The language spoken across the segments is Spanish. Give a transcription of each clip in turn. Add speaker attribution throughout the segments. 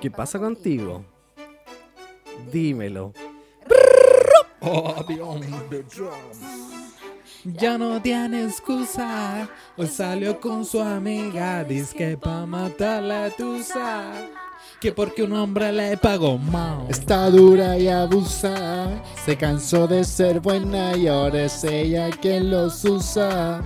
Speaker 1: ¿Qué pasa contigo? Dímelo.
Speaker 2: Oh, the on the drums. Ya no tiene excusa. Hoy salió con su amiga. Dice que pa' matar la tusa. Que porque un hombre le pagó más.
Speaker 3: Está dura y abusa. Se cansó de ser buena y ahora es ella quien los usa.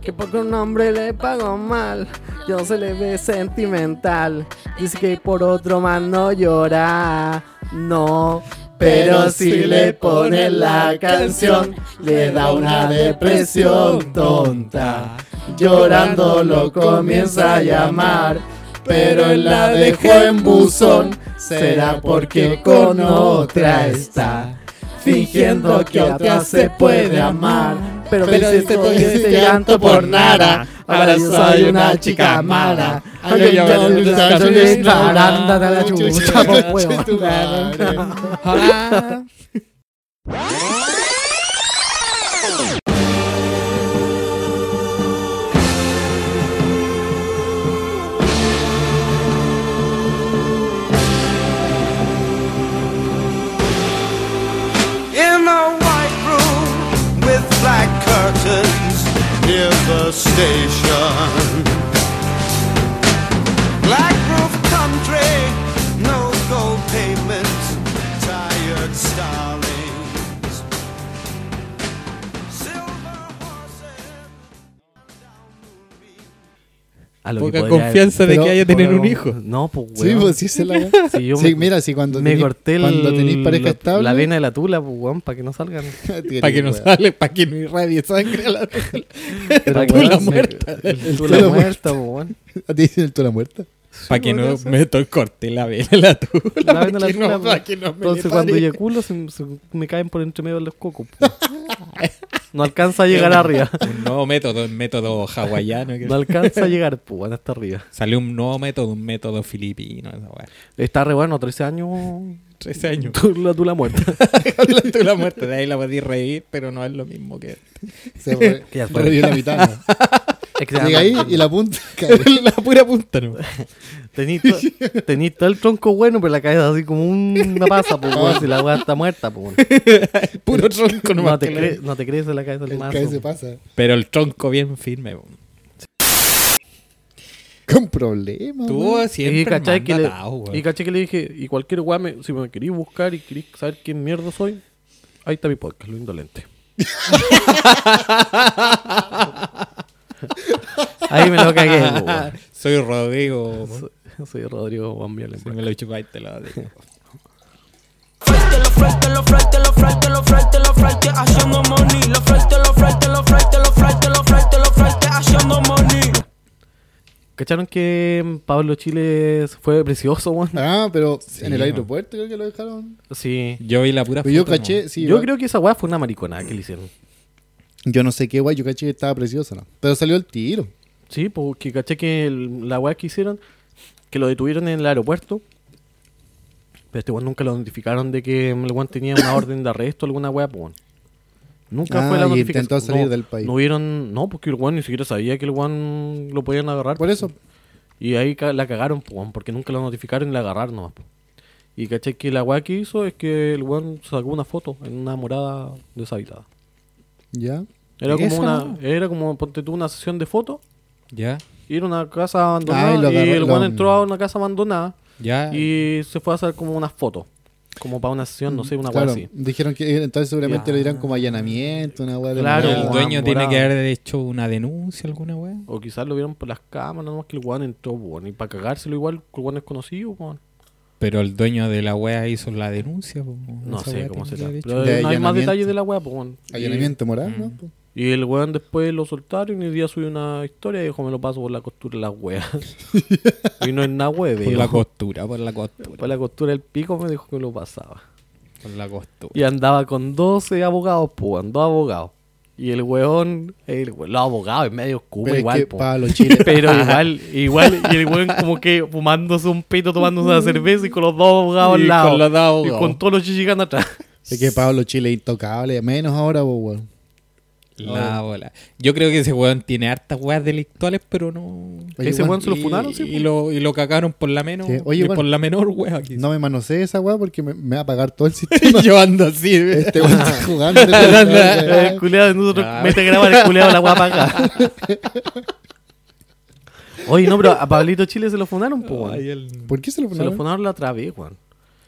Speaker 1: Que porque un hombre le pagó mal, yo se le ve sentimental. Dice que por otro más no llora. No, pero si le pone la canción, le da una depresión tonta. Llorando lo comienza a llamar, pero él la dejó en buzón. Será porque con otra está, fingiendo que otra se puede amar. Pero,
Speaker 3: Pero
Speaker 1: me hiciste todo
Speaker 3: este
Speaker 1: este llanto por nada. Ahora yo soy una chica mala. Ay, ay, ay, ay, ay, ay, ay, paranda de la chucha, po, weón.
Speaker 2: Ah.
Speaker 4: In a white room with black curtains near the station. Black roof country, no gold pavements, tired starlings. Silver horses.
Speaker 1: A lo
Speaker 2: Poca
Speaker 1: que podría-
Speaker 2: confianza de
Speaker 1: pero-
Speaker 2: que haya tener
Speaker 1: pero-
Speaker 2: un hijo.
Speaker 1: No, pues, weón.
Speaker 3: Sí, pues sí, se la
Speaker 1: Sí, yo
Speaker 3: Sí,
Speaker 1: me-
Speaker 3: mira, si cuando
Speaker 1: me
Speaker 3: tenís-
Speaker 1: corté el-
Speaker 3: cuando tenéis pareja
Speaker 1: la,
Speaker 3: estable.
Speaker 1: la vena de la tula, pues, weón, para que no salgan.
Speaker 2: Para que no sale, para que no irradie sangre a la
Speaker 1: Pero,
Speaker 2: tula
Speaker 1: weón, se-
Speaker 2: muerta.
Speaker 1: El
Speaker 3: tula
Speaker 1: tula muerta, pues, weón.
Speaker 3: ¿A ti dicen tú la muerta?
Speaker 2: Para que no me to- corte la vela a la tula.
Speaker 1: La
Speaker 2: pa'
Speaker 1: vena de la
Speaker 2: que no-
Speaker 1: tula,
Speaker 2: pa'
Speaker 1: pues.
Speaker 2: que no me
Speaker 1: Entonces,
Speaker 2: le
Speaker 1: cuando
Speaker 2: pare.
Speaker 1: eyaculo, se, se me caen por entre medio de los cocos. pues. No alcanza a llegar arriba.
Speaker 2: Un nuevo método, un método hawaiano. que-
Speaker 1: No alcanza a llegar, pues, weón, hasta arriba.
Speaker 2: Salió un nuevo método, un método filipino. Esa weá.
Speaker 1: Está re bueno, 13 años.
Speaker 2: 13 años.
Speaker 1: La tula muerta.
Speaker 2: la tula muerta, de ahí la podí reír, pero no es lo mismo que.
Speaker 3: Se re-
Speaker 1: Ya fue.
Speaker 3: revió la mitad. ¿no?
Speaker 1: Es que se
Speaker 3: Llega
Speaker 1: llama-
Speaker 3: ahí y la punta. cae.
Speaker 2: la pura punta, ¿no?
Speaker 1: Tenís to- tenís todo el tronco bueno, pero la cabeza así como una pasa, pues, weón, si la weá está muerta, pues, weón.
Speaker 2: Puro tronco nomás.
Speaker 1: No te,
Speaker 2: que le-
Speaker 1: cre- no te crees en la cabeza del
Speaker 3: El
Speaker 1: mazo.
Speaker 3: cae se pasa.
Speaker 2: Pero el tronco bien firme. po.
Speaker 3: Con problemas.
Speaker 2: Tú
Speaker 1: Y
Speaker 2: siempre
Speaker 1: caché, que
Speaker 2: manda
Speaker 1: le,
Speaker 2: atado, weón.
Speaker 1: y caché que le dije, y cualquier weá, me- si me querís buscar y querís saber quién mierda soy, ahí está mi podcast, lo indolente. ahí me lo cagué, po, weón.
Speaker 2: Soy Rodrigo. po.
Speaker 1: Soy- Soy Rodrigo Juan Viola.
Speaker 2: Si me lo chupáis, te lo este digo.
Speaker 5: Lo frente, lo frente, lo frente, lo frente, lo frente, haciendo money. Lo frente, lo frente, lo frente, lo frente, lo frente, lo frente, haciendo money.
Speaker 1: ¿Cacharon que Pablo Chile fue precioso, weón?
Speaker 3: Ah, pero en el
Speaker 2: no.
Speaker 3: aeropuerto creo que lo dejaron.
Speaker 1: Sí.
Speaker 2: Yo vi la pura
Speaker 3: Pero yo
Speaker 2: foto,
Speaker 3: caché,
Speaker 2: no.
Speaker 3: sí.
Speaker 1: Yo
Speaker 3: va-
Speaker 1: creo que esa weá fue una mariconada que le hicieron.
Speaker 3: Yo no sé qué guay, yo caché que estaba preciosa, ¿no? Pero salió el tiro.
Speaker 1: Sí, porque caché que el- la weá que hicieron, que lo detuvieron en el aeropuerto. Pero este weón nunca lo notificaron de que el weón tenía una orden de arresto, alguna weá, pues weón. Nunca
Speaker 3: Ah,
Speaker 1: fue la
Speaker 3: y
Speaker 1: notificación.
Speaker 3: intentó salir
Speaker 1: no,
Speaker 3: del país.
Speaker 1: No vieron, no, porque el weón ni siquiera sabía que el weón lo podían agarrar.
Speaker 3: Por eso.
Speaker 1: Y ahí ca- la cagaron, pues, weón, porque nunca lo notificaron y la agarraron nomás. po. Y caché que la weá que hizo es que el weón sacó una foto en una morada deshabitada.
Speaker 3: Ya.
Speaker 1: Era como
Speaker 3: Eso
Speaker 1: una,
Speaker 3: no.
Speaker 1: era como, ponte tú, una sesión de fotos
Speaker 2: Ya,
Speaker 1: y era una casa
Speaker 3: Ah,
Speaker 1: abandonada.
Speaker 3: y
Speaker 1: y,
Speaker 3: lo agarró-
Speaker 1: el weón
Speaker 3: lo-
Speaker 1: entró a una casa abandonada
Speaker 2: ya.
Speaker 1: y se fue a hacer como unas fotos. Como para una sesión, no sé, una weá
Speaker 3: Claro,
Speaker 1: así. dijeron
Speaker 3: dijeron que eh, entonces seguramente
Speaker 1: Ya.
Speaker 3: lo dirán como allanamiento, una guay de
Speaker 1: Claro,
Speaker 2: el
Speaker 1: weón,
Speaker 2: dueño tiene
Speaker 1: morado.
Speaker 2: que haber hecho una denuncia, alguna weá.
Speaker 1: O quizás lo vieron por las cámaras, nomás que el weón entró, weón. Y para cagárselo igual, el weón es conocido, weón.
Speaker 2: Pero el dueño de la wea hizo la denuncia. po.
Speaker 1: No
Speaker 2: Esa
Speaker 1: sé
Speaker 2: wea
Speaker 1: cómo
Speaker 2: tiene que
Speaker 1: será.
Speaker 2: haber hecho.
Speaker 1: Pero
Speaker 3: De
Speaker 1: no hay más
Speaker 3: allanamiento.
Speaker 1: detalles de la weá, pues, weón. Y-
Speaker 3: Allanamiento
Speaker 1: Mm.
Speaker 3: moral, ¿no? Po.
Speaker 1: Y, el weón después lo soltaron y el día subió una historia y dijo, me lo paso por la costura de la weá. y no es nada weá,
Speaker 2: Por la
Speaker 1: viejo.
Speaker 2: costura, por la costura.
Speaker 1: Por la costura del pico me dijo que lo pasaba.
Speaker 2: Por la costura.
Speaker 1: Y andaba con 12 abogados, pues, dos abogados. Y el weón, el we- los abogados en medio oscuro
Speaker 3: Pero es
Speaker 1: igual,
Speaker 3: que
Speaker 1: po.
Speaker 3: Pablo Chile.
Speaker 1: Pero igual, igual, y el weón como que fumándose un pito, tomándose una cerveza y con los dos abogados
Speaker 2: Y
Speaker 1: al lado.
Speaker 2: con los dos abogados.
Speaker 1: Y con todos los chichicanos atrás.
Speaker 3: es que Pablo Chile es intocable, menos ahora, po, weón.
Speaker 2: La bola. Yo creo que ese weón tiene hartas weas delictuales, pero no.
Speaker 3: Oye,
Speaker 1: Ese weón
Speaker 3: weón,
Speaker 1: se lo
Speaker 2: Y-
Speaker 1: funaron, sí. pues.
Speaker 2: Y lo, y lo cagaron por la menor.
Speaker 3: Sí, oye,
Speaker 2: y
Speaker 3: bueno.
Speaker 2: por la menor wea. aquí.
Speaker 3: No me manoseé esa weá porque me, me va a pagar todo el sistema.
Speaker 2: Y yo ando así.
Speaker 3: este weón está jugando.
Speaker 1: El culeado de nosotros
Speaker 2: Ah.
Speaker 1: mete a grabar el culeado la guapa acá. Oye, no, pero a Pablito Chile se lo fundaron, pues,
Speaker 2: Ay, el-
Speaker 3: ¿Por qué se lo
Speaker 1: Se lo
Speaker 3: funaron?
Speaker 1: fundaron la otra vez, weón.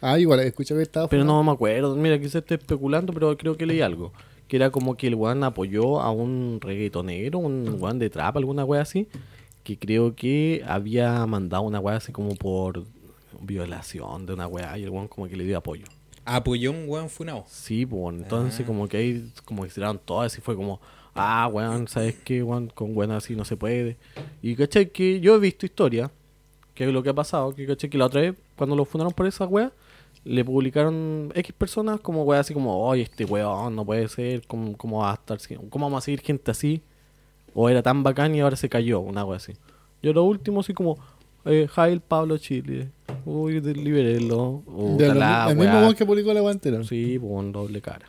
Speaker 3: Ah, igual, escucha que estaba.
Speaker 1: Pero no me acuerdo. Mira, quizás esté especulando, pero creo que leí algo. Que era como que el weón apoyó a un reggaetonero, un weón de trap, alguna wea así. Que creo que había mandado una wea así como por violación de una wea. Y el weón como que le dio apoyo.
Speaker 2: Apoyó Ah, pues un weón funado.
Speaker 1: Sí, pues entonces como que ahí como que tiraron todas y fue como, ah, weón, ¿sabes qué, weón? Con weón así no se puede. Y caché que yo he visto historia, que es lo que ha pasado, que caché que la otra vez, cuando lo fundaron por esa weá, le publicaron X personas como weón así como, oye, este weón no puede ser, ¿cómo, cómo va a estar, si- cómo vamos a seguir gente así? O era tan bacán y ahora se cayó, una weá así. Yo lo último así como, eh, Jail Pablo Chile, uy, de- libérenlo.
Speaker 3: De
Speaker 1: Puta
Speaker 3: lo-
Speaker 1: la
Speaker 3: el mismo
Speaker 1: weá.
Speaker 3: weón que publicó la guantera.
Speaker 1: Sí, pues un doble cara.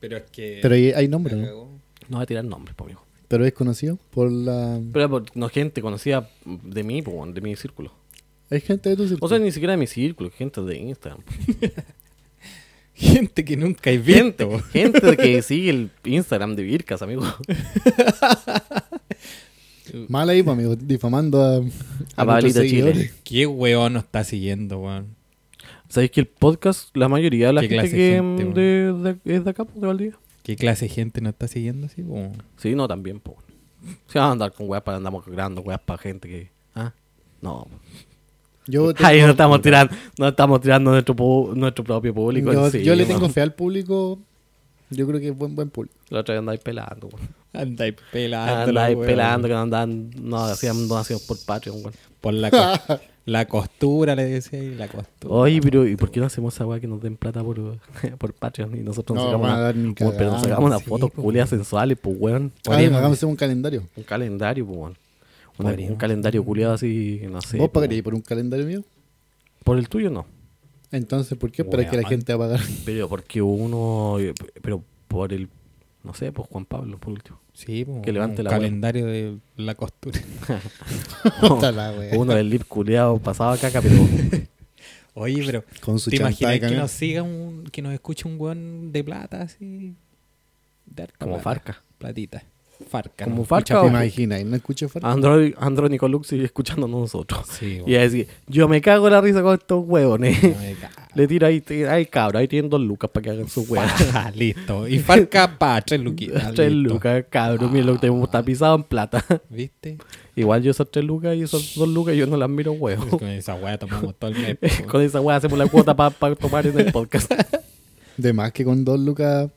Speaker 2: Pero es que.
Speaker 3: Pero ahí hay nombre, ¿no?
Speaker 1: No va a tirar nombres, po, mijo.
Speaker 3: Pero es conocido por la.
Speaker 1: Pero por- no gente conocida de mí, po, weón, de mi círculo.
Speaker 3: Hay gente de tu círculo.
Speaker 1: O sea, ni siquiera de mi círculo, gente de Instagram. po.
Speaker 2: Gente que nunca he
Speaker 1: Gente,
Speaker 2: visto.
Speaker 1: gente que sigue el Instagram de Vircas, amigo.
Speaker 3: Mal ahí, pues, amigo, difamando a.
Speaker 1: A
Speaker 3: nuestros
Speaker 1: Pablito
Speaker 3: seguidores.
Speaker 1: Chile.
Speaker 2: ¿Qué weón nos está siguiendo, weón?
Speaker 1: ¿Sabéis que el podcast, la mayoría de la
Speaker 2: Qué
Speaker 1: gente
Speaker 2: clase
Speaker 1: que
Speaker 2: de
Speaker 1: mm,
Speaker 2: gente,
Speaker 1: de, de- es de acá, po, de Valdivia?
Speaker 2: ¿Qué clase de gente nos está siguiendo así, po?
Speaker 1: Sí, no, también, po. Si van a andar con weas para andamos creando weas para gente que. Ah, no. po.
Speaker 3: Yo, tengo-
Speaker 1: Ahí no estamos tirando, no estamos tirando nuestro, pu- nuestro propio público.
Speaker 3: yo,
Speaker 1: en sí,
Speaker 3: yo le
Speaker 1: weón.
Speaker 3: tengo fe al público. Yo creo que es buen, buen público.
Speaker 1: La otra vez andáis pelando, weón.
Speaker 2: Andáis pelando.
Speaker 1: Andáis
Speaker 2: Ah, weón.
Speaker 1: pelando que no andan, no hacían donaciones por Patreon, weón.
Speaker 2: Por la, cos- la costura, le decía ahí, la costura.
Speaker 1: Oye, pero ¿y por qué no hacemos esa weá que nos den plata por, por Patreon y nosotros nos
Speaker 3: No,
Speaker 1: sacamos
Speaker 3: van a
Speaker 1: una,
Speaker 3: dar ni
Speaker 1: weón, pero nos
Speaker 3: cagando,
Speaker 1: sacamos unas
Speaker 2: sí,
Speaker 1: fotos
Speaker 2: po,
Speaker 1: culias sensuales, pues weón?
Speaker 3: Ah,
Speaker 2: Podríamos-
Speaker 3: hagamos un calendario.
Speaker 1: Un calendario, pues weón. Una- un
Speaker 2: Podríamos.
Speaker 1: calendario culiado así, no sé.
Speaker 3: ¿Vos
Speaker 1: po,
Speaker 3: pagarías por un calendario mío?
Speaker 1: Por el tuyo no.
Speaker 3: Entonces, ¿por qué esperas que la
Speaker 2: Weón.
Speaker 3: gente va a pagar?
Speaker 1: Pero porque uno. eh, Pero por el. No sé, pues Juan Pablo, por último.
Speaker 2: Sí, po,
Speaker 1: que levante
Speaker 2: un
Speaker 1: la
Speaker 2: calendario de la costura.
Speaker 3: Puta la wea.
Speaker 1: uno del lip culiado pasado a caca, pero.
Speaker 2: Oye, pero
Speaker 3: Con su
Speaker 2: ¿te
Speaker 3: chantada
Speaker 2: imaginas
Speaker 3: de
Speaker 2: que
Speaker 3: camión.
Speaker 2: nos siga un, que nos escuche un weón de plata así? De harta
Speaker 1: Como
Speaker 2: plata.
Speaker 1: Farca.
Speaker 2: Platita. Farca.
Speaker 1: Como
Speaker 2: ¿no?
Speaker 1: Farca
Speaker 2: Escucha
Speaker 1: o-
Speaker 3: ¿Te
Speaker 2: plata.
Speaker 3: imaginas? ¿No escuché fuerte?
Speaker 1: Android, Andrónico Lux sigue escuchándonos nosotros.
Speaker 2: Sí,
Speaker 1: Y
Speaker 2: weón.
Speaker 1: a decir, yo me cago en la risa con estos huevones.
Speaker 2: No me cago.
Speaker 1: Le tira ahí, tira, ay cabro, ahí tienen dos lucas para que hagan sus huevas.
Speaker 2: Ah, listo. Y Farca pa, tres luquitas.
Speaker 1: tres
Speaker 2: listo.
Speaker 1: lucas, cabro, mira, lo tengo
Speaker 3: Ah.
Speaker 1: tapizado en plata.
Speaker 2: ¿Viste?
Speaker 1: Igual yo esas tres lucas y esas dos lucas yo no las miro huevo.
Speaker 2: Con esa weá tomamos todo el mes. po.
Speaker 1: Con esa hueá hacemos la cuota para tomar en el podcast.
Speaker 3: De más que con dos lucas.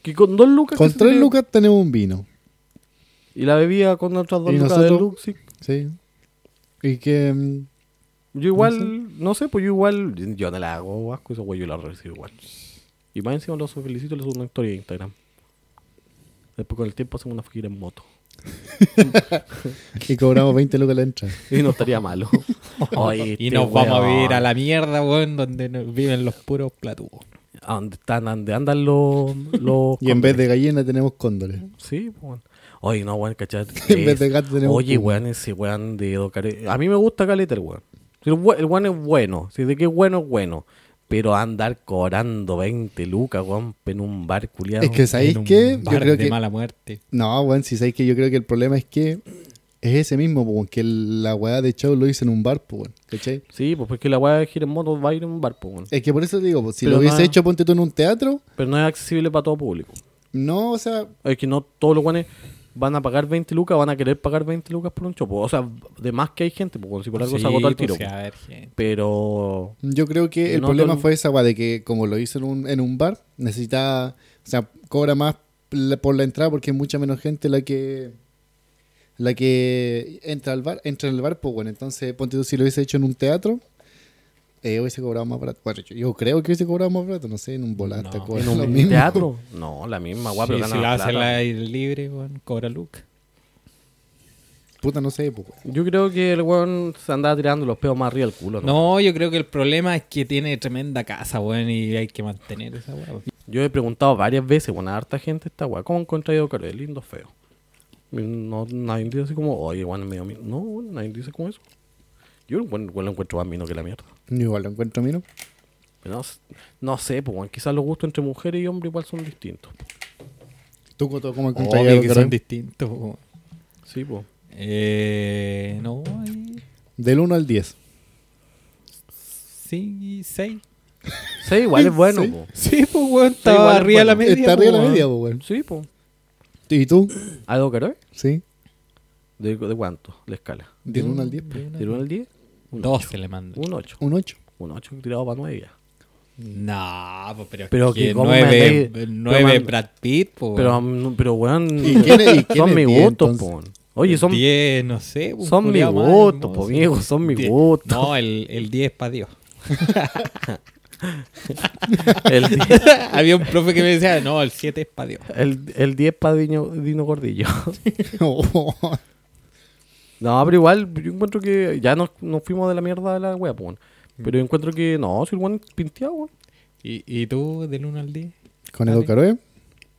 Speaker 1: Que con dos lucas.
Speaker 3: Con
Speaker 1: que se
Speaker 3: tres
Speaker 1: tiene-
Speaker 3: lucas tenemos un vino.
Speaker 1: Y la bebida con otras dos
Speaker 3: Y
Speaker 1: lucas de
Speaker 3: nosotros-
Speaker 1: Lux. sí.
Speaker 3: Sí. Y que. mm,
Speaker 1: Yo igual, no sé, pues yo igual, yo no la hago asco, esa hueá yo la recibo igual. Y más encima los felicito, les subo una historia de Instagram. Después con el tiempo hacemos una gira en moto.
Speaker 3: Y cobramos 20 lucas la entrada.
Speaker 1: Y no estaría malo. Oye,
Speaker 2: Y
Speaker 1: este
Speaker 2: nos vamos a
Speaker 1: hueón.
Speaker 2: vivir a la mierda, weón, donde no- viven los puros platubos.
Speaker 1: a donde están, a donde andan los. los
Speaker 3: Y en vez de gallina tenemos cóndores.
Speaker 1: Sí, pues, weón. Oye, no, weón, cachar.
Speaker 3: En vez de gato tenemos
Speaker 1: Oye,
Speaker 3: puma.
Speaker 1: weón, ese weón de Docare. A mí me gusta Caleta el weón. Si El we- el weón es bueno. Si de que es bueno, es bueno. Pero andar cobrando 20 lucas, weón, en un bar culiado.
Speaker 3: Es que, ¿sabéis
Speaker 2: En un
Speaker 3: qué? Yo
Speaker 2: bar
Speaker 3: creo
Speaker 2: de
Speaker 3: que.
Speaker 2: mala muerte.
Speaker 3: No, weón, si sabéis que yo creo que el problema es que. Es ese mismo, po, que el- la weá de show lo hice en un bar, po, weón. ¿Cachai?
Speaker 1: Sí, pues porque la weá de gira en moto va a ir en un bar, pues, weón.
Speaker 3: Es que por eso te digo, po, si
Speaker 1: Pero
Speaker 3: lo hubiese
Speaker 1: no es-
Speaker 3: hecho, ponte tú en un teatro.
Speaker 1: Pero no es accesible para todo público.
Speaker 3: No, o sea,
Speaker 1: Es que no todos los weones van a pagar 20 lucas, van a querer pagar 20 lucas por un chopo. O sea, de más que hay gente, pues, weón, si por algo
Speaker 2: Sí,
Speaker 1: se agotó el
Speaker 2: pues,
Speaker 1: tiro.
Speaker 2: sí,
Speaker 1: pues.
Speaker 2: a ver, gente.
Speaker 1: Pero.
Speaker 3: Yo creo que el
Speaker 1: No,
Speaker 3: problema
Speaker 1: todo-
Speaker 3: fue esa, weá, de que como lo hizo en un, en un bar, necesita, o sea, cobra más la- por la entrada porque es mucha menos gente la que la que entra al bar, entra en el bar, pues bueno, entonces ponte tú si lo hubiese hecho en un teatro, eh, hubiese cobrado más barato. Bueno, yo- yo creo que hubiese cobrado más barato, no sé, en un volante, pues,
Speaker 2: No,
Speaker 1: ¿En un teatro? No, la misma weá, pero
Speaker 2: Sí,
Speaker 1: gana
Speaker 2: si la
Speaker 1: más
Speaker 2: hacen
Speaker 1: plata.
Speaker 2: al aire libre, weón, cobra Luke.
Speaker 3: Puta, no sé, pues. weón.
Speaker 1: Yo creo que el weón se andaba tirando los peos más arriba del culo, ¿no?
Speaker 2: No, yo creo que el problema es que tiene tremenda casa, weón, y hay que mantener esa weá. weón.
Speaker 1: Yo he preguntado varias veces, bueno, a harta gente esta weá, ¿cómo encontré Edo Caro? Es lindo, feo. Y No, nadie dice así como, oye, bueno, medio mino. No, bueno, nadie dice como eso. Yo lo encuentro, lo encuentro más mino que la mierda.
Speaker 3: Yo igual lo encuentro mino.
Speaker 1: Pero no, s- no sé, pues bueno, quizás los gustos entre mujeres y hombres igual son distintos.
Speaker 3: ¿Tú Coto, cómo encuentras
Speaker 2: Obvio
Speaker 3: algo,
Speaker 2: Oh, que
Speaker 3: Carol?
Speaker 2: son distintos. po.
Speaker 1: Sí, pues.
Speaker 2: Eh, no, ahí
Speaker 3: Del 1 al 10.
Speaker 2: sí, seis.
Speaker 1: Sí, igual es bueno,
Speaker 3: Sí.
Speaker 1: po.
Speaker 2: Sí, pues, weón, estaba
Speaker 1: igual es
Speaker 2: arriba de la
Speaker 1: bueno.
Speaker 2: media.
Speaker 3: Está arriba de la
Speaker 2: po,
Speaker 3: media,
Speaker 2: weón.
Speaker 3: pues, weón.
Speaker 1: Sí, pues.
Speaker 3: ¿Y tú?
Speaker 1: ¿A Edo Caro?
Speaker 3: Sí.
Speaker 1: ¿De, ¿De cuánto la escala?
Speaker 3: Del 1 al 10. pues.
Speaker 1: ¿Del 1 al 10? Un
Speaker 2: Dos
Speaker 1: 8.
Speaker 2: se le manda.
Speaker 1: Un 8.
Speaker 3: Un 8.
Speaker 1: Un 8 tirado para 9 ya.
Speaker 2: No, pues, pero, es
Speaker 1: Pero
Speaker 2: que
Speaker 1: que cómo me
Speaker 2: nueve,
Speaker 1: andai-
Speaker 2: nueve
Speaker 1: pero man-
Speaker 2: Brad Pitt, pues.
Speaker 1: Pero, mm, pero weón,
Speaker 3: ¿Y quién es- y quién
Speaker 1: son
Speaker 3: es
Speaker 1: mis
Speaker 3: diez,
Speaker 1: gustos,
Speaker 3: entonces?
Speaker 1: po. Oye, son,
Speaker 2: diez, no sé. po,
Speaker 1: son mis
Speaker 2: culiao más
Speaker 1: gustos,
Speaker 2: hermoso.
Speaker 1: po, viejo, son mis
Speaker 2: Diez.
Speaker 1: gustos.
Speaker 2: No, el, el diez para Dios.
Speaker 1: El 10
Speaker 2: Había un profe que me decía, no, el siete es para Dios.
Speaker 1: el, el 10 para Dino, Dino Gordillo.
Speaker 3: Oh,
Speaker 1: No, pero igual, yo encuentro que ya nos, nos fuimos de la mierda de la wea, po. weón.
Speaker 2: Mm.
Speaker 1: Pero yo encuentro que no, si el weón es pinteado, weón.
Speaker 2: ¿Y, y tú, del uno al diez?
Speaker 3: Con Edo Caroe,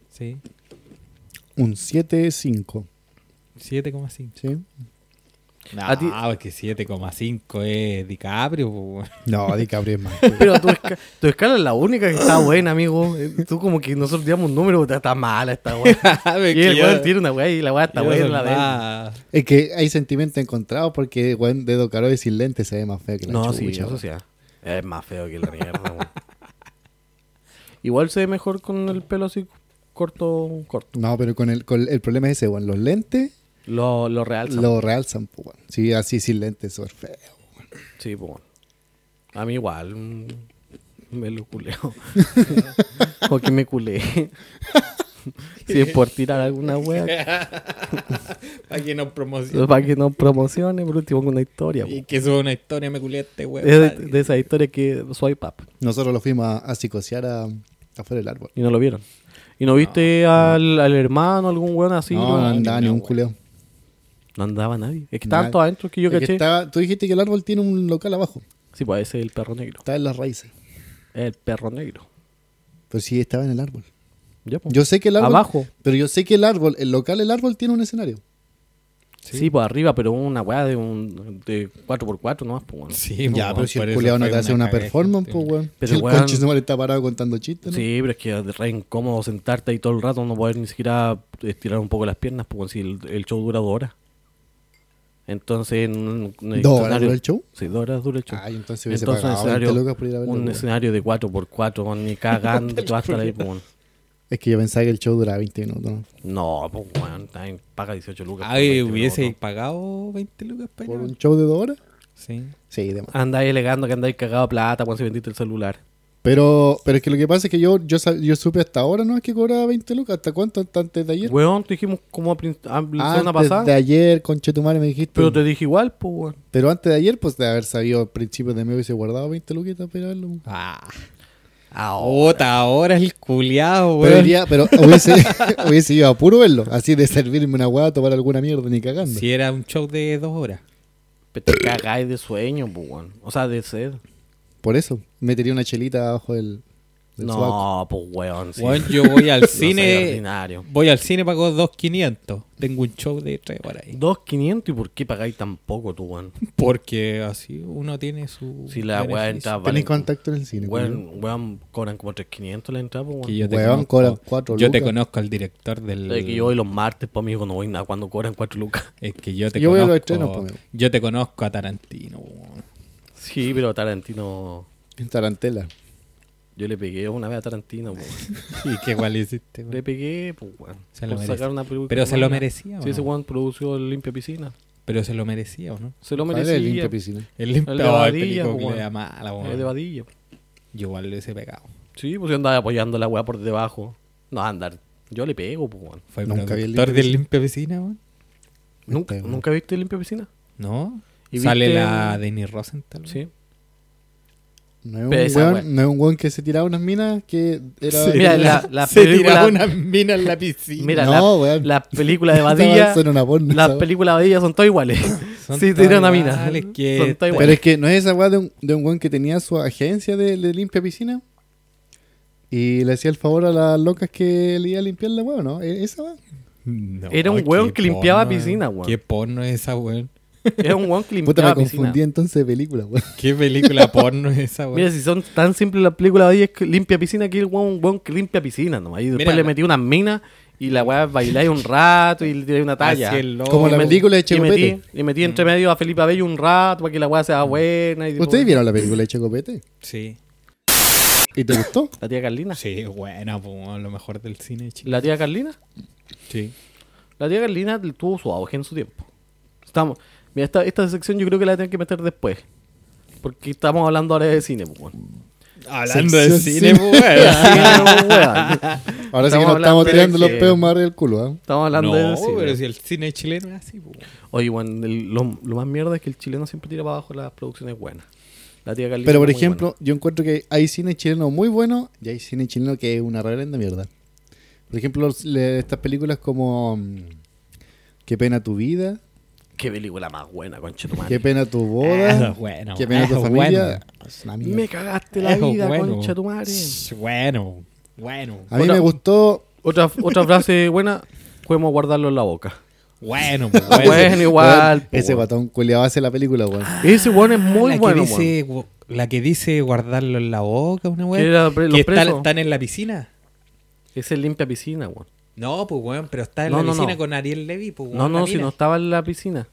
Speaker 2: Sí,
Speaker 3: un 7,5.
Speaker 2: 7,5.
Speaker 3: ¿sí?
Speaker 1: A ti-
Speaker 2: No, es que 7,5 es DiCaprio, po, weón.
Speaker 3: No, DiCaprio es más.
Speaker 1: Pero tu, esca- tu escala es la única que está buena, amigo. Eh, Tú como que nosotros tiramos un número, está, está mala esta wea.
Speaker 2: Es
Speaker 1: Y
Speaker 2: que
Speaker 1: el
Speaker 2: yo-
Speaker 1: weón tiene una wea y la wea está
Speaker 2: yo
Speaker 1: buena,
Speaker 2: soy
Speaker 1: la de él.
Speaker 2: más-
Speaker 3: Es que hay sentimientos encontrados porque weón, de Edo Caroe sin lente se ve más feo que la
Speaker 1: No,
Speaker 3: chucha,
Speaker 1: sí,
Speaker 3: weón.
Speaker 1: eso sí. ah. Es más feo que la mierda, weón. Igual se ve mejor con el pelo así corto, corto.
Speaker 3: No, pero con el, con el problema es ese, weón. Los lentes
Speaker 1: Lo, lo realza.
Speaker 3: lo realzan, pues, weón. Sí, así sin lentes, eso es feo.
Speaker 1: Sí, pues. A mí igual. mm, Me lo culeo. o que me culé. si es por tirar alguna wea.
Speaker 2: Para que nos promocione.
Speaker 1: Para que no promocione, por último, una historia.
Speaker 2: Y
Speaker 1: weón.
Speaker 2: que suba una historia, me culé a este weón.
Speaker 1: Es de, de esa historia que swipe up.
Speaker 3: Nosotros lo fuimos a, a psicosear a- afuera del árbol.
Speaker 1: Y no lo vieron. ¿Y no viste al, al hermano, algún weón así?
Speaker 3: no, no andaba ni
Speaker 2: no,
Speaker 3: un
Speaker 2: weón.
Speaker 3: culeo.
Speaker 1: No andaba nadie. Es que
Speaker 3: Nadie.
Speaker 1: estaban todos adentro que yo
Speaker 3: Es que
Speaker 1: caché.
Speaker 3: estaba- tú dijiste que el árbol tiene un local abajo.
Speaker 1: Sí, pues ese es el perro negro.
Speaker 3: Está en las raíces.
Speaker 1: El perro negro.
Speaker 3: Pero sí, estaba en el árbol.
Speaker 1: Ya, pues.
Speaker 3: Yo sé que el árbol.
Speaker 1: Abajo.
Speaker 3: Pero yo sé que el árbol, el local, el árbol tiene un escenario.
Speaker 1: sí. pues arriba, pero una weá de un de 4x4 nomás, pues. weón.
Speaker 2: Sí, po,
Speaker 3: ya,
Speaker 2: weón,
Speaker 3: pero si
Speaker 2: por
Speaker 3: el
Speaker 2: eso
Speaker 3: culiao no
Speaker 2: fue
Speaker 3: te hace una
Speaker 2: cagada
Speaker 3: performance,
Speaker 2: gente,
Speaker 3: pues, weón.
Speaker 1: Pero,
Speaker 3: Si el
Speaker 1: weón-
Speaker 3: conche su madre está parado contando chistes, ¿no?
Speaker 1: Sí, pero es que es re incómodo sentarte ahí todo el rato, no poder ni siquiera estirar un poco las piernas, pues, weón, si el, el show dura dos horas. Entonces, en un- en el
Speaker 3: ¿Dos horas
Speaker 1: escenario-
Speaker 3: dura el show?
Speaker 1: Sí, dos horas dura el show.
Speaker 3: Ah, y entonces hubiese
Speaker 1: Entonces, un
Speaker 3: pagado 20
Speaker 1: escenario-
Speaker 3: lucas por ir a verlo,
Speaker 1: Un
Speaker 3: weón.
Speaker 1: escenario de 4x4, weón, ni cagando, tú vas a estar ahí, pues. weón.
Speaker 3: Es que yo pensaba que el show duraba 20 minutos. ¿no?
Speaker 1: No, pues, weón, también paga 18 lucas. pues, este por
Speaker 2: Ay,
Speaker 1: 20
Speaker 2: hubiese
Speaker 1: minutos.
Speaker 2: pagado 20 lucas para
Speaker 3: ¿Por
Speaker 2: allá.
Speaker 3: un show de dos horas?
Speaker 2: Sí.
Speaker 3: Sí, demás.
Speaker 1: Andáis elegando que andáis cagado de plata, cuando se vendiste el celular.
Speaker 3: Pero, pero es que lo que pasa es que yo, yo, sab- yo supe hasta ahora, ¿no? Es que cobraba 20 lucas. ¿Hasta cuánto? ¿Hasta antes de ayer?
Speaker 1: Weón, te dijimos como a prin- a la
Speaker 3: antes
Speaker 1: semana pasada.
Speaker 3: de ayer, conche tu madre, me dijiste.
Speaker 1: Pero te dije igual, pues, weón.
Speaker 3: Pero antes de ayer, pues de haber sabido al principio de mí hubiese guardado 20 luquitas para verlo.
Speaker 2: Ah. Ahora, ahora el culiao,
Speaker 3: Pero,
Speaker 2: weón.
Speaker 3: iría- pero hubiese, hubiese ido a puro verlo. Así de servirme una hueá, tomar alguna mierda, ni cagando.
Speaker 2: Si era un show de dos horas.
Speaker 1: Pero te cagáis de sueño, pues, weón. O sea, de sed.
Speaker 3: Por eso, metería una chelita abajo del, del sobaco.
Speaker 1: No, pues, weón. sí.
Speaker 2: Weón, yo voy al
Speaker 1: soy
Speaker 2: cine.
Speaker 1: ordinario.
Speaker 2: voy al cine, pago 2.500. Tengo un show de tres horas ahí.
Speaker 1: 2.500 y por qué pagáis tan poco, tú, weón.
Speaker 2: Porque así uno tiene su.
Speaker 1: Si la weá entra,
Speaker 2: beneficio.
Speaker 3: Tenéis
Speaker 1: vale.
Speaker 3: contacto en el cine. culiao.
Speaker 1: Weón, weón, cobran como 3.500 la entrada, pues,
Speaker 2: Que
Speaker 1: weón.
Speaker 2: yo te
Speaker 3: Weón, cobran
Speaker 2: conozco,
Speaker 3: cuatro
Speaker 2: yo te
Speaker 3: lucas.
Speaker 2: conozco al director del.
Speaker 1: Es que yo voy los martes, pues, amigo, no voy nada cuando cobran 4 lucas.
Speaker 2: Es que yo te
Speaker 3: Yo voy a
Speaker 2: conozco.
Speaker 3: los estrenos, po, amigo.
Speaker 2: yo te conozco a Tarantino, weón.
Speaker 1: Sí, pero Tarantino.
Speaker 3: Tarantela.
Speaker 1: Yo le pegué una vez a Tarantino, pues.
Speaker 2: Y qué igual hiciste, weón.
Speaker 1: Le pegué, pues, weón.
Speaker 2: Se lo
Speaker 1: por
Speaker 2: merece.
Speaker 1: sacar una película
Speaker 2: Pero se lo
Speaker 1: mala.
Speaker 2: merecía, ¿o
Speaker 1: Sí, ese
Speaker 2: no?
Speaker 1: weón produció el Limpia Piscina.
Speaker 2: Pero se lo merecía, ¿o no?
Speaker 1: Se lo
Speaker 3: ¿Cuál es
Speaker 1: merecía.
Speaker 3: el limpia piscina?
Speaker 2: El limpio
Speaker 1: El de
Speaker 2: de
Speaker 1: Badilla, po,
Speaker 2: película
Speaker 1: weón.
Speaker 2: era mala, weón.
Speaker 1: Es de Vadilla.
Speaker 2: Yo igual lo hice pegado.
Speaker 1: Sí, pues yo andaba apoyando la weá por debajo. No, andar. Yo le pego, pues, weón.
Speaker 2: Fue
Speaker 3: Nunca vi el
Speaker 2: productor
Speaker 3: limpio
Speaker 2: del limpio piscina, weón.
Speaker 1: ¿Nunca,
Speaker 3: weón.
Speaker 1: ¿Nunca viste Limpia Piscina?
Speaker 2: ¿No?
Speaker 1: ¿Y
Speaker 2: Sale
Speaker 1: viste-
Speaker 2: la Denny Rosenthal. weón.
Speaker 1: Sí.
Speaker 3: No es, un
Speaker 1: Pero esa
Speaker 3: weón,
Speaker 1: hueá.
Speaker 3: no es un weón que se tiraba unas minas que era.
Speaker 2: Sí.
Speaker 1: Mira, la, la
Speaker 2: Se
Speaker 1: película.
Speaker 2: tiraba una mina en la piscina.
Speaker 1: Mira,
Speaker 3: No,
Speaker 1: la-
Speaker 3: weón.
Speaker 1: la, película de
Speaker 3: Ah, Estaba
Speaker 1: Vadilla.
Speaker 3: en una porno,
Speaker 1: las
Speaker 3: esa
Speaker 1: películas de Vadilla son todas iguales.
Speaker 2: Son
Speaker 1: sí,
Speaker 2: todas
Speaker 1: tiran una mina.
Speaker 2: iguales, que-
Speaker 1: Son todas
Speaker 3: Pero
Speaker 1: iguales.
Speaker 3: es que no es esa weá de un, de un weón que tenía su agencia de, de limpia piscina. Y le hacía el favor a las locas que le iba a limpiar la hueá, ¿no? ¿E- ¿Esa weá?
Speaker 2: No,
Speaker 1: Era un
Speaker 2: qué
Speaker 1: weón que limpiaba
Speaker 2: porno,
Speaker 1: piscina,
Speaker 2: eh.
Speaker 1: weón.
Speaker 2: Qué porno es esa, weón.
Speaker 1: Era un guan que
Speaker 3: Puta, me
Speaker 1: limpiaba piscina.
Speaker 3: confundí entonces de película, weón.
Speaker 2: Qué película porno es esa, weón.
Speaker 1: Mira, si son tan simples las películas de hoy, es que limpia piscina, que el guan, un guan que limpia piscina nomás. Y después
Speaker 2: Mira,
Speaker 1: le
Speaker 2: la-
Speaker 1: metí unas minas y la weá bailáis un rato y le tiráis una talla.
Speaker 2: Así el Mm. loco.
Speaker 3: Como la
Speaker 1: Y metí-
Speaker 3: película de
Speaker 1: y metí,
Speaker 3: Checopete.
Speaker 1: y metí entre medio a Felipe Abello un rato para que la weá sea buena. Y tipo-
Speaker 3: Mm. ¿Ustedes vieron la película de Checopete?
Speaker 2: Sí.
Speaker 3: ¿Y te gustó?
Speaker 1: ¿La tía Carlina?
Speaker 2: Sí, buena, po, weón, lo mejor del cine, chico.
Speaker 1: ¿La tía Carlina?
Speaker 2: Sí.
Speaker 1: La tía Carlina tuvo su auge en su tiempo. Estamos. Mira, esta, esta sección yo creo que la tienen que meter después. Porque estamos hablando ahora de cine, pues, weón.
Speaker 2: Hablando
Speaker 3: Sección
Speaker 2: de cine,
Speaker 3: cine.
Speaker 2: weón.
Speaker 1: Cine, weón.
Speaker 3: Ahora
Speaker 1: Estamos
Speaker 3: sí que nos
Speaker 1: hablando
Speaker 3: estamos
Speaker 1: de
Speaker 3: tirando los
Speaker 1: que-
Speaker 3: peos más arriba del culo, ¿ah?
Speaker 1: Estamos hablando de
Speaker 2: No,
Speaker 1: cine.
Speaker 2: pero si el cine chileno es así, po, weón.
Speaker 1: Oye, weón, el- lo, lo más mierda es que el chileno siempre tira para abajo las producciones buenas. La tía Carlina.
Speaker 3: Pero por
Speaker 1: es muy
Speaker 3: ejemplo,
Speaker 1: buena.
Speaker 3: yo encuentro que hay cine chileno muy bueno y hay cine chileno que es una reverenda mierda. Por ejemplo, los- le- estas películas como mm, Qué pena tu vida,
Speaker 1: Qué película más buena, conche tu
Speaker 3: Qué
Speaker 1: madre.
Speaker 3: pena tu
Speaker 2: Ah,
Speaker 3: boda,
Speaker 2: bueno,
Speaker 3: Qué pena
Speaker 2: es
Speaker 3: tu familia.
Speaker 2: bueno.
Speaker 3: Es una mierda.
Speaker 1: Me cagaste la
Speaker 2: Es
Speaker 1: vida,
Speaker 2: bueno.
Speaker 1: concha tu madre.
Speaker 2: Sh, Bueno, bueno,
Speaker 3: A mí
Speaker 1: Hola.
Speaker 3: me gustó
Speaker 1: Otra, otra frase buena, podemos guardarlo en la boca.
Speaker 2: bueno,
Speaker 1: Bueno, igual.
Speaker 3: Weón, Ese
Speaker 1: po, Ah, weón.
Speaker 3: guatón culiado hace la película, weón.
Speaker 1: Ese weón es muy
Speaker 2: la
Speaker 1: bueno,
Speaker 2: que dice, gu- La que dice guardarlo en la boca, una weá.
Speaker 1: Que era pre- los
Speaker 2: Que está-
Speaker 1: presos.
Speaker 2: están en la piscina.
Speaker 1: weón. Ese limpia piscina, weón.
Speaker 2: No, pues weón, pero está en
Speaker 1: No,
Speaker 2: la
Speaker 1: no,
Speaker 2: piscina
Speaker 1: no.
Speaker 2: con Ariel Levy, pues
Speaker 1: No,
Speaker 2: weón,
Speaker 1: no,
Speaker 2: la
Speaker 1: si
Speaker 2: mina.
Speaker 1: no estaba en la piscina.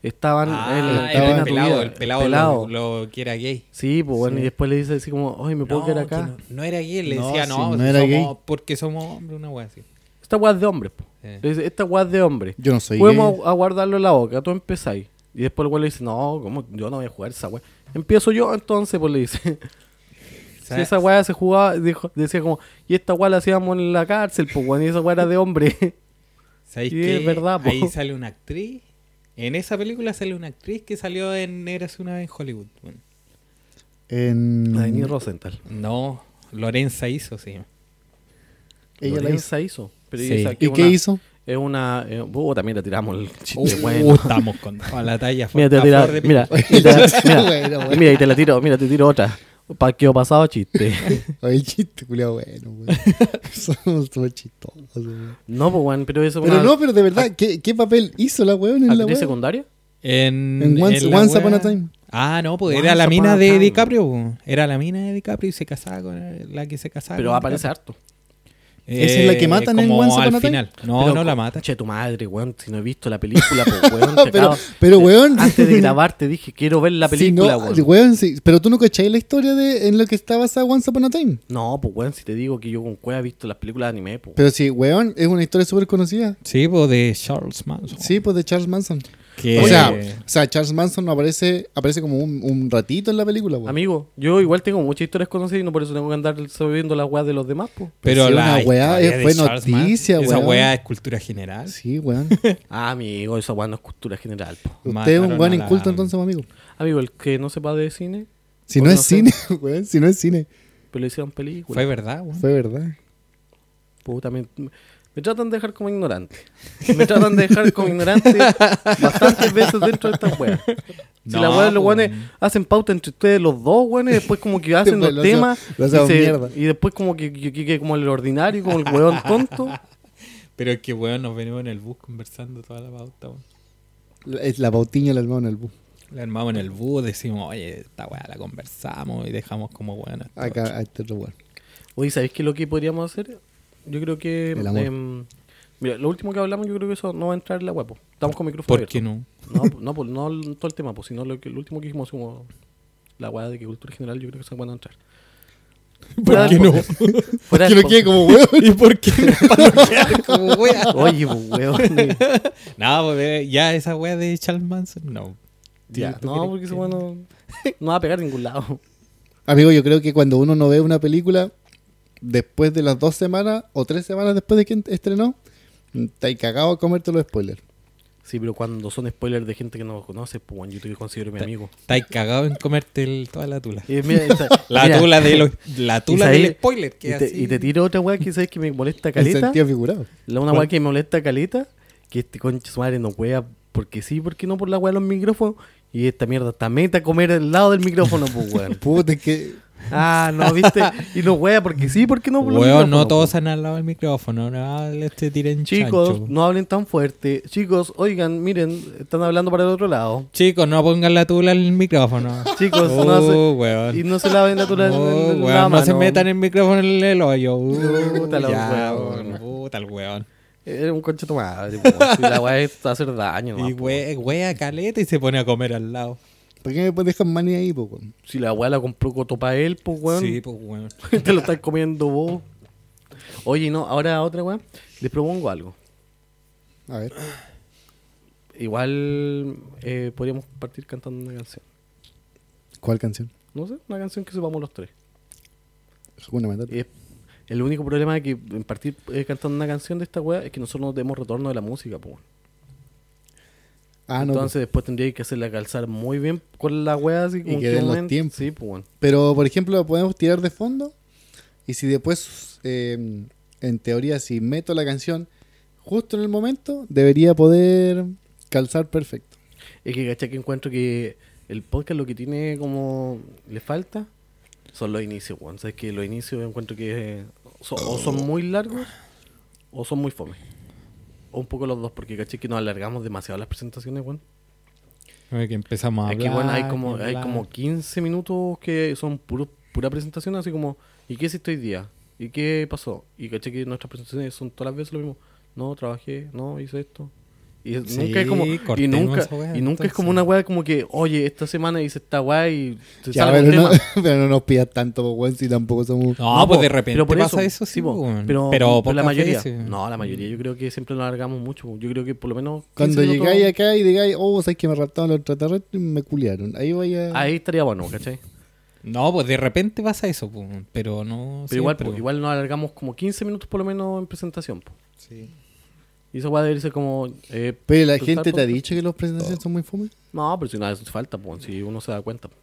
Speaker 1: Estaban
Speaker 2: Ah,
Speaker 1: en
Speaker 2: el,
Speaker 1: el,
Speaker 3: estaba
Speaker 1: en
Speaker 3: en
Speaker 1: tu
Speaker 2: pelado,
Speaker 1: vida,
Speaker 2: el pelado,
Speaker 1: pelado.
Speaker 2: Lo, lo que era gay.
Speaker 1: Sí, pues bueno, y después le dice así como, oye, ¿me puedo
Speaker 2: No,
Speaker 1: quedar
Speaker 2: que
Speaker 1: acá?
Speaker 2: no, no era gay, le
Speaker 3: No,
Speaker 2: decía
Speaker 3: si
Speaker 2: no, si
Speaker 3: no era
Speaker 2: somos-
Speaker 3: gay.
Speaker 2: porque somos hombres, una weá así.
Speaker 1: Esta weá es de hombre, po.
Speaker 2: Eh.
Speaker 1: Le dice, esta weá es de hombre.
Speaker 3: Yo no soy
Speaker 1: Podemos
Speaker 3: gay.
Speaker 1: a- a guardarlo en la boca, tú empezáis. Y después el weón le dice, no, ¿cómo? Yo no voy a jugar esa weá. Empiezo yo entonces, pues le dice. Si
Speaker 2: ¿Sabes?
Speaker 1: esa weá se jugaba, dijo- decía como, y esta weá la hacíamos en la cárcel, pues weón, y esa weá era de hombre.
Speaker 2: ¿Sabéis
Speaker 1: Sí,
Speaker 2: qué?
Speaker 1: es verdad, po.
Speaker 2: Ahí sale una actriz. En esa película sale una actriz que salió en Eras una vez en Hollywood. weón.
Speaker 3: En...
Speaker 1: La de Nini Rosenthal.
Speaker 2: No, Lorenza hizo, sí.
Speaker 3: Ella la hizo.
Speaker 1: Lorenza hizo. Pero
Speaker 2: Sí.
Speaker 1: esa que
Speaker 3: ¿Y
Speaker 1: es
Speaker 3: qué
Speaker 1: una-
Speaker 3: hizo?
Speaker 1: Es una. eh, uh, también le tiramos el
Speaker 2: Uh,
Speaker 1: chiste bueno.
Speaker 2: estamos con toda la talla.
Speaker 1: Mira, te
Speaker 2: a
Speaker 1: tira,
Speaker 2: flor de piel.
Speaker 1: mira, y te- mira,
Speaker 3: Bueno, bueno.
Speaker 1: mira, y te la tiro, mira, te tiro otra. Paqueo pasado chiste.
Speaker 3: Oye, el chiste culiado bueno, weón. Somos todos chistosos, weón.
Speaker 1: No, pues, weón, pero eso es
Speaker 3: Pero
Speaker 1: una
Speaker 3: no, pero de verdad, ¿qué, qué papel hizo la weón en la
Speaker 1: actriz
Speaker 3: weón?
Speaker 1: secundaria.
Speaker 2: En,
Speaker 3: En Once-
Speaker 2: la
Speaker 3: Once Upon a
Speaker 2: wea-
Speaker 3: Time.
Speaker 2: Ah, no, pues
Speaker 1: Once
Speaker 2: era la
Speaker 1: Upon a
Speaker 2: mina de
Speaker 1: Time.
Speaker 2: DiCaprio. po. Era la mina de DiCaprio y se casaba con la que se casaba.
Speaker 1: Pero
Speaker 3: Ah,
Speaker 2: con
Speaker 1: aparece harto.
Speaker 2: DiCaprio.
Speaker 3: ¿Esa es la que matan en
Speaker 2: Eh, como
Speaker 3: Once Upon
Speaker 2: al
Speaker 3: a Time?
Speaker 2: final. No,
Speaker 1: Pero,
Speaker 2: no la mata.
Speaker 1: Che, tu madre, weón. Si no he visto la película, pues, weón. te
Speaker 3: Pero-
Speaker 1: acabo-
Speaker 3: pero,
Speaker 1: te-
Speaker 3: weón.
Speaker 1: Antes de grabar te dije, quiero ver la película,
Speaker 3: Si no,
Speaker 1: weón.
Speaker 3: weón, sí. Pero tú no cacháis la historia de en lo que estaba esa Once Upon a Time.
Speaker 1: No, pues, weón, si te digo que yo con cueva he visto las películas de anime, pues.
Speaker 3: Pero sí, weón, es una historia súper conocida.
Speaker 2: Sí, pues de Charles Manson.
Speaker 3: Sí, pues de Charles Manson.
Speaker 2: Que- eh,
Speaker 3: O, sea, o sea, Charles Manson aparece, aparece como un, un ratito en la película, weón.
Speaker 1: Amigo, yo igual tengo muchas historias conocidas y no por eso tengo que andar sabiendo las weas de los demás, pues.
Speaker 2: pero
Speaker 3: Sí,
Speaker 2: la
Speaker 3: una weá,
Speaker 2: historia
Speaker 3: eh,
Speaker 2: de
Speaker 3: fue
Speaker 2: Charles Manson,
Speaker 3: noticia,
Speaker 2: Esa
Speaker 3: weón.
Speaker 2: weá es cultura general.
Speaker 3: Sí, weón.
Speaker 1: Ah, amigo, esa weá no es cultura general, po.
Speaker 3: Usted es un
Speaker 2: Mataron
Speaker 3: weón
Speaker 2: a la-
Speaker 3: inculto entonces, amigo.
Speaker 1: Amigo, el que no sepa de cine,
Speaker 3: Si
Speaker 1: Por
Speaker 3: no
Speaker 1: no
Speaker 3: es
Speaker 1: ser-
Speaker 3: cine, weón, si no es cine.
Speaker 1: pero le hicieron película.
Speaker 2: Fue verdad, weón.
Speaker 3: Fue verdad.
Speaker 1: Puta, me, me tratan de dejar como ignorante. Me tratan de dejar como ignorante bastantes veces dentro de esta wea. Si
Speaker 2: No,
Speaker 1: la wea de los
Speaker 2: po,
Speaker 1: weones hacen pauta entre ustedes los dos weones, después como que hacen los
Speaker 3: Después lo hace-
Speaker 1: temas
Speaker 3: lo hacemos
Speaker 1: y, se-
Speaker 3: mierda.
Speaker 1: y después como que, que- que- que como el ordinario, como el weón tonto.
Speaker 2: Pero es que, weón, nos venimos en el bus conversando toda la pauta, weón.
Speaker 3: La, es la Bautiña la armaron el bus.
Speaker 2: La armamos en el bus, decimos, oye, esta weá la conversamos y dejamos como weón. hasta
Speaker 3: Acá, a este otro weón.
Speaker 1: Oye, ¿sabéis qué es lo que podríamos hacer? Yo creo que...
Speaker 3: El amor.
Speaker 1: em, mira, lo último que hablamos yo creo que eso no va a entrar en la wea, po. Estamos con micrófono
Speaker 2: ¿Por
Speaker 1: abierto.
Speaker 2: qué no?
Speaker 1: No, po- no, po, no el- todo el tema, pues, sino lo, que, lo último que dijimos como la weá de que cultura general, yo creo que se van a entrar. Fuera
Speaker 2: ¿Por qué
Speaker 1: del
Speaker 2: no?
Speaker 1: podcast. pues. Fuera
Speaker 3: Que
Speaker 1: del
Speaker 3: no quede
Speaker 1: podcast.
Speaker 3: como weón.
Speaker 2: ¿Y por qué no? Para no quedar como weá.
Speaker 1: Oye, pues, weón.
Speaker 2: No, pues eh, ya esa weá de Charles Manson, no.
Speaker 1: Ya,
Speaker 2: ¿Tú
Speaker 1: no,
Speaker 2: crees
Speaker 1: porque ese
Speaker 2: que-
Speaker 1: weón no, no va a pegar a ningún lado.
Speaker 3: Amigo, yo creo que cuando uno no ve una película después de las dos semanas o tres semanas después de que en- estrenó, estáis cagado a comerte los spoilers.
Speaker 1: Sí, pero cuando son spoilers de gente que no conoce, pues, weón, yo te considero mi amigo.
Speaker 2: Estáis cagado en comerte el- toda la tula.
Speaker 1: Y mira, esta-
Speaker 2: La
Speaker 1: mira,
Speaker 2: tula, de los, la tula
Speaker 1: y sabes-
Speaker 2: del spoiler. Que
Speaker 1: y, te,
Speaker 2: así.
Speaker 1: y te tiro otra weá que sabes que me molesta
Speaker 3: En
Speaker 1: caleta.
Speaker 3: sentido figurado.
Speaker 1: La una weá que me molesta caleta, que este concha su madre no wea porque sí, porque no por la weá de los micrófonos. Y esta mierda está meta a comer al lado del micrófono, pues weón.
Speaker 3: Puta, es que
Speaker 1: Ah, no, viste. Y no wea, porque sí, porque no por los
Speaker 2: Weón, no
Speaker 1: micrófonos,
Speaker 2: todos han hablado del micrófono. No les te tiren
Speaker 1: Chicos,
Speaker 2: chancho.
Speaker 1: no hablen tan fuerte. Chicos, oigan, miren, están hablando para el otro lado.
Speaker 2: Chicos, no pongan la tula en el micrófono.
Speaker 1: Chicos,
Speaker 2: Oh,
Speaker 1: no se,
Speaker 2: weón.
Speaker 1: y no se laven la tula en-
Speaker 2: Oh,
Speaker 1: en- en la
Speaker 2: weón, no se
Speaker 1: mano.
Speaker 2: metan el micrófono en el hoyo. Uh,
Speaker 1: Puta la
Speaker 2: ya,
Speaker 1: weón.
Speaker 2: weón, puta el weón.
Speaker 1: Era Eh, un conche tu madre, po. Si la weá es para hacer daño, nomás,
Speaker 2: Y
Speaker 1: po.
Speaker 2: we- wea caleta y se pone a comer al lado.
Speaker 3: ¿Por qué me dejan mani ahí, po, weón?
Speaker 1: Si la weá la compró Coto pa' él, pues weón.
Speaker 2: Sí, pues weón.
Speaker 1: Te lo estás comiendo vos. Oye, no, ahora otra weá. Les propongo algo.
Speaker 3: A ver.
Speaker 1: Igual eh, podríamos partir cantando una canción.
Speaker 3: ¿Cuál canción?
Speaker 1: No sé, una canción que sepamos los tres.
Speaker 3: Hakuna Matata.
Speaker 1: Eh, el único problema de que en partir eh, cantando una canción de esta weá es que nosotros no tenemos retorno de la música, pues.
Speaker 3: Ah, no.
Speaker 1: Entonces después tendría que hacerla calzar muy bien con la weá así como
Speaker 3: que den los
Speaker 1: momento-
Speaker 3: tiempos.
Speaker 1: Sí, pues bueno.
Speaker 3: po. Pero, por ejemplo, lo podemos tirar de fondo. Y si después, eh, en teoría, si meto la canción justo en el momento, debería poder calzar perfecto.
Speaker 1: Es que caché que encuentro que el podcast lo que tiene como le falta son los inicios, weón. Sabes que los inicios encuentro que eh, son- o son muy largos o son muy fome. O un poco los dos, porque caché que nos alargamos demasiado las presentaciones, weón.
Speaker 2: Oye, Que empezamos
Speaker 1: Es
Speaker 2: a hablar.
Speaker 1: que bueno, hay como,
Speaker 2: y
Speaker 1: hay
Speaker 2: hablar.
Speaker 1: como 15 minutos que son puro, pura presentación, así como, ¿y qué hiciste hoy día? ¿Y qué pasó? Y caché que nuestras presentaciones son todas las veces lo mismo. No, trabajé, no, hice esto. Y es-
Speaker 2: Sí,
Speaker 1: nunca es como, y
Speaker 2: cortemos
Speaker 1: nunca,
Speaker 2: esa weá,
Speaker 1: y nunca es como una
Speaker 2: entonces.
Speaker 1: weá como que, oye, esta semana hice esta weá y se
Speaker 3: Ya,
Speaker 1: sale un
Speaker 3: pero, no,
Speaker 1: tema.
Speaker 3: pero no nos pidas tanto, po, weón, si tampoco somos...
Speaker 2: No, pues de
Speaker 1: po,
Speaker 2: repente
Speaker 1: pero por
Speaker 2: pasa eso, sí,
Speaker 1: po,
Speaker 2: weón.
Speaker 1: Pero,
Speaker 2: Pero
Speaker 1: pero la
Speaker 2: pocas
Speaker 1: mayoría,
Speaker 2: veces.
Speaker 1: no, la mayoría, yo creo que siempre nos alargamos mucho. Yo creo que por lo menos. 15
Speaker 3: Cuando
Speaker 1: minutos,
Speaker 3: llegáis acá y digáis, oh, sabéis que me raptaron los extraterrestres y me culiaron. Ahí vaya.
Speaker 1: Ahí estaría bueno, ¿cachai?
Speaker 2: No, pues de repente pasa eso, po, pero no.
Speaker 1: Pero igual,
Speaker 2: siempre,
Speaker 1: po,
Speaker 2: po.
Speaker 1: igual nos alargamos como 15 minutos por lo menos en presentación. po.
Speaker 2: Sí.
Speaker 1: Y esa weá debe ser como. eh,
Speaker 3: Pero la
Speaker 1: ¿tú
Speaker 3: gente
Speaker 1: estás
Speaker 3: te ha
Speaker 1: tonto?
Speaker 3: dicho que las presentaciones son muy fome.
Speaker 1: No, pero si nada eso falta, po, si uno se da cuenta. po.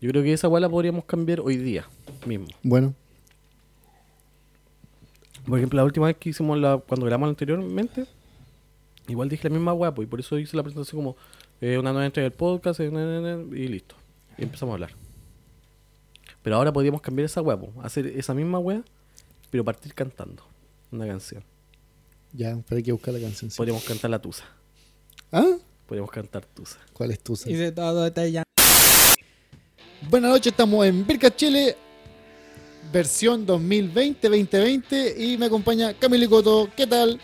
Speaker 1: Yo creo que esa weá la podríamos cambiar hoy día mismo.
Speaker 3: Bueno,
Speaker 1: Por ejemplo, la última vez que hicimos la. cuando grabamos anteriormente, igual dije la misma weá, po, y por eso hice la presentación como eh, una nueva entrega del podcast, eh, na, na, na, y listo. Y empezamos a hablar. Pero ahora podríamos cambiar esa weá, po, hacer esa misma weá, pero partir cantando una canción.
Speaker 3: ya, pero hay que buscar la canción. sí.
Speaker 1: Podríamos cantar la tusa.
Speaker 3: ¿Ah?
Speaker 1: Podríamos cantar tusa.
Speaker 3: ¿Cuál es tu
Speaker 2: Y de todo está ya.
Speaker 3: Buenas noches, estamos en Virca Chile, versión 2020-2020. Y me acompaña Camilo Coto. ¿Qué tal?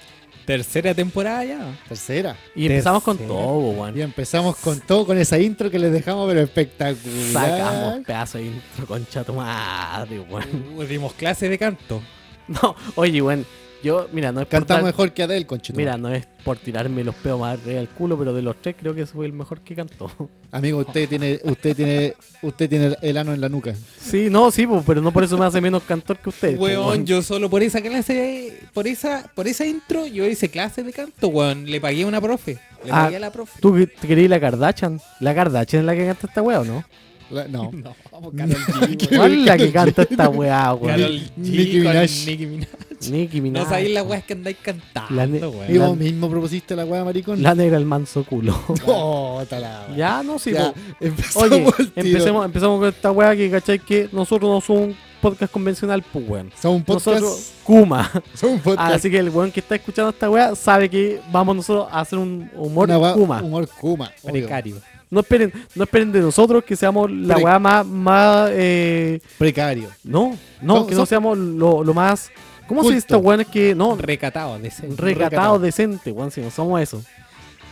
Speaker 2: Tercera temporada ya.
Speaker 3: Tercera.
Speaker 1: Y empezamos con
Speaker 2: Tercera.
Speaker 1: todo, weón.
Speaker 3: Y empezamos con todo, con esa intro que les dejamos, pero espectacular.
Speaker 1: Sacamos pedazo de intro, concha tu madre, weón.
Speaker 2: Uh, dimos clases de canto.
Speaker 1: No, oye, weón. Yo, mira, no es por
Speaker 3: Cantamos
Speaker 1: tar-
Speaker 3: mejor que Adel, conchito.
Speaker 1: Mira, no es por tirarme los peos más arriba del culo, pero de los tres creo que ese fue el mejor que cantó.
Speaker 3: Amigo, usted tiene, usted tiene, usted tiene el ano en la nuca.
Speaker 1: Sí, no, sí, pues, pero no por eso me hace menos cantor que usted.
Speaker 3: pues,
Speaker 2: Weón, yo solo por esa clase, por esa, por esa intro, yo hice clases de canto, weón. Le pagué a una profe. Le
Speaker 1: Ah,
Speaker 2: pagué a la profe.
Speaker 1: ¿Tú que- te querías la Kardashian? ¿La Kardashian es la que canta esta weá o no?
Speaker 3: La- no.
Speaker 2: No, Carol G, weón.
Speaker 1: ¿Cuál es la que canta esta weá, weón?
Speaker 2: Carol G
Speaker 3: Nicki
Speaker 2: con
Speaker 3: Minaj.
Speaker 2: Nicki Minaj.
Speaker 1: Nicki Minaj.
Speaker 2: No sabéis las weas que andáis cantando,
Speaker 1: La ne-
Speaker 3: Y
Speaker 2: weón.
Speaker 3: vos mismo propusiste la weá, maricón.
Speaker 1: La negra el manso culo.
Speaker 3: Oh, talado.
Speaker 1: ya, no, sí,
Speaker 3: Ya,
Speaker 1: po.
Speaker 3: empezamos
Speaker 1: Oye,
Speaker 3: al tiro.
Speaker 1: empecemos, empezamos con esta weá que, ¿cachai? Que nosotros no somos un podcast convencional, pues, weón.
Speaker 3: Somos un podcast.
Speaker 1: Nosotros, Kuma.
Speaker 3: Somos un podcast.
Speaker 1: Así que el weón que está escuchando esta weá sabe que vamos nosotros a hacer un humor
Speaker 3: Una weá-
Speaker 1: Kuma.
Speaker 3: Humor Kuma. obvio.
Speaker 2: Precario.
Speaker 1: No esperen, no esperen de nosotros que seamos la
Speaker 3: Pre-
Speaker 1: weá más, más eh,
Speaker 3: Precario.
Speaker 1: no, no,
Speaker 3: No,
Speaker 1: que no
Speaker 3: son-
Speaker 1: seamos lo, lo más ¿Cómo se
Speaker 3: Culto.
Speaker 1: dice esta weá? Es que no,
Speaker 2: Recatado, decente.
Speaker 1: recatado
Speaker 3: recatado.
Speaker 1: decente, weón, si no somos eso.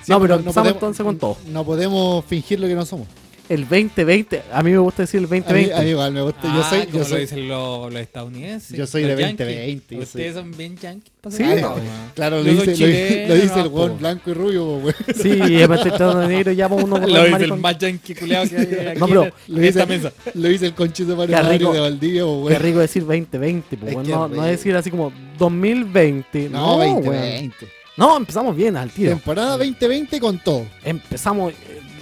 Speaker 3: Sí,
Speaker 1: no, pero empezamos
Speaker 3: podemos-
Speaker 1: entonces con todo.
Speaker 3: No podemos fingir lo que no somos.
Speaker 1: El 2020, a mí me gusta decir el
Speaker 3: A mí,
Speaker 1: 2020.
Speaker 3: a mí igual me gusta. este, yo
Speaker 2: Ah,
Speaker 3: soy.
Speaker 2: como
Speaker 3: Yo
Speaker 2: lo
Speaker 3: soy
Speaker 2: dicen lo- los estadounidenses.
Speaker 3: Yo soy
Speaker 2: los
Speaker 3: de
Speaker 2: yankees.
Speaker 3: 2020, yo
Speaker 2: Ustedes
Speaker 3: soy-
Speaker 2: son bien yankees.
Speaker 1: Sí,
Speaker 3: Ah,
Speaker 1: no,
Speaker 3: claro, lo
Speaker 2: Yo soy
Speaker 3: dice, lo dice-
Speaker 2: chileno,
Speaker 3: lo dice el
Speaker 2: no,
Speaker 3: weón
Speaker 2: po.
Speaker 3: blanco y rubio, po, weón.
Speaker 1: Sí, y me estoy tratando de negro, ya vamos uno por
Speaker 2: Lo
Speaker 1: el
Speaker 2: dice el
Speaker 1: maricón.
Speaker 2: más yankee culeado que hay aquí
Speaker 1: No, pero
Speaker 2: en
Speaker 3: Lo
Speaker 2: esta
Speaker 3: dice,
Speaker 2: mesa.
Speaker 3: lo dice el conchito Mario
Speaker 1: Qué rico.
Speaker 3: Mario de Valdivia, po,
Speaker 1: Qué
Speaker 3: weón.
Speaker 1: rico decir 2020, pues,
Speaker 3: Es
Speaker 1: weón.
Speaker 3: que
Speaker 1: no,
Speaker 3: es
Speaker 1: no
Speaker 3: re-
Speaker 1: decir así como 2020.
Speaker 3: No,
Speaker 1: No, weón.
Speaker 3: 2020.
Speaker 1: No, empezamos bien al tiro.
Speaker 3: Temporada 2020 con todo.
Speaker 1: Empezamos eh,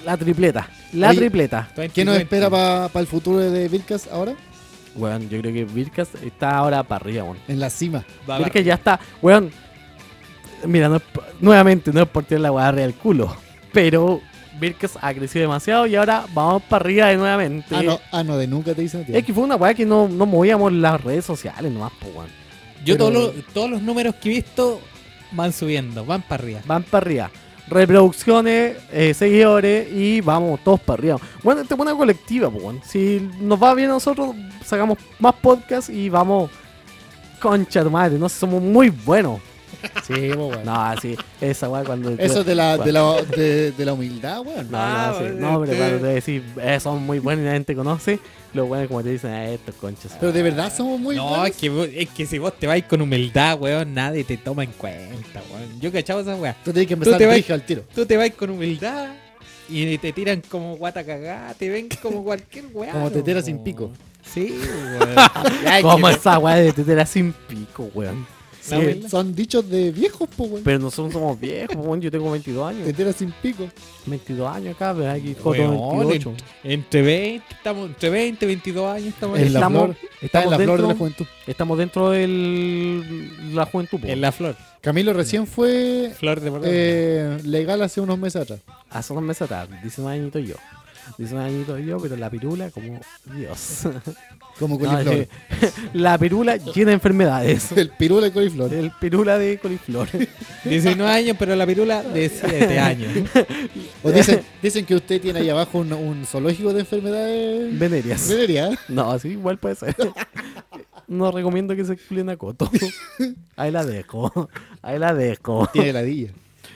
Speaker 1: la tripleta. La
Speaker 3: Oye.
Speaker 1: tripleta.
Speaker 3: ¿Qué nos
Speaker 2: 2020.
Speaker 3: espera para el futuro de Vilcas ahora?
Speaker 1: Weón, yo creo que Virkas está ahora para arriba, weón.
Speaker 3: En la cima.
Speaker 2: Va, va.
Speaker 1: Virkas ya está, weón. Mira, no es p- nuevamente no es por tirar la guarra del culo. Pero Birkes ha crecido demasiado y ahora vamos para arriba de nuevamente.
Speaker 3: Ah, no, ah, no, de nunca te dicen a ti.
Speaker 1: Es que fue una weá que no, no movíamos las redes sociales nomás, po, weón.
Speaker 2: Yo
Speaker 3: Pero-
Speaker 2: todos, los, todos los números que he visto van subiendo, van para arriba.
Speaker 1: Van para arriba. Reproducciones, eh, seguidores y vamos todos para arriba. Bueno, esta es una colectiva, po, weón. Si nos va bien a nosotros, sacamos más podcasts y vamos. Concha tu madre, no sé, somos muy buenos.
Speaker 3: Sí, po, weón.
Speaker 1: No, sí, esa weá cuando.
Speaker 3: Eso es de la, de la, de, de la humildad, weón.
Speaker 1: No,
Speaker 3: Ah,
Speaker 1: no, sí.
Speaker 3: weón,
Speaker 1: no, pero
Speaker 3: este-
Speaker 1: cuando te decís, eh, son muy buenos y la gente conoce, los buenos como te dicen, eh, estos conchas.
Speaker 3: Pero de verdad somos muy
Speaker 2: no,
Speaker 3: buenos.
Speaker 2: es que, vos- es que si vos te vais con humildad, weón, nadie te toma en cuenta, weón. Yo cachaba esa weá.
Speaker 3: Tú tienes que empezar
Speaker 2: te vas-
Speaker 3: dije, al tiro.
Speaker 2: Tú te vas con humildad y te tiran como guata cagada, te ven como cualquier weá.
Speaker 3: Como tetera
Speaker 2: loco.
Speaker 3: sin pico.
Speaker 2: Sí, weón.
Speaker 3: Ya, es
Speaker 1: Como
Speaker 3: que-
Speaker 1: esa weá de tetera sin pico, weón.
Speaker 3: Sí,
Speaker 2: La abuela.
Speaker 3: son dichos de viejos, po, weón.
Speaker 1: Pero nosotros somos viejos, weón. Yo tengo 22 años.
Speaker 3: Tetera sin pico.
Speaker 1: 22 años acá, pero aquí
Speaker 2: Weón,
Speaker 1: joto 28.
Speaker 2: ent- entre 20, estamos, entre 20, 22 años estamos
Speaker 3: En
Speaker 2: en,
Speaker 3: la
Speaker 1: Estamos,
Speaker 3: flor. Está en la flor de la
Speaker 1: dentro-
Speaker 3: juventud.
Speaker 1: estamos dentro de la juventud. po.
Speaker 2: en la flor.
Speaker 3: Camilo recién fue
Speaker 2: Flor de verdad.
Speaker 3: eh, legal hace unos meses atrás.
Speaker 1: Hace unos meses atrás, 19 añitos yo. 19 añitos yo, pero la pirula como Dios.
Speaker 3: Como
Speaker 1: No,
Speaker 3: coliflor.
Speaker 1: es que la pirula llena de enfermedades.
Speaker 3: El pirula de coliflor.
Speaker 1: El pirula de coliflor.
Speaker 2: 19 años, pero la pirula de 7 años.
Speaker 3: O dicen, dicen que usted tiene ahí abajo un, un zoológico de enfermedades.
Speaker 1: Venerias.
Speaker 3: venerea.
Speaker 1: No, así igual puede ser. No recomiendo que se culen a Coto. Ahí la dejo. Ahí la dejo.
Speaker 3: Tiene heladilla.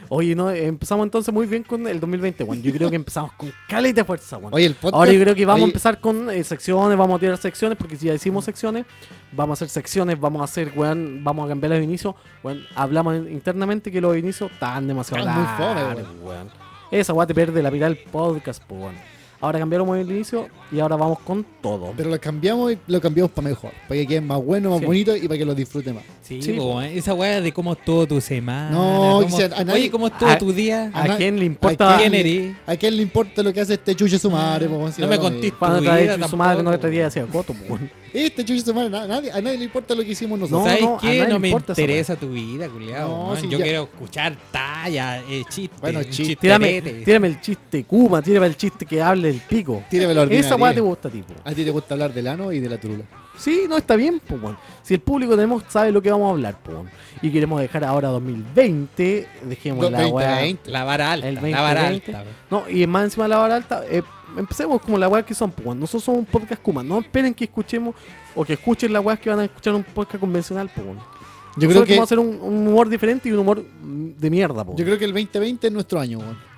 Speaker 1: Oye, no, empezamos entonces muy bien con el 2020, Juan. Yo creo que empezamos con caleta de fuerza, Juan.
Speaker 3: Oye, el podcast.
Speaker 1: Ahora yo creo que vamos a
Speaker 3: oye,
Speaker 1: empezar con eh, secciones, vamos a tirar secciones, porque si ya hicimos secciones, vamos a hacer secciones, vamos a hacer, weón, vamos a cambiar los inicios. Weón, hablamos en- internamente que los inicios están demasiado
Speaker 3: Están muy fome,
Speaker 1: largos, weón. Esa weá te pierde la vida del podcast, pues, weón. Ahora cambiamos el inicio y ahora vamos con todo.
Speaker 3: Pero lo cambiamos y lo cambiamos para mejor. Para que queden más bueno, más
Speaker 1: Sí.
Speaker 3: bonito y para que lo disfruten más.
Speaker 2: Sí,
Speaker 1: Sí,
Speaker 2: po, esa weá de cómo estuvo tu semana.
Speaker 3: No,
Speaker 2: cómo-
Speaker 3: dice, a nadie-
Speaker 2: Oye, cómo estuvo
Speaker 1: a-
Speaker 2: tu día.
Speaker 3: a
Speaker 1: ¿A
Speaker 3: na-
Speaker 1: quién le
Speaker 3: ¿a
Speaker 1: importa? Ah,
Speaker 2: ¿Quién eres?
Speaker 3: ¿A quién le importa lo que hace este chuche su madre? po, si
Speaker 2: No me
Speaker 3: lo mismo?
Speaker 2: contiste.
Speaker 1: Cuando
Speaker 2: Tu
Speaker 1: trae
Speaker 2: vida
Speaker 1: su madre, no
Speaker 2: tampoco,
Speaker 1: te día hacia Coto, pues, weón.
Speaker 3: Este chuche su madre, na- nadie- a nadie le importa lo que hicimos nosotros.
Speaker 2: ¿Sabes
Speaker 1: no, a
Speaker 2: qué?
Speaker 1: nadie
Speaker 2: No
Speaker 1: le
Speaker 2: me
Speaker 1: importa esa
Speaker 2: interesa tu vida, culiao.
Speaker 3: No,
Speaker 2: man.
Speaker 3: si
Speaker 2: Yo
Speaker 3: ya-
Speaker 2: quiero escuchar talla, eh, chistes.
Speaker 3: Bueno,
Speaker 2: un
Speaker 3: chiste.
Speaker 1: Tírame,
Speaker 2: chisterete.
Speaker 1: tírame el chiste Kuma, tírame el chiste que hable el pico.
Speaker 3: Tírame la
Speaker 1: Esa
Speaker 3: ordinaria.
Speaker 1: weá te gusta, tipo.
Speaker 3: A ti te gusta hablar del ano y de la trula.
Speaker 1: Sí, no está bien, pues, weón. Si el público tenemos sabe lo que vamos a hablar, pues. weón. Y queremos dejar ahora 2020, dejemos la
Speaker 3: 2020.
Speaker 1: weá.
Speaker 2: La vara alta,
Speaker 1: El
Speaker 2: la vara
Speaker 1: 2020.
Speaker 2: alta.
Speaker 1: No, y más encima de la hora alta, eh, empecemos como la weá que son, pues. weón. Nosotros somos un podcast Kuma, no esperen que escuchemos o que escuchen la weá que van a escuchar en un podcast convencional, pues. weón.
Speaker 3: Yo creo
Speaker 1: Nosotros
Speaker 3: que,
Speaker 1: vamos a hacer un, un humor diferente y un humor mm, de mierda, pues.
Speaker 3: yo creo que el 2020 es nuestro año, weón.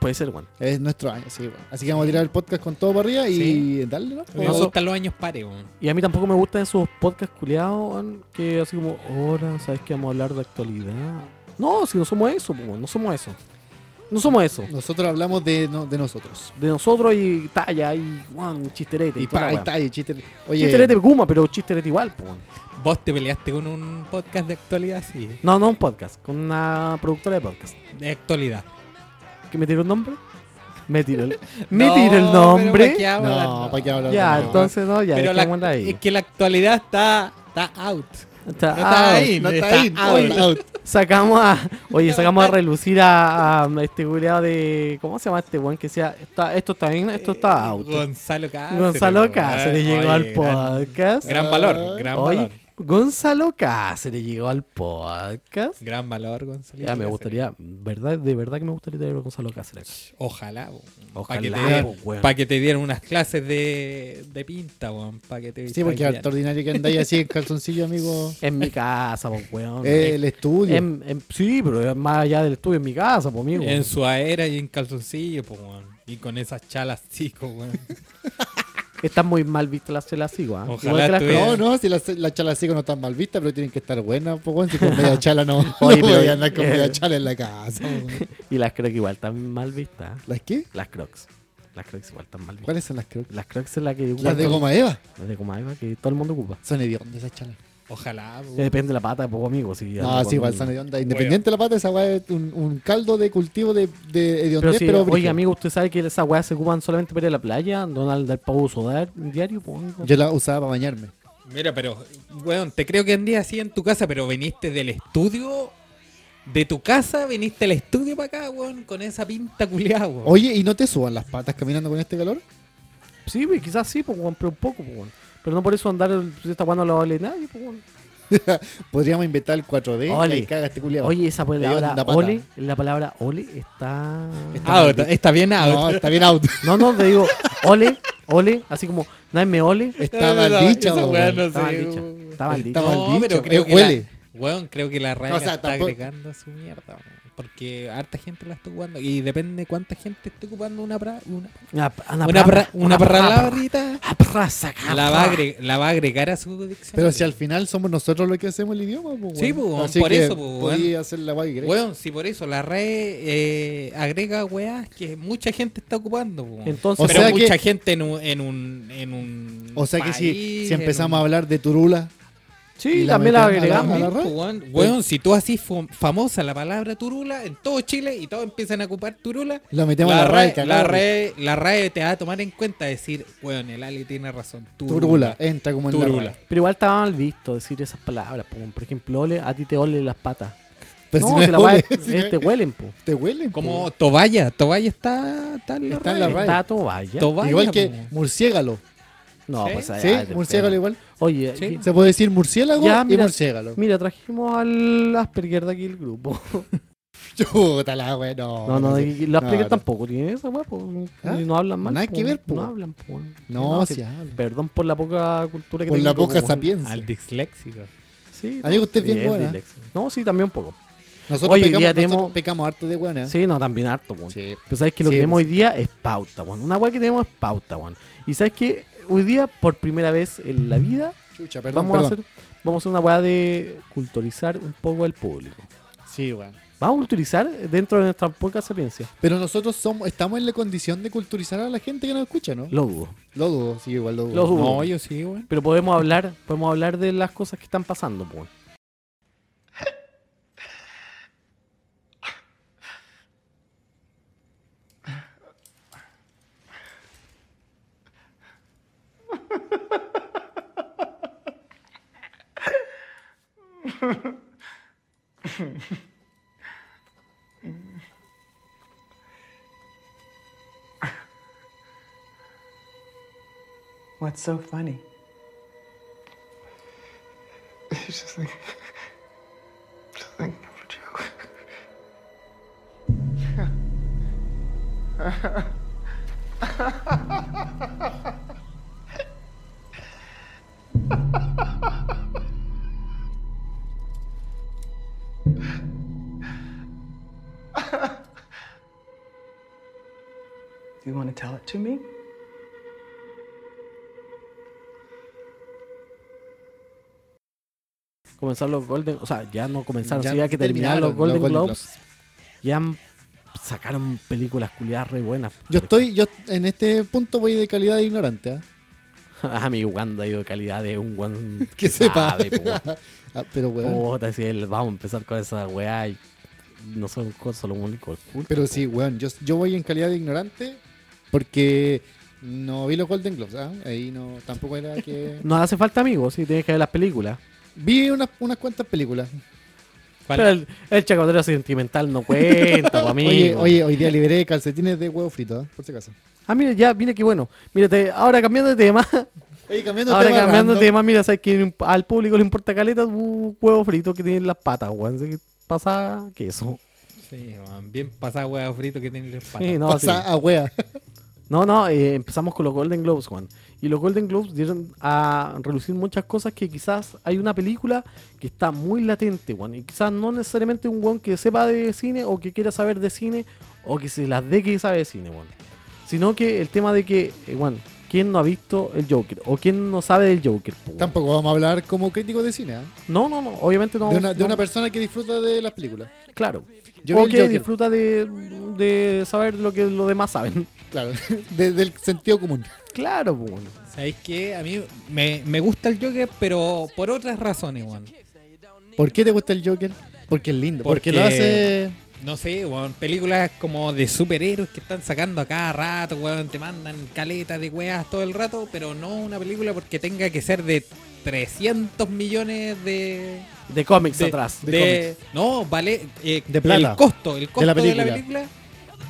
Speaker 1: Puede ser, weón.
Speaker 3: Es nuestro año, sí, weón. Así que vamos a tirar el podcast con todo para arriba y
Speaker 2: Sí.
Speaker 3: darle, ¿no?
Speaker 2: Me
Speaker 3: O-
Speaker 2: gustan los años pares, weón.
Speaker 1: Y a mí tampoco me gustan esos podcasts culiados weón, que así como, ahora, ¿sabes que vamos a hablar de actualidad? No, si no somos eso, po, no somos eso. No somos eso.
Speaker 3: Nosotros hablamos de, no- de nosotros.
Speaker 1: De nosotros y talla y weón, chisterete.
Speaker 3: Y
Speaker 1: toda la
Speaker 3: pa, y
Speaker 1: weá.
Speaker 3: tal, y chiste. Oye,
Speaker 1: Chisterete guma, pero chisterete igual. po, weón.
Speaker 2: Vos te peleaste con un podcast de actualidad, sí.
Speaker 1: No, no un podcast, con una productora de podcast.
Speaker 2: De actualidad.
Speaker 1: ¿Que me tiró el nombre? Me tiró el, me tiró el nombre.
Speaker 3: no, ¿para qué hablar?
Speaker 1: Ya,
Speaker 3: de-
Speaker 1: entonces no, ya,
Speaker 2: Pero
Speaker 1: dejémosla
Speaker 2: la,
Speaker 1: ahí.
Speaker 2: es que la actualidad está, está out.
Speaker 1: Está-
Speaker 2: no está
Speaker 1: ah,
Speaker 2: ahí.
Speaker 3: No está
Speaker 2: Está
Speaker 3: ahí,
Speaker 2: out.
Speaker 3: está out.
Speaker 1: Sacamos a. Oye, sacamos a relucir a, a este culiado de. ¿Cómo se llama este weón? Que sea. está- esto está bien, esto está out.
Speaker 2: Eh, Gonzalo Cáceres.
Speaker 1: Gonzalo
Speaker 2: weón.
Speaker 1: Cáceres llegó
Speaker 2: Oye,
Speaker 1: al
Speaker 2: gran-
Speaker 1: podcast.
Speaker 2: Gran valor, gran valor.
Speaker 1: Oye, Gonzalo Cáceres llegó al podcast.
Speaker 2: Gran valor, Gonzalo.
Speaker 1: Ya me gustaría, verdad, de verdad que me gustaría tener a Gonzalo Cáceres.
Speaker 2: Ojalá, Para
Speaker 1: Ojalá,
Speaker 2: que, te
Speaker 1: po,
Speaker 2: dieran,
Speaker 1: weón.
Speaker 2: pa' que te dieran unas clases de, de pinta, weón. Para que te
Speaker 3: Sí, porque
Speaker 2: vistáis
Speaker 3: es harto ordinario que andáis así en calzoncillo, amigo. Eh,
Speaker 1: En mi casa, pues weón.
Speaker 2: Eh,
Speaker 3: El estudio.
Speaker 1: En- en- sí, pero es más allá del estudio, en mi casa, pues amigo.
Speaker 2: bien. En suadera y en calzoncillo, pues, weón. Y con esas chalas, chicos, weón.
Speaker 1: Están muy mal vistas las chelas, sí, weón.
Speaker 2: Ojalá
Speaker 1: ¿ah? Igual que las
Speaker 2: estuviera-
Speaker 3: No, no, si las la chalas así no están mal vistas, pero tienen que estar buenas, pues, weón. Si con media chala no,
Speaker 1: Oye,
Speaker 3: no
Speaker 1: pero-
Speaker 3: voy a andar con
Speaker 1: eh.
Speaker 3: media chala en la casa, weón.
Speaker 1: Y las crocs igual están mal vistas.
Speaker 3: ¿Las qué?
Speaker 1: Las crocs. Las crocs igual están mal vistas.
Speaker 3: ¿Cuáles son las crocs?
Speaker 1: Las crocs es la que
Speaker 3: Las de
Speaker 1: todo-
Speaker 3: goma eva.
Speaker 1: Las de goma eva que todo el mundo ocupa.
Speaker 3: Son hediondas esas chalas.
Speaker 2: Ojalá,
Speaker 1: Eh,
Speaker 2: weón.
Speaker 1: Depende de la pata de poco amigo. Si
Speaker 3: No, sí, igual son hediondas. Independiente de la pata, esa weá es un, un caldo de cultivo de, de
Speaker 1: Pero
Speaker 3: hediondez,
Speaker 1: si,
Speaker 3: pero,
Speaker 1: oye
Speaker 3: brígido.
Speaker 1: amigo, usted sabe que esas weas se ocupan solamente para ir a la playa, Donald del pavo sudar diario, po, amigo.
Speaker 3: Yo la usaba para bañarme.
Speaker 2: Mira, pero, weón, te creo que andías así en tu casa, pero viniste del estudio De tu casa viniste al estudio para acá, weón, con esa pinta culiada,
Speaker 1: Oh.
Speaker 2: weón.
Speaker 3: Oye, ¿y no te suban las patas caminando con este calor?
Speaker 6: Sí, güey, quizás sí, pues, weón, pero un poco, pues, weón. Pero no por eso andar esta weá no la vale nadie, pues, weón.
Speaker 3: Podríamos inventar el 4D
Speaker 1: Ole.
Speaker 3: y caga este culiado.
Speaker 1: Oye, esa palabra
Speaker 3: Anda pata.
Speaker 1: ole, la palabra ole está... ah,
Speaker 2: Out, está bien out.
Speaker 3: Ah, No, está bien out.
Speaker 1: No, no, te digo ole, ole, así como nadie me ole.
Speaker 3: Está mal dicho,
Speaker 2: Esa weá
Speaker 3: weón.
Speaker 2: no
Speaker 1: Está
Speaker 2: sé,
Speaker 1: mal dicha,
Speaker 2: weón.
Speaker 1: está mal dicha.
Speaker 3: Está mal
Speaker 2: No,
Speaker 3: dicho,
Speaker 2: pero creo
Speaker 3: eh,
Speaker 2: que
Speaker 3: huele.
Speaker 2: La, weón, creo que la RAE
Speaker 3: O sea,
Speaker 2: está
Speaker 3: tampoco-
Speaker 2: agregando a su mierda, weón. Porque harta gente la está ocupando. Y depende cuánta gente esté ocupando una pra- una,
Speaker 1: Una,
Speaker 2: una, pra-
Speaker 1: pra-
Speaker 2: una palabrita.
Speaker 1: pra- saca-
Speaker 2: La va, a agre- la va a agregar a su diccionario.
Speaker 3: Pero si al final somos nosotros los que hacemos el idioma, pues, weón.
Speaker 2: Sí, pues, weón,
Speaker 3: Así
Speaker 2: por
Speaker 3: que
Speaker 2: eso, pues, weón.
Speaker 3: podía hacer la guay greca.
Speaker 2: Weón, si por eso la RAE eh, agrega weas que mucha gente está ocupando, weón.
Speaker 6: Entonces,
Speaker 3: O
Speaker 2: pero
Speaker 3: sea que-
Speaker 2: mucha gente en un, en un, en un
Speaker 3: O sea que si,
Speaker 2: país,
Speaker 3: si
Speaker 2: en
Speaker 3: empezamos a
Speaker 2: un-
Speaker 3: hablar de turula,
Speaker 6: sí,
Speaker 3: y la
Speaker 6: también la
Speaker 3: metemos a la-
Speaker 6: agregamos.
Speaker 3: a la-
Speaker 2: También,
Speaker 3: red.
Speaker 2: po, weón. Weón, si tú haces fam- famosa la palabra turula en todo Chile y todos empiezan a ocupar turula,
Speaker 3: lo metemos
Speaker 2: la,
Speaker 3: a la
Speaker 2: RAE,
Speaker 3: raica.
Speaker 2: la, RAE, la RAE te va a tomar en cuenta decir, weón, el Ali tiene razón.
Speaker 3: Turula, entra como en
Speaker 2: Turula.
Speaker 3: la RAE.
Speaker 1: Pero igual estaba mal visto decir esas palabras, po. por ejemplo, ole, a ti te ole las patas. no,
Speaker 3: Pero si no
Speaker 1: te,
Speaker 3: es
Speaker 1: la va-
Speaker 3: ole, si
Speaker 1: eh,
Speaker 3: no
Speaker 1: te
Speaker 3: es-
Speaker 1: huelen, po.
Speaker 3: te pues, huelen.
Speaker 2: Como Tobaya, Tobaya está, está en la
Speaker 3: Está en
Speaker 2: RAE.
Speaker 3: la RAE.
Speaker 1: Está vaya.
Speaker 3: pues.
Speaker 2: Tobaya,
Speaker 3: Igual que
Speaker 2: po.
Speaker 3: murciégalo.
Speaker 1: No,
Speaker 2: ¿Sí?
Speaker 1: pues
Speaker 3: ¿Sí?
Speaker 1: ay, ay,
Speaker 3: Murciégalo
Speaker 1: espera.
Speaker 3: igual.
Speaker 1: Oye,
Speaker 2: Sí.
Speaker 1: y-
Speaker 3: Se puede decir murciélago
Speaker 1: Ya, mira.
Speaker 3: y murciégalo.
Speaker 1: mira, trajimos al Asperger de aquí el grupo.
Speaker 3: Chuta la wea, no.
Speaker 1: No, no,
Speaker 3: sé.
Speaker 1: y los Asperger
Speaker 3: no.
Speaker 1: tampoco tienen esa weá, po.
Speaker 3: ¿Ah?
Speaker 1: Y no hablan mal.
Speaker 3: Nada
Speaker 1: po.
Speaker 3: que ver, po.
Speaker 1: No hablan, po.
Speaker 3: No,
Speaker 1: sí.
Speaker 3: si habla.
Speaker 1: Perdón por la poca cultura que
Speaker 3: Por la
Speaker 1: tengo,
Speaker 3: poca
Speaker 1: po.
Speaker 3: sapiencia.
Speaker 2: Al disléxico.
Speaker 1: Sí,
Speaker 3: Amigo, usted es bien
Speaker 1: sí,
Speaker 3: buena.
Speaker 1: disléxico. No, sí, también un poco.
Speaker 3: Nosotros,
Speaker 1: Oye, hoy
Speaker 3: pecamos,
Speaker 1: día
Speaker 3: nosotros
Speaker 1: tenemos-
Speaker 3: pecamos harto de buena.
Speaker 1: Sí, no, también harto, po.
Speaker 3: Sí.
Speaker 1: Pero sabes que lo
Speaker 3: Sí,
Speaker 1: que tenemos
Speaker 3: pues.
Speaker 1: hoy día es pauta, weón. Una weá que tenemos es pauta, weón. Y sabes que hoy día, por primera vez en la vida,
Speaker 3: Chucha, perdón,
Speaker 1: vamos,
Speaker 3: perdón.
Speaker 1: A hacer, vamos a hacer una weá de culturizar un poco al público.
Speaker 3: Sí, weón.
Speaker 1: Vamos a culturizar dentro de nuestra poca sapiencia.
Speaker 3: Pero nosotros somos, estamos en la condición de culturizar a la gente que nos escucha, ¿no?
Speaker 1: Lo dudo.
Speaker 3: Lo dudo, sí, igual lo dudo.
Speaker 1: Lo dudo.
Speaker 2: No, yo sí, weón.
Speaker 1: Pero podemos hablar, podemos hablar de las cosas que están pasando, po. weón.
Speaker 7: What's so funny?
Speaker 8: It's just like, just like of a joke.
Speaker 7: Do you want to tell it to me?
Speaker 1: Comenzaron los Golden, o sea, ya no comenzaron,
Speaker 3: Ya
Speaker 1: sí, ya que terminaron los
Speaker 3: terminaron
Speaker 1: Golden,
Speaker 3: los Golden
Speaker 1: Globes, ya han- sacaron películas culiadas re buenas.
Speaker 3: Yo estoy, yo en este punto voy de calidad de ignorante, ¿ah?
Speaker 1: A mi Wanda ha ido de calidad de un Wanda
Speaker 3: Que sepa.
Speaker 1: sabe, po, weón.
Speaker 3: Ah, pero weón.
Speaker 1: Puta, si él- vamos a empezar con esa weá y no son cosas, solo un único culto.
Speaker 3: Pero sí, weón, yo, yo voy en calidad de ignorante porque no vi los Golden Globes, ¿ah? Ahí no, tampoco era que...
Speaker 1: No hace falta amigos, si tienes que ver las películas.
Speaker 3: Vi unas, unas cuantas películas.
Speaker 2: ¿Cuál?
Speaker 1: Pero el, el chacotero sentimental no cuenta, po, amigo.
Speaker 3: Oye, oye, hoy día liberé calcetines de huevo frito, ¿ah? Por si acaso.
Speaker 1: Ah, mira, ya, mira qué bueno. Mira, te- ahora cambiando de tema.
Speaker 3: Oye, cambiando
Speaker 1: ahora
Speaker 3: tema
Speaker 1: cambiando de
Speaker 3: random.
Speaker 1: tema, mira, sabes que al público le importa caleta un huevo frito que tiene en las patas, weón. Así que Pasa queso.
Speaker 2: Sí, weón. Bien pasado, huevo frito que tiene el
Speaker 1: Sí,
Speaker 2: espalda.
Speaker 1: no, sí.
Speaker 3: Pasa a wea.
Speaker 1: No, no, eh, empezamos con los Golden Globes, Juan. Y los Golden Globes dieron a relucir muchas cosas que quizás hay una película que está muy latente, Juan. Y quizás no necesariamente un Juan que sepa de cine o que quiera saber de cine o que se las dé que sabe de cine, Juan. Sino que el tema de que, eh, Juan, ¿quién no ha visto el Joker? ¿O quién no sabe del Joker? po, Juan?
Speaker 3: Tampoco vamos a hablar como crítico de cine, ¿ah?
Speaker 1: No, no, no, obviamente no.
Speaker 3: de, una, de
Speaker 1: no,
Speaker 3: una persona que disfruta de las películas.
Speaker 1: Claro. o
Speaker 3: Yo vi el
Speaker 1: que
Speaker 3: Joker.
Speaker 1: disfruta de, de saber lo que los demás saben.
Speaker 3: Claro, de- del sentido común.
Speaker 1: claro, po, Juan.
Speaker 2: ¿Sabéis qué? A mí me, me gusta el Joker, pero por otras razones, weón.
Speaker 3: ¿Por qué te gusta el Joker? Porque es lindo. Porque, lo hace.
Speaker 2: No sé, weón. Películas como de superhéroes que están sacando a cada rato, weón. Te mandan caletas de weas todo el rato, pero no una película porque tenga que ser de 300 millones de.
Speaker 1: De cómics
Speaker 2: de-
Speaker 1: atrás.
Speaker 2: De,
Speaker 3: de
Speaker 2: no, vale. eh,
Speaker 3: De plata.
Speaker 2: El costo, el costo de la película,
Speaker 3: película.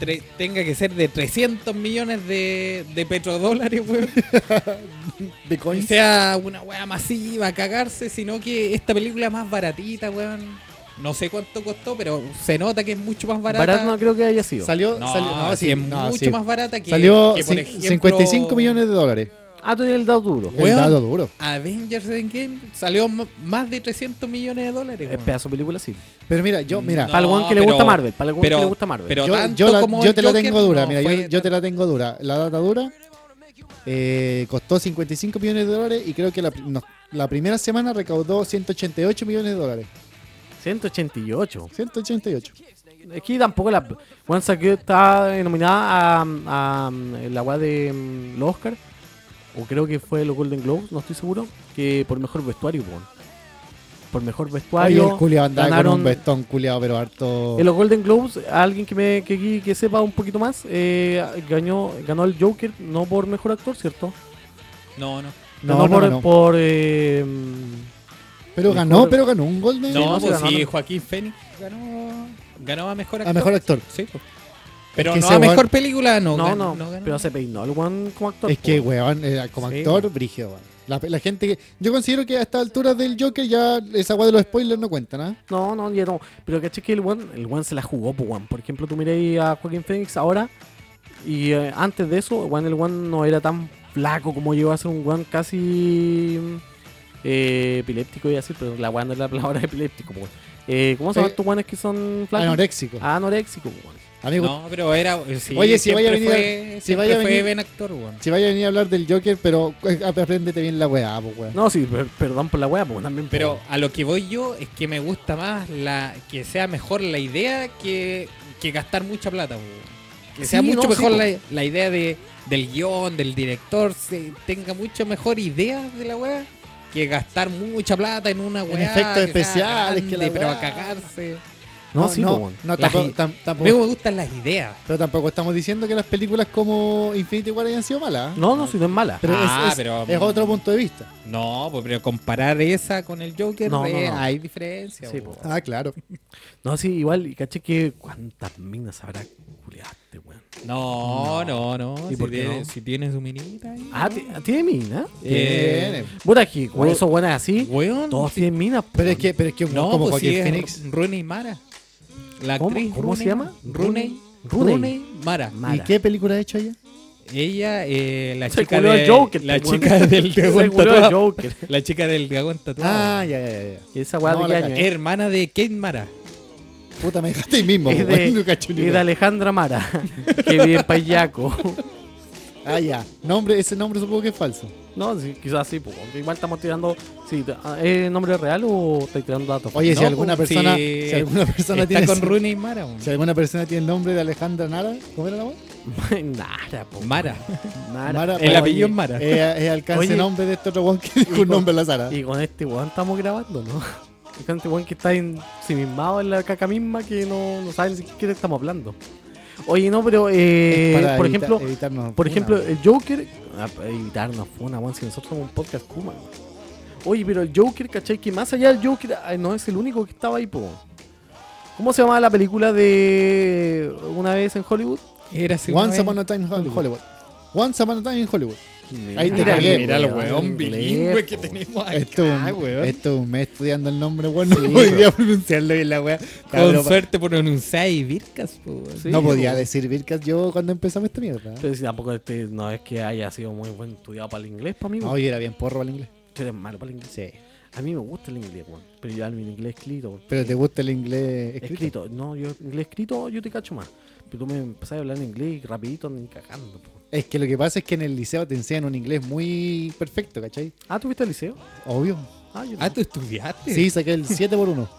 Speaker 2: tre- tenga que ser de 300 millones de, de petrodólares, weón. Que
Speaker 3: Bitcoin.
Speaker 2: sea una weá masiva, cagarse, sino que esta película más baratita, weón. No sé cuánto costó, pero se nota que es mucho más barata.
Speaker 1: Barato no creo que haya sido.
Speaker 3: Salió,
Speaker 2: No,
Speaker 3: salió, no,
Speaker 2: sí,
Speaker 3: sí,
Speaker 2: es
Speaker 3: no,
Speaker 2: mucho
Speaker 3: sí.
Speaker 2: más barata que,
Speaker 3: Salió
Speaker 2: que, por
Speaker 3: cin-
Speaker 2: ejemplo,
Speaker 3: 55 millones de dólares.
Speaker 1: Ah, tú tienes el dado duro.
Speaker 3: El
Speaker 2: Weón.
Speaker 3: dato duro.
Speaker 2: Avengers Endgame salió m- más de 300 millones de dólares.
Speaker 1: Es
Speaker 2: weón.
Speaker 1: pedazo de película, sí.
Speaker 3: Pero mira, yo, mira,
Speaker 2: No,
Speaker 1: Para el weón que le
Speaker 2: pero-
Speaker 1: gusta Marvel, para el weón que
Speaker 2: pero-
Speaker 1: le gusta Marvel.
Speaker 2: pero
Speaker 3: yo,
Speaker 2: tanto
Speaker 3: yo la-
Speaker 2: como
Speaker 3: yo te la
Speaker 2: Joker,
Speaker 3: tengo dura,
Speaker 2: no
Speaker 3: mira, yo,
Speaker 2: fue
Speaker 3: yo te la tengo dura. La data dura eh, costó 55 millones de dólares y creo que la, no, la primera semana recaudó 188 millones de dólares.
Speaker 1: 188.
Speaker 3: 188.
Speaker 1: Es que tampoco la. Juan que está nominada a, a la weá de mm, los Oscar. O creo que fue los Golden Globes, no estoy seguro. Que por mejor vestuario, weón. Por mejor
Speaker 3: Oye,
Speaker 1: vestuario.
Speaker 3: el culiado andaba con
Speaker 1: ganaron-
Speaker 3: un vestón culiado, pero harto.
Speaker 1: En los Golden Globes, alguien que me que, aquí- que sepa un poquito más, eh, ganó, ganó el Joker no por mejor actor, ¿cierto?
Speaker 2: No, no.
Speaker 3: No,
Speaker 1: Ganó
Speaker 3: no,
Speaker 1: por,
Speaker 3: no.
Speaker 1: por, eh, mm,
Speaker 3: Pero
Speaker 1: mejor-
Speaker 3: ganó, pero ganó un Golden.
Speaker 2: No,
Speaker 1: no, se
Speaker 2: pues
Speaker 1: ganó,
Speaker 2: sí,
Speaker 1: no.
Speaker 2: Joaquín Phoenix ganó, ganó a mejor actor.
Speaker 3: A mejor actor.
Speaker 2: Sí, pues. Pero
Speaker 3: Es que
Speaker 2: no
Speaker 3: ese
Speaker 2: a
Speaker 3: weón-
Speaker 2: mejor película, no.
Speaker 1: no,
Speaker 2: ganó-
Speaker 1: no,
Speaker 2: ganó.
Speaker 1: pero se peinó el one como actor.
Speaker 3: Es que,
Speaker 1: po.
Speaker 3: weón, era como
Speaker 1: Sí,
Speaker 3: actor, brígido, weón. La, la gente que. Yo considero que a esta altura del Joker ya esa weá de los spoilers no cuenta, ¿no?
Speaker 1: No, no, ya no. Pero caché que el one, el one se la jugó, po, weón. Por ejemplo, tú miráis a Joaquín Phoenix ahora y eh, antes de eso, weón, el one no era tan flaco como llegó a ser un one casi mm, eh, epiléptico, y así, pero la weón no es la palabra epiléptico, po, weón. Eh, ¿Cómo se llaman
Speaker 3: Eh,
Speaker 1: estos weones que son flacos?
Speaker 3: Anoréxico.
Speaker 1: Ah. Anoréxico, po, weón.
Speaker 3: Amigo,
Speaker 2: No, pero era. sí,
Speaker 3: Oye, si
Speaker 2: siempre
Speaker 3: vaya a venir-
Speaker 2: Fue,
Speaker 3: si
Speaker 2: siempre
Speaker 3: vaya a
Speaker 2: fue
Speaker 3: venir-
Speaker 2: buen actor, weón.
Speaker 3: si vaya a venir a hablar del Joker, pero eh, apréndete bien la weá, pues, weón.
Speaker 1: No, sí, per- perdón por la weá, pues también. po.
Speaker 2: Pero a lo que voy yo es que me gusta más la que sea mejor la idea que, que gastar mucha plata. po. Que sea
Speaker 1: Sí,
Speaker 2: mucho
Speaker 1: no, sí,
Speaker 2: mejor
Speaker 1: po.
Speaker 2: la, la idea de, del guión, del director, se tenga mucho mejor idea de la weá que gastar mucha plata en una weá.
Speaker 3: efectos
Speaker 2: que sea
Speaker 3: especiales, que la
Speaker 2: grande, Pero
Speaker 3: weá.
Speaker 2: a cagarse.
Speaker 1: No, sí, po,
Speaker 3: no,
Speaker 1: weón.
Speaker 3: no,
Speaker 2: La
Speaker 3: tampoco,
Speaker 2: gi-
Speaker 3: tam-
Speaker 1: Ah,
Speaker 2: A mí
Speaker 3: tampoco-
Speaker 2: me gustan las ideas.
Speaker 3: pero tampoco estamos diciendo que las películas como Infinity War hayan sido malas. ¿eh?
Speaker 1: No, no, si no es mala.
Speaker 3: Pero, es-
Speaker 2: Ah,
Speaker 3: es,
Speaker 2: pero-
Speaker 3: es otro punto de vista.
Speaker 2: No, pues, pero comparar esa con el Joker,
Speaker 1: No, no,
Speaker 2: eh,
Speaker 1: no.
Speaker 2: hay diferencia.
Speaker 1: Sí,
Speaker 2: po.
Speaker 1: po.
Speaker 3: Ah, claro.
Speaker 1: No, sí, igual, y caché que cuántas minas habrá culiaste, weón.
Speaker 2: No, no, no.
Speaker 1: ¿Y
Speaker 2: Si,
Speaker 1: por qué
Speaker 2: tiene,
Speaker 1: no?
Speaker 2: si tiene su minita ahí.
Speaker 1: Ah, ti- ¿tiene mina?
Speaker 2: Eh,
Speaker 3: Bien.
Speaker 1: Puta que con esos buenas así,
Speaker 2: Weón,
Speaker 1: todos
Speaker 2: sí.
Speaker 1: tienen minas.
Speaker 3: Pero es
Speaker 1: po.
Speaker 3: que, pero es que un
Speaker 2: No,
Speaker 3: como
Speaker 2: pues
Speaker 3: Joaquín
Speaker 2: sí, es
Speaker 3: Phoenix.
Speaker 2: R- Rooney Mara. La
Speaker 1: ¿Cómo-
Speaker 2: actriz
Speaker 1: cómo se
Speaker 2: Rooney-
Speaker 1: llama?
Speaker 2: Rooney.
Speaker 1: Rooney.
Speaker 2: Rooney Mara.
Speaker 1: Mala.
Speaker 3: ¿Y qué película ha hecho ella?
Speaker 2: Ella, eh, la
Speaker 1: Se
Speaker 2: chica
Speaker 1: culió
Speaker 2: de,
Speaker 1: al Joker,
Speaker 2: la
Speaker 1: pues, weón.
Speaker 2: chica del
Speaker 1: Se
Speaker 2: dragón
Speaker 1: culió al
Speaker 2: tatuado.
Speaker 1: Joker.
Speaker 2: La chica del dragón tatuado.
Speaker 3: Ah, ya, ya, ya, ya.
Speaker 1: Que Esa weá
Speaker 3: No,
Speaker 1: de qué
Speaker 3: la
Speaker 1: año es?
Speaker 2: Hermana de Kate Mara.
Speaker 3: Puta, me dejaste ahí mismo.
Speaker 1: Es
Speaker 3: weón, no
Speaker 1: de,
Speaker 3: cacho ni
Speaker 1: es de
Speaker 3: weón.
Speaker 1: Alejandra Mara, que vive en Payaco.
Speaker 3: Ah, ya. Nombre, ese nombre supongo que es falso.
Speaker 1: No, sí, quizás sí, po, aunque igual estamos tirando. Sí, t- ah, ¿Es nombre real o estáis tirando datos?
Speaker 3: Oye, si
Speaker 2: No,
Speaker 3: alguna
Speaker 2: pues,
Speaker 3: persona,
Speaker 2: sí,
Speaker 3: si alguna persona
Speaker 2: Está
Speaker 3: tiene
Speaker 2: con
Speaker 3: ese-
Speaker 2: Rooney Mara. weón.
Speaker 3: si alguna persona tiene el nombre de Alejandra Nara, ¿cómo era la voz?
Speaker 1: pues, Nara, po.
Speaker 2: Mara.
Speaker 1: Nara.
Speaker 2: El apellido es Mara.
Speaker 3: Es Eh, alcance
Speaker 1: Oye.
Speaker 3: nombre de este otro weón que dijo
Speaker 1: con-
Speaker 3: un nombre al azar. ah.
Speaker 1: Y con este weón estamos grabando, ¿no? Y con este weón que está ensimismado en la caca misma que no, no sabe ni siquiera de qué estamos hablando. Oye, no, pero eh,
Speaker 3: Para
Speaker 1: por
Speaker 3: evita-
Speaker 1: ejemplo,
Speaker 3: evitarnos
Speaker 1: por
Speaker 3: una,
Speaker 1: ejemplo,
Speaker 3: weón.
Speaker 1: el Joker. Ah, para evitarnos fue una weón, si nosotros somos un podcast Kuma, weón. Oye, pero el Joker, ¿cachai? Que más allá del Joker, ay, no es el único que estaba ahí, po. ¿Cómo se llamaba la película de una vez en Hollywood?
Speaker 2: Era así una
Speaker 3: Once Upon
Speaker 2: vez.
Speaker 3: a Time in Hollywood. Once Upon a Time in Hollywood. Ahí te
Speaker 1: Mira,
Speaker 3: cagué,
Speaker 1: mira,
Speaker 3: weón.
Speaker 1: weón,
Speaker 2: bilingüe
Speaker 1: po.
Speaker 2: que tenemos acá,
Speaker 3: Esto un,
Speaker 2: weón.
Speaker 3: esto un mes estudiando el nombre, weón. No podía pronunciarlo bien la weá.
Speaker 2: Con
Speaker 3: Cabrón,
Speaker 2: suerte pronunciáis Vircas, po, weón.
Speaker 1: Sí,
Speaker 3: no podía
Speaker 1: po.
Speaker 3: decir Vircas yo cuando empezamos esta mierda.
Speaker 1: Pero si tampoco este, no es que haya sido muy buen estudiado para el inglés, para mí.
Speaker 3: No, yo era bien porro al inglés.
Speaker 1: Tú eres malo para el inglés.
Speaker 3: Sí.
Speaker 1: A mí me gusta el inglés, weón. Pero yo hablo en inglés escrito. weón.
Speaker 3: Pero te gusta el inglés escrito.
Speaker 1: escrito. No, yo inglés escrito yo te cacho más. Pero tú me empezás a hablar en inglés y rapidito ni cagando, po.
Speaker 3: Es que lo que pasa es que en el liceo te enseñan un inglés muy perfecto, ¿cachai?
Speaker 1: Ah, ¿tú viste el liceo?
Speaker 3: Obvio.
Speaker 1: Ah, yo
Speaker 2: Ah, tú estudiaste.
Speaker 3: Sí, saqué el 7 por 1
Speaker 1: no.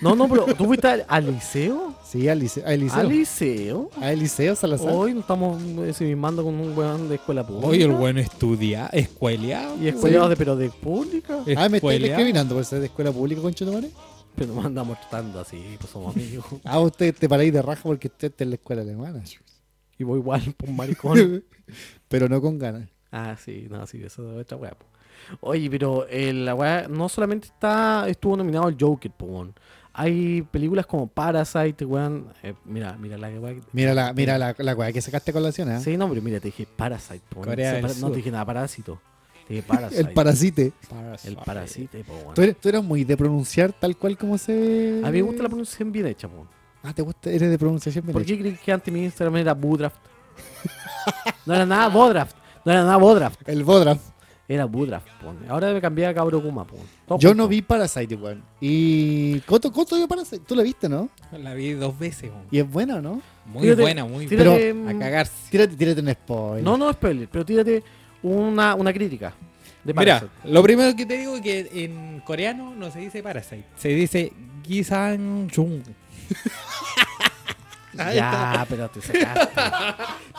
Speaker 1: No, no, pero ¿tú fuiste al, al liceo?
Speaker 3: Sí, al liceo. Al liceo,
Speaker 1: ¿Al liceo?
Speaker 3: al liceo Salazar.
Speaker 1: Hoy nos estamos ensimismando con un weón de escuela pública.
Speaker 2: Oye, el bueno estudia, escueleado.
Speaker 1: Y escuelados de, pero de pública.
Speaker 3: Ah, me estoy
Speaker 2: escueleado.
Speaker 3: discriminando por ser de escuela pública, concho de madre.
Speaker 1: Pero nos andamos tratando así, pues somos amigos.
Speaker 3: Ah, usted te paráis de raja porque usted está en la escuela alemana.
Speaker 1: y voy igual por un maricón.
Speaker 3: Pero no con ganas.
Speaker 1: Ah, sí, no, sí, eso es otra weá. po. Oye, pero eh, la weá no solamente está, estuvo nominado al Joker, po, weón. Hay películas como Parasite, weón. eh, mira, mira la weá. que-
Speaker 3: Mira la, mira la, la weá que sacaste ¿eh? con la cena.
Speaker 1: Sí, no, pero mira, te dije Parasite, po, weón.
Speaker 2: Corea
Speaker 1: Sí,
Speaker 2: del
Speaker 1: para- No
Speaker 2: Sur.
Speaker 1: te dije nada, Parásito. Te dije Parasite.
Speaker 3: El parasite.
Speaker 1: El Parasite, po, weón.
Speaker 3: ¿Tú eres, tú eras muy de pronunciar tal cual como se.
Speaker 1: A mí me gusta la pronunciación bien hecha, po.
Speaker 3: Ah, te gusta, eres de pronunciación bien
Speaker 1: ¿Por
Speaker 3: hecha.
Speaker 1: qué crees que antes mi Instagram era Budraft? No era nada Bodraft. No era nada Bodraft.
Speaker 3: El Bodraf.
Speaker 1: Era Budraft, po. Ahora me cambié a Cabro Kuma, po. Todo
Speaker 3: Yo
Speaker 1: junto.
Speaker 3: no vi Parasite, weón. Y. Coto, Coto vio Parasite. Tú la viste, ¿no?
Speaker 2: La vi dos veces, weón.
Speaker 3: Y es buena, ¿no?
Speaker 2: Muy
Speaker 1: Tírate-
Speaker 2: buena, muy buena.
Speaker 1: tírate,
Speaker 2: Pero
Speaker 1: mm,
Speaker 2: a cagarse.
Speaker 3: Tírate, tírate un spoiler.
Speaker 1: No, no spoiler, pero tírate una, una crítica. De
Speaker 2: Mira,
Speaker 1: Parasite.
Speaker 2: lo primero que te digo es que en coreano no se dice Parasite, se dice Gisang Chung.
Speaker 1: ya, pero te sacaste.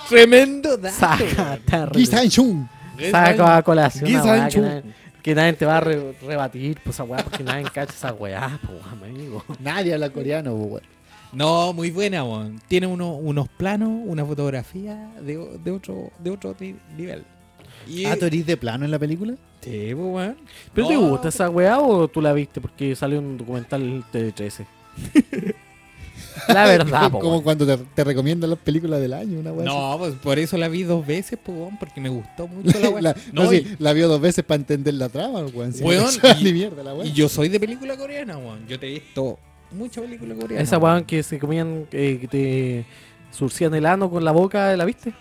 Speaker 2: Tremendo dato.
Speaker 1: sacaste. a re-
Speaker 3: Ki Sang-chung.
Speaker 1: Saca a colación. una
Speaker 2: Guisan
Speaker 1: weá que,
Speaker 2: chu.
Speaker 1: nadie, que nadie te va a re- rebatir, pues esa weá, porque nadie cacha esa weá, pues amigo.
Speaker 3: Nadie habla coreano, weón.
Speaker 2: No, muy buena, weón. Tiene uno, unos planos, una fotografía de, o- de otro, de otro ni- nivel. Y,
Speaker 3: Ah, ¿tú eres de plano en la película?
Speaker 2: Sí, pues, weón.
Speaker 1: ¿Pero te
Speaker 2: No,
Speaker 1: gusta esa weá o tú la viste porque salió un documental en TV13? La verdad, Ah, po.
Speaker 3: Como
Speaker 1: weón.
Speaker 3: cuando te, te recomiendan las películas del año, una weá.
Speaker 2: No, pues por eso la vi dos veces, pues, weón, porque me gustó mucho
Speaker 3: así.
Speaker 2: la weá.
Speaker 3: La,
Speaker 2: No,
Speaker 3: no, sí,
Speaker 2: y-
Speaker 3: la vio dos veces para entender la trama, weón. Si no
Speaker 2: Weón,
Speaker 3: sabe
Speaker 2: y-
Speaker 3: ni mierda, la weá.
Speaker 2: y yo soy de película coreana, weón. Yo te he visto mucha película coreana.
Speaker 1: Esa
Speaker 2: weón.
Speaker 1: weá que se comían, eh, que te surcían el ano con la boca, ¿la viste?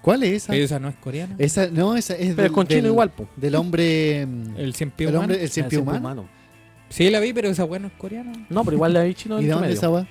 Speaker 3: ¿Cuál es esa?
Speaker 2: Pero esa no es coreana.
Speaker 3: Esa, no, esa es
Speaker 1: Pero con chino igual, po.
Speaker 3: Del hombre. mm,
Speaker 2: El cien pies
Speaker 3: el
Speaker 2: humano.
Speaker 3: hombre, eh, el cien
Speaker 1: Ah,
Speaker 3: pie
Speaker 1: siempre
Speaker 3: humano.
Speaker 2: Sí, la vi, pero esa weá no es coreana.
Speaker 1: No, pero igual la vi chino
Speaker 3: ¿Y
Speaker 1: en
Speaker 3: de
Speaker 1: tu
Speaker 3: dónde
Speaker 1: medio.
Speaker 3: esa weá?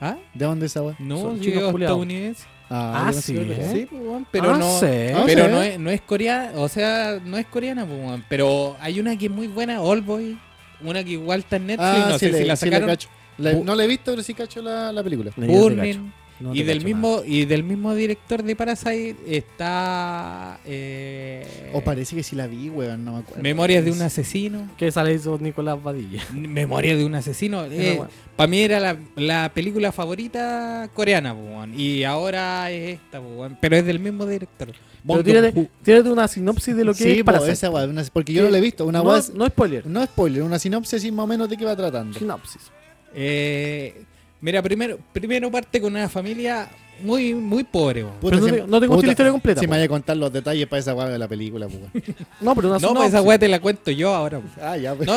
Speaker 2: ¿Ah?
Speaker 3: ¿De dónde esa weá?
Speaker 2: No,
Speaker 1: Son
Speaker 2: sí,
Speaker 1: chinos culiados.
Speaker 2: estadounidense.
Speaker 1: Ah,
Speaker 3: yo no sé
Speaker 1: sí,
Speaker 3: cuál es.
Speaker 1: ¿eh?
Speaker 2: Sí, pues, weón, pero
Speaker 1: Ah,
Speaker 2: no.
Speaker 1: sé.
Speaker 3: Ah,
Speaker 2: Pero
Speaker 3: sí.
Speaker 2: no es, no es coreana, o sea, no es coreana, pues, weón, pero hay una que es muy buena, All Boy. Una que igual está en Netflix,
Speaker 3: Ah,
Speaker 2: no
Speaker 3: sí
Speaker 2: sé
Speaker 3: le-
Speaker 2: si la
Speaker 3: sí le
Speaker 2: sacaron.
Speaker 3: cacho. La- no la he visto, pero sí cacho la, la película.
Speaker 1: No, yo no te
Speaker 2: Burning.
Speaker 1: cacho. No
Speaker 2: y
Speaker 1: te
Speaker 2: del
Speaker 1: cacho nada.
Speaker 2: mismo y del mismo director de Parasite está eh,
Speaker 3: O parece que sí la vi, weón, no me acuerdo.
Speaker 2: Memorias de un asesino.
Speaker 1: Que sale eso Nicolás Badilla.
Speaker 2: Memorias de un asesino.
Speaker 1: Esa weá.
Speaker 2: Para mí era la, la película favorita coreana, pues, weón, y ahora es esta, pues, weón, pero es del mismo director.
Speaker 1: Pero
Speaker 2: Bong
Speaker 1: tírate,
Speaker 2: Joon-ho.
Speaker 1: tírate una sinopsis de lo que
Speaker 3: sí,
Speaker 1: es
Speaker 3: po,
Speaker 1: para
Speaker 3: esa weá, una- porque yo
Speaker 1: Sí.
Speaker 3: no la he visto. Una
Speaker 1: no,
Speaker 3: weá.
Speaker 1: no spoiler.
Speaker 3: No spoiler, una sinopsis más o menos de qué va tratando.
Speaker 1: Sinopsis.
Speaker 2: Eh, mira, primero, primero parte con una familia muy, muy pobre. weón.
Speaker 3: Puta,
Speaker 1: Pero no
Speaker 3: se-
Speaker 1: te- no te conté
Speaker 3: puta,
Speaker 1: la historia completa,
Speaker 3: Si
Speaker 1: po.
Speaker 3: me vaya a contar los detalles para esa weá de la película, pues. weón.
Speaker 1: No, pero una
Speaker 2: No, pues
Speaker 1: sinopsis.
Speaker 2: esa weá te la cuento yo ahora. weón.
Speaker 3: Ah, ya, pues.
Speaker 2: No,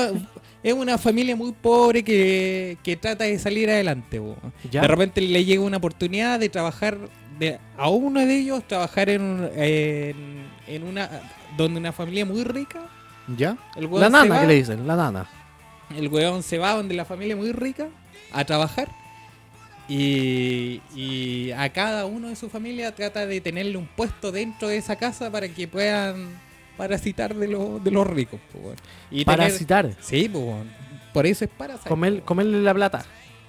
Speaker 2: es una familia muy pobre que, que trata de salir adelante. weón.
Speaker 1: Ya.
Speaker 2: De repente le llega una oportunidad de trabajar, de, a uno de ellos trabajar en, un- en, en una donde una familia muy rica.
Speaker 3: ¿Ya?
Speaker 2: El weón
Speaker 1: La
Speaker 2: se
Speaker 1: nana
Speaker 2: va.
Speaker 1: que le dicen, la nana.
Speaker 2: El weón se va donde la familia muy rica a trabajar. Y, y a cada uno de su familia trata de tenerle un puesto dentro de esa casa para que puedan parasitar de, los de los ricos. po, weón. Y tener-
Speaker 1: Parasitar.
Speaker 2: Sí, po, weón. por eso es parasite.
Speaker 1: Comer,
Speaker 2: po,
Speaker 1: comerle la plata.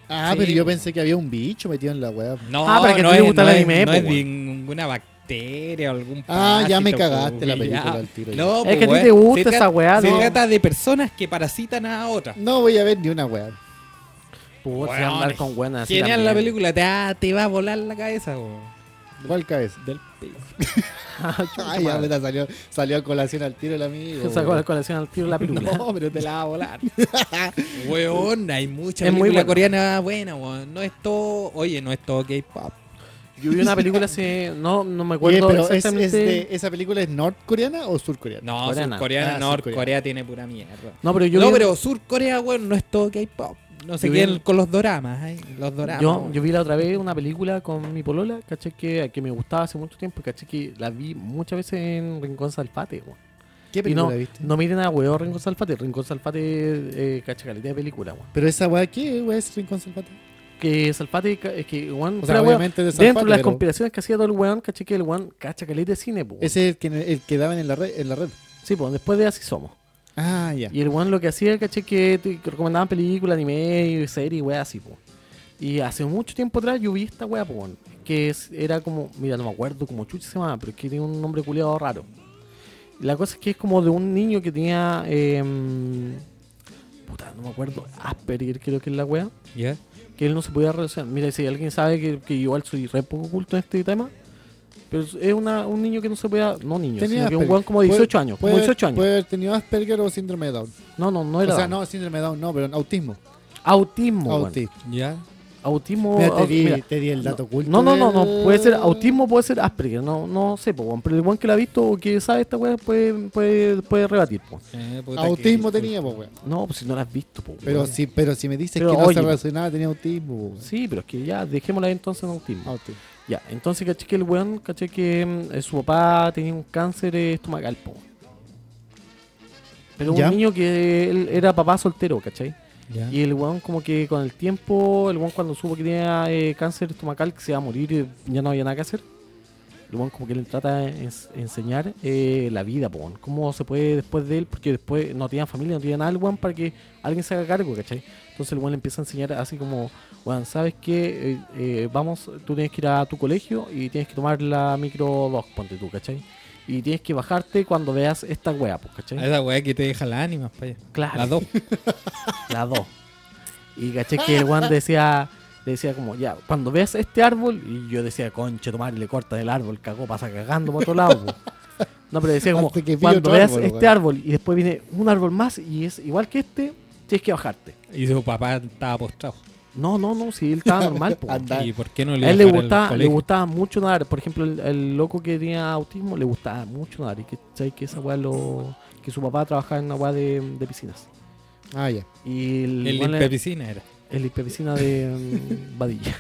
Speaker 3: Ah,
Speaker 2: Sí,
Speaker 3: pero yo
Speaker 2: po.
Speaker 3: pensé que había un bicho metido en la weá.
Speaker 2: weón. No,
Speaker 1: Ah, para que
Speaker 2: no
Speaker 1: te
Speaker 2: es,
Speaker 1: gusta
Speaker 2: no
Speaker 1: el
Speaker 2: es-
Speaker 1: anime,
Speaker 2: no
Speaker 1: po,
Speaker 2: es
Speaker 1: weón.
Speaker 2: ninguna bacteria o algún
Speaker 3: Ah, ya
Speaker 2: parásito,
Speaker 3: me
Speaker 2: po,
Speaker 3: cagaste la
Speaker 2: weón.
Speaker 3: película
Speaker 2: Ya.
Speaker 3: al tiro.
Speaker 1: Es
Speaker 2: No, po,
Speaker 1: que a ti
Speaker 2: weón.
Speaker 1: te gusta
Speaker 2: Se
Speaker 1: esa
Speaker 2: trata-
Speaker 1: weá,
Speaker 2: Se
Speaker 1: no.
Speaker 2: trata de personas que parasitan a otras.
Speaker 3: No voy a ver ni una weá.
Speaker 1: Puta,
Speaker 2: Weón,
Speaker 1: andar con buenas. así
Speaker 2: Genial la
Speaker 1: también.
Speaker 2: película, te, ah, te va a volar la cabeza, weón.
Speaker 3: ¿Cuál cabeza?
Speaker 2: Del piso.
Speaker 3: Ah, ya, puta, salió, salió a colación al tiro el amigo.
Speaker 1: Sacó
Speaker 3: weón.
Speaker 1: la colación al tiro la película.
Speaker 2: No, pero te la va a volar. Weón, hay mucha
Speaker 1: Es muy
Speaker 2: película
Speaker 1: bueno.
Speaker 2: coreana buena, weón. No es todo, oye, no es todo K-pop.
Speaker 1: Yo vi una película hace. No, no me
Speaker 3: Oye,
Speaker 1: acuerdo
Speaker 3: pero es- es
Speaker 1: exactamente.
Speaker 3: de- ¿esa película es norcoreana o surcoreana?
Speaker 2: No,
Speaker 1: Coreana.
Speaker 2: surcoreana,
Speaker 3: Ah,
Speaker 2: no,
Speaker 3: surcoreana.
Speaker 2: Corea tiene pura mierda.
Speaker 1: No, pero yo
Speaker 2: no,
Speaker 1: vi-
Speaker 2: pero Surcorea, weón, no es todo K-pop. No se
Speaker 1: Yo vi-
Speaker 2: queden con los doramas, ay, los
Speaker 3: Ah,
Speaker 2: doramas.
Speaker 1: Yo,
Speaker 2: weón.
Speaker 1: yo vi la otra vez una película con mi polola, caché que, que me gustaba hace mucho tiempo, caché que la vi muchas veces en Rincón Salfate, weón.
Speaker 3: ¿Qué
Speaker 1: Y
Speaker 3: película
Speaker 1: no,
Speaker 3: viste?
Speaker 1: no miren a weón Rincón Salfate, Rincón Salfate, eh, caché caleta de película, weón.
Speaker 3: Pero esa weá, ¿qué weá es Rincón Salvatore?
Speaker 1: Oh. Que Salfate, ca- es que weón,
Speaker 3: O sea,
Speaker 1: fuera weón,
Speaker 3: obviamente de
Speaker 1: dentro
Speaker 3: Salfate,
Speaker 1: de las
Speaker 3: pero-
Speaker 1: conspiraciones que hacía todo el weón, caché que el weón cacha caleta de cine, po, weón.
Speaker 3: Ese es el que, el que daban en la red. En la red.
Speaker 1: Sí, pues después de Así Somos.
Speaker 3: Ah, ya.
Speaker 1: Y el weón lo que hacía, caché, que te que recomendaban películas, anime, series, weá, así, po. Y hace mucho tiempo atrás yo vi esta weá, po, weón, que es- era como, mira, no me acuerdo como chucha se llama, pero es que tiene un nombre culiado raro. La cosa es que es como de un niño que tenía, em, puta, no me acuerdo, Asperger creo que es la weá,
Speaker 2: Ya.
Speaker 1: que él no se podía relacionar. Mira, si alguien sabe que, que igual soy re poco oculto en este tema, Pero es- es una, un niño que no se podía. No niño,
Speaker 3: Tenía
Speaker 1: sino que un
Speaker 3: Asperger.
Speaker 1: weón como
Speaker 3: Puede-
Speaker 1: 18 años. Como
Speaker 3: puede-
Speaker 1: 18 años.
Speaker 3: Puede haber tenido Asperger o síndrome de Down.
Speaker 1: No, no, no era.
Speaker 3: o sea,
Speaker 1: Down.
Speaker 3: no, síndrome de Down, no, pero autismo.
Speaker 1: Autismo. weón.
Speaker 3: Autismo.
Speaker 2: ¿Ya?
Speaker 1: Autismo.
Speaker 4: Mira, te,
Speaker 1: au-
Speaker 4: di,
Speaker 1: mira.
Speaker 4: te di el dato oculto.
Speaker 1: No, no, no,
Speaker 4: del-
Speaker 3: Eh.
Speaker 1: no. Puede ser autismo, puede ser Asperger. No, no sé, po, weón. Pero el weón que la ha visto o que sabe esta weá puede, puede, puede rebatir, po.
Speaker 2: Eh, puta,
Speaker 3: Autismo
Speaker 2: que-
Speaker 3: tenía, pues, weón.
Speaker 1: No, pues si no la has visto, po,
Speaker 3: Pero
Speaker 1: weón.
Speaker 3: si, pero si me dices
Speaker 1: Pero
Speaker 3: que no
Speaker 1: oye.
Speaker 3: se relacionaba, tenía autismo, po, weón.
Speaker 1: Sí, pero es que ya, dejémosla ahí entonces en
Speaker 4: Ah.
Speaker 1: autismo.
Speaker 3: Autismo.
Speaker 1: Ya, entonces caché que el weón, caché que mm, eh, su papá tenía un cáncer eh, estomacal, po. Pero un
Speaker 3: Ya.
Speaker 1: niño que él era papá soltero, ¿cachai?
Speaker 2: Ya.
Speaker 1: Y el weón como que con el tiempo, el weón cuando supo que tenía eh, cáncer estomacal, que se iba a morir, eh, ya no había nada que hacer. El weón como que le trata de ens- enseñar eh, la vida, po, weón. cómo se puede después de él, porque después no tenía familia, no tenía nada el weón para que alguien se haga cargo, ¿cachai? Entonces el weón le empieza a enseñar así como, weón, ¿sabes qué? Eh, eh, vamos, tú tienes que ir a tu colegio y tienes que tomar la micro 2, ponte tú, ¿cachai? Y tienes que bajarte cuando veas esta wea, pues, ¿cachai?
Speaker 2: Esa weá que te deja la ánima, pa' allá.
Speaker 1: Claro.
Speaker 2: La dos.
Speaker 1: Las dos. Y caché que el Juan decía, decía como, ya, cuando veas este árbol, y yo decía, conche, tomar, le corta el árbol, cagó, pasa cagando por otro lado. po". No, pero decía como,
Speaker 3: Hasta que vi
Speaker 1: cuando
Speaker 3: otro
Speaker 1: veas
Speaker 3: árbol,
Speaker 1: este
Speaker 3: weón".
Speaker 1: árbol, y después viene un árbol más, y es igual que este, tienes que bajarte.
Speaker 2: Y su papá estaba postrado.
Speaker 1: No, no, no, si él estaba normal. po.
Speaker 3: Anda.
Speaker 2: ¿Y por qué no le
Speaker 1: A él le
Speaker 2: dejaron el
Speaker 1: gustaba, le
Speaker 2: colegio?
Speaker 1: gustaba mucho nadar. Por ejemplo, el, el loco que tenía autismo le gustaba mucho nadar. Y que, ¿sabes? que esa weá lo. que su papá trabajaba en una weá de, de piscinas.
Speaker 3: Ah, ya.
Speaker 1: Y el,
Speaker 2: El
Speaker 1: weón le-
Speaker 2: limpia piscina era.
Speaker 1: el limpia piscina de mm, Badilla.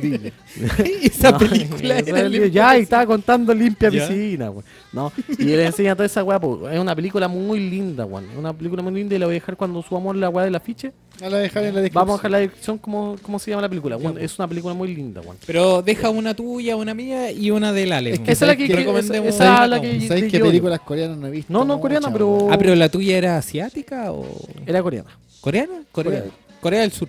Speaker 3: Dile.
Speaker 2: Esa
Speaker 1: No,
Speaker 2: película
Speaker 1: esa
Speaker 2: era
Speaker 1: es
Speaker 2: limpia
Speaker 1: Ya, y estaba contando limpia
Speaker 2: Ya.
Speaker 1: piscina, weón. No, y le enseña toda esa weá, po. Es una película muy linda, weón. Es una película muy linda y la voy a dejar cuando subamos la weá del afiche.
Speaker 3: A la dejar en la descripción.
Speaker 1: Vamos a dejar la descripción cómo, cómo se llama la película. weón. es una película muy linda, weón.
Speaker 2: Pero deja una tuya, una mía y una del Ale.
Speaker 3: Es
Speaker 2: ¿no?
Speaker 3: que
Speaker 1: Esa es la que,
Speaker 3: que
Speaker 1: que- esa,
Speaker 2: recomendemos-
Speaker 1: esa es la que
Speaker 2: recomendamos.
Speaker 1: de
Speaker 3: ¿Sabes qué
Speaker 1: Giorgio.
Speaker 3: películas coreanas no he visto?
Speaker 1: No, no, coreana,
Speaker 3: Muchas,
Speaker 1: pero-
Speaker 3: weón.
Speaker 2: Ah, pero la tuya era asiática o
Speaker 1: Era coreana.
Speaker 2: coreana? Corea.
Speaker 1: Corea.
Speaker 2: Corea del Sur.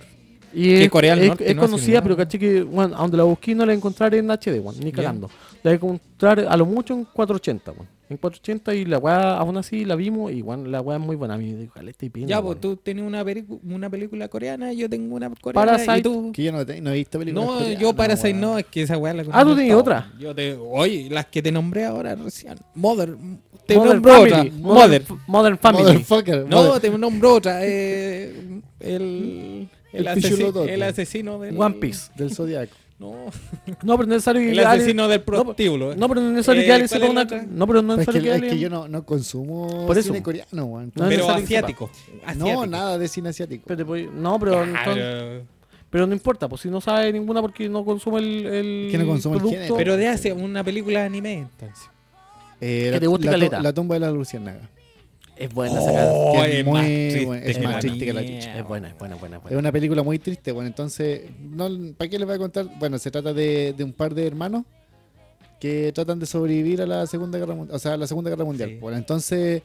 Speaker 1: Y
Speaker 2: Que
Speaker 1: es,
Speaker 2: Corea del
Speaker 1: es-
Speaker 2: Norte
Speaker 1: es
Speaker 2: no hace
Speaker 1: conocida,
Speaker 2: nada.
Speaker 1: pero caché que, bueno, a donde la busqué no la encontraré en HD, weón, ni
Speaker 2: Ya.
Speaker 1: cagando. La voy a encontrar a lo mucho en 480, weón. En 480 y la weá, aún así la vimos y, weón, la weá es muy buena. A mí me dijo, "Jale, estoy pidiendo,
Speaker 2: Ya,
Speaker 1: weón".
Speaker 2: pues tú tienes una, pericu- una película coreana, yo tengo una coreana.
Speaker 1: Parasite.
Speaker 2: Y tú...
Speaker 3: Que yo no, te- no he visto películas
Speaker 2: No,
Speaker 3: coreanas,
Speaker 2: yo Parasite
Speaker 3: weón.
Speaker 2: no, es que esa weá la
Speaker 1: Ah, tú
Speaker 2: conozco.
Speaker 1: tenías otra.
Speaker 2: Yo te, oye, las que te nombré ahora recién. Mother. Te
Speaker 1: Modern
Speaker 2: nombro
Speaker 1: Family,
Speaker 2: otra.
Speaker 1: Modern,
Speaker 2: Mother.
Speaker 1: Modern Family.
Speaker 3: Motherfucker.
Speaker 2: No,
Speaker 3: mother-
Speaker 2: te nombró otra. eh, el. El,
Speaker 3: El
Speaker 2: asesino,
Speaker 3: pichulototo.
Speaker 2: el asesino del.
Speaker 1: One Piece.
Speaker 3: Del Zodíaco.
Speaker 2: No,
Speaker 1: No, pero no es necesario que
Speaker 2: el
Speaker 1: Ale-
Speaker 2: asesino del prostíbulo. eh.
Speaker 1: No, pero no es necesario
Speaker 2: Eh,
Speaker 1: que Ale
Speaker 2: ¿cuál
Speaker 1: sepa
Speaker 2: es la
Speaker 1: una.
Speaker 2: otra?
Speaker 1: No, pero no es
Speaker 3: Pero es que,
Speaker 1: necesario que
Speaker 3: es
Speaker 1: Ale-
Speaker 3: que yo no, no consumo
Speaker 1: Por eso.
Speaker 3: cine coreano, weón.
Speaker 1: No,
Speaker 2: pero
Speaker 1: necesario que sepa.
Speaker 2: asiático. asiático.
Speaker 3: No, nada de cine asiático.
Speaker 1: Pero te voy- pues, No, pero.
Speaker 2: Ah,
Speaker 1: entonces- pero...
Speaker 2: pero-
Speaker 1: no importa, pues si no sabe ninguna porque no consume el. el
Speaker 3: Que no consume el género.
Speaker 2: Pero de hace una película de anime, entonces.
Speaker 3: Eh,
Speaker 1: que
Speaker 3: la-
Speaker 1: te guste
Speaker 3: la, to-
Speaker 1: caleta.
Speaker 3: la tumba de la luciérnaga.
Speaker 1: Es buena esa cara.
Speaker 3: que Oh, es
Speaker 2: es
Speaker 3: muy
Speaker 2: más
Speaker 3: buena,
Speaker 2: triste
Speaker 3: es
Speaker 2: que
Speaker 3: más
Speaker 2: la
Speaker 3: triste que la
Speaker 2: mierda.
Speaker 1: Es buena, es buena, es buena. es
Speaker 3: Es
Speaker 1: buena.
Speaker 3: una película muy triste, bueno, entonces, no, ¿para qué les voy a contar? Bueno, se trata de, de un par de hermanos que tratan de sobrevivir a la Segunda Guerra Mundial, o sea, a la Segunda Guerra Mundial.
Speaker 2: Sí.
Speaker 3: Bueno, entonces,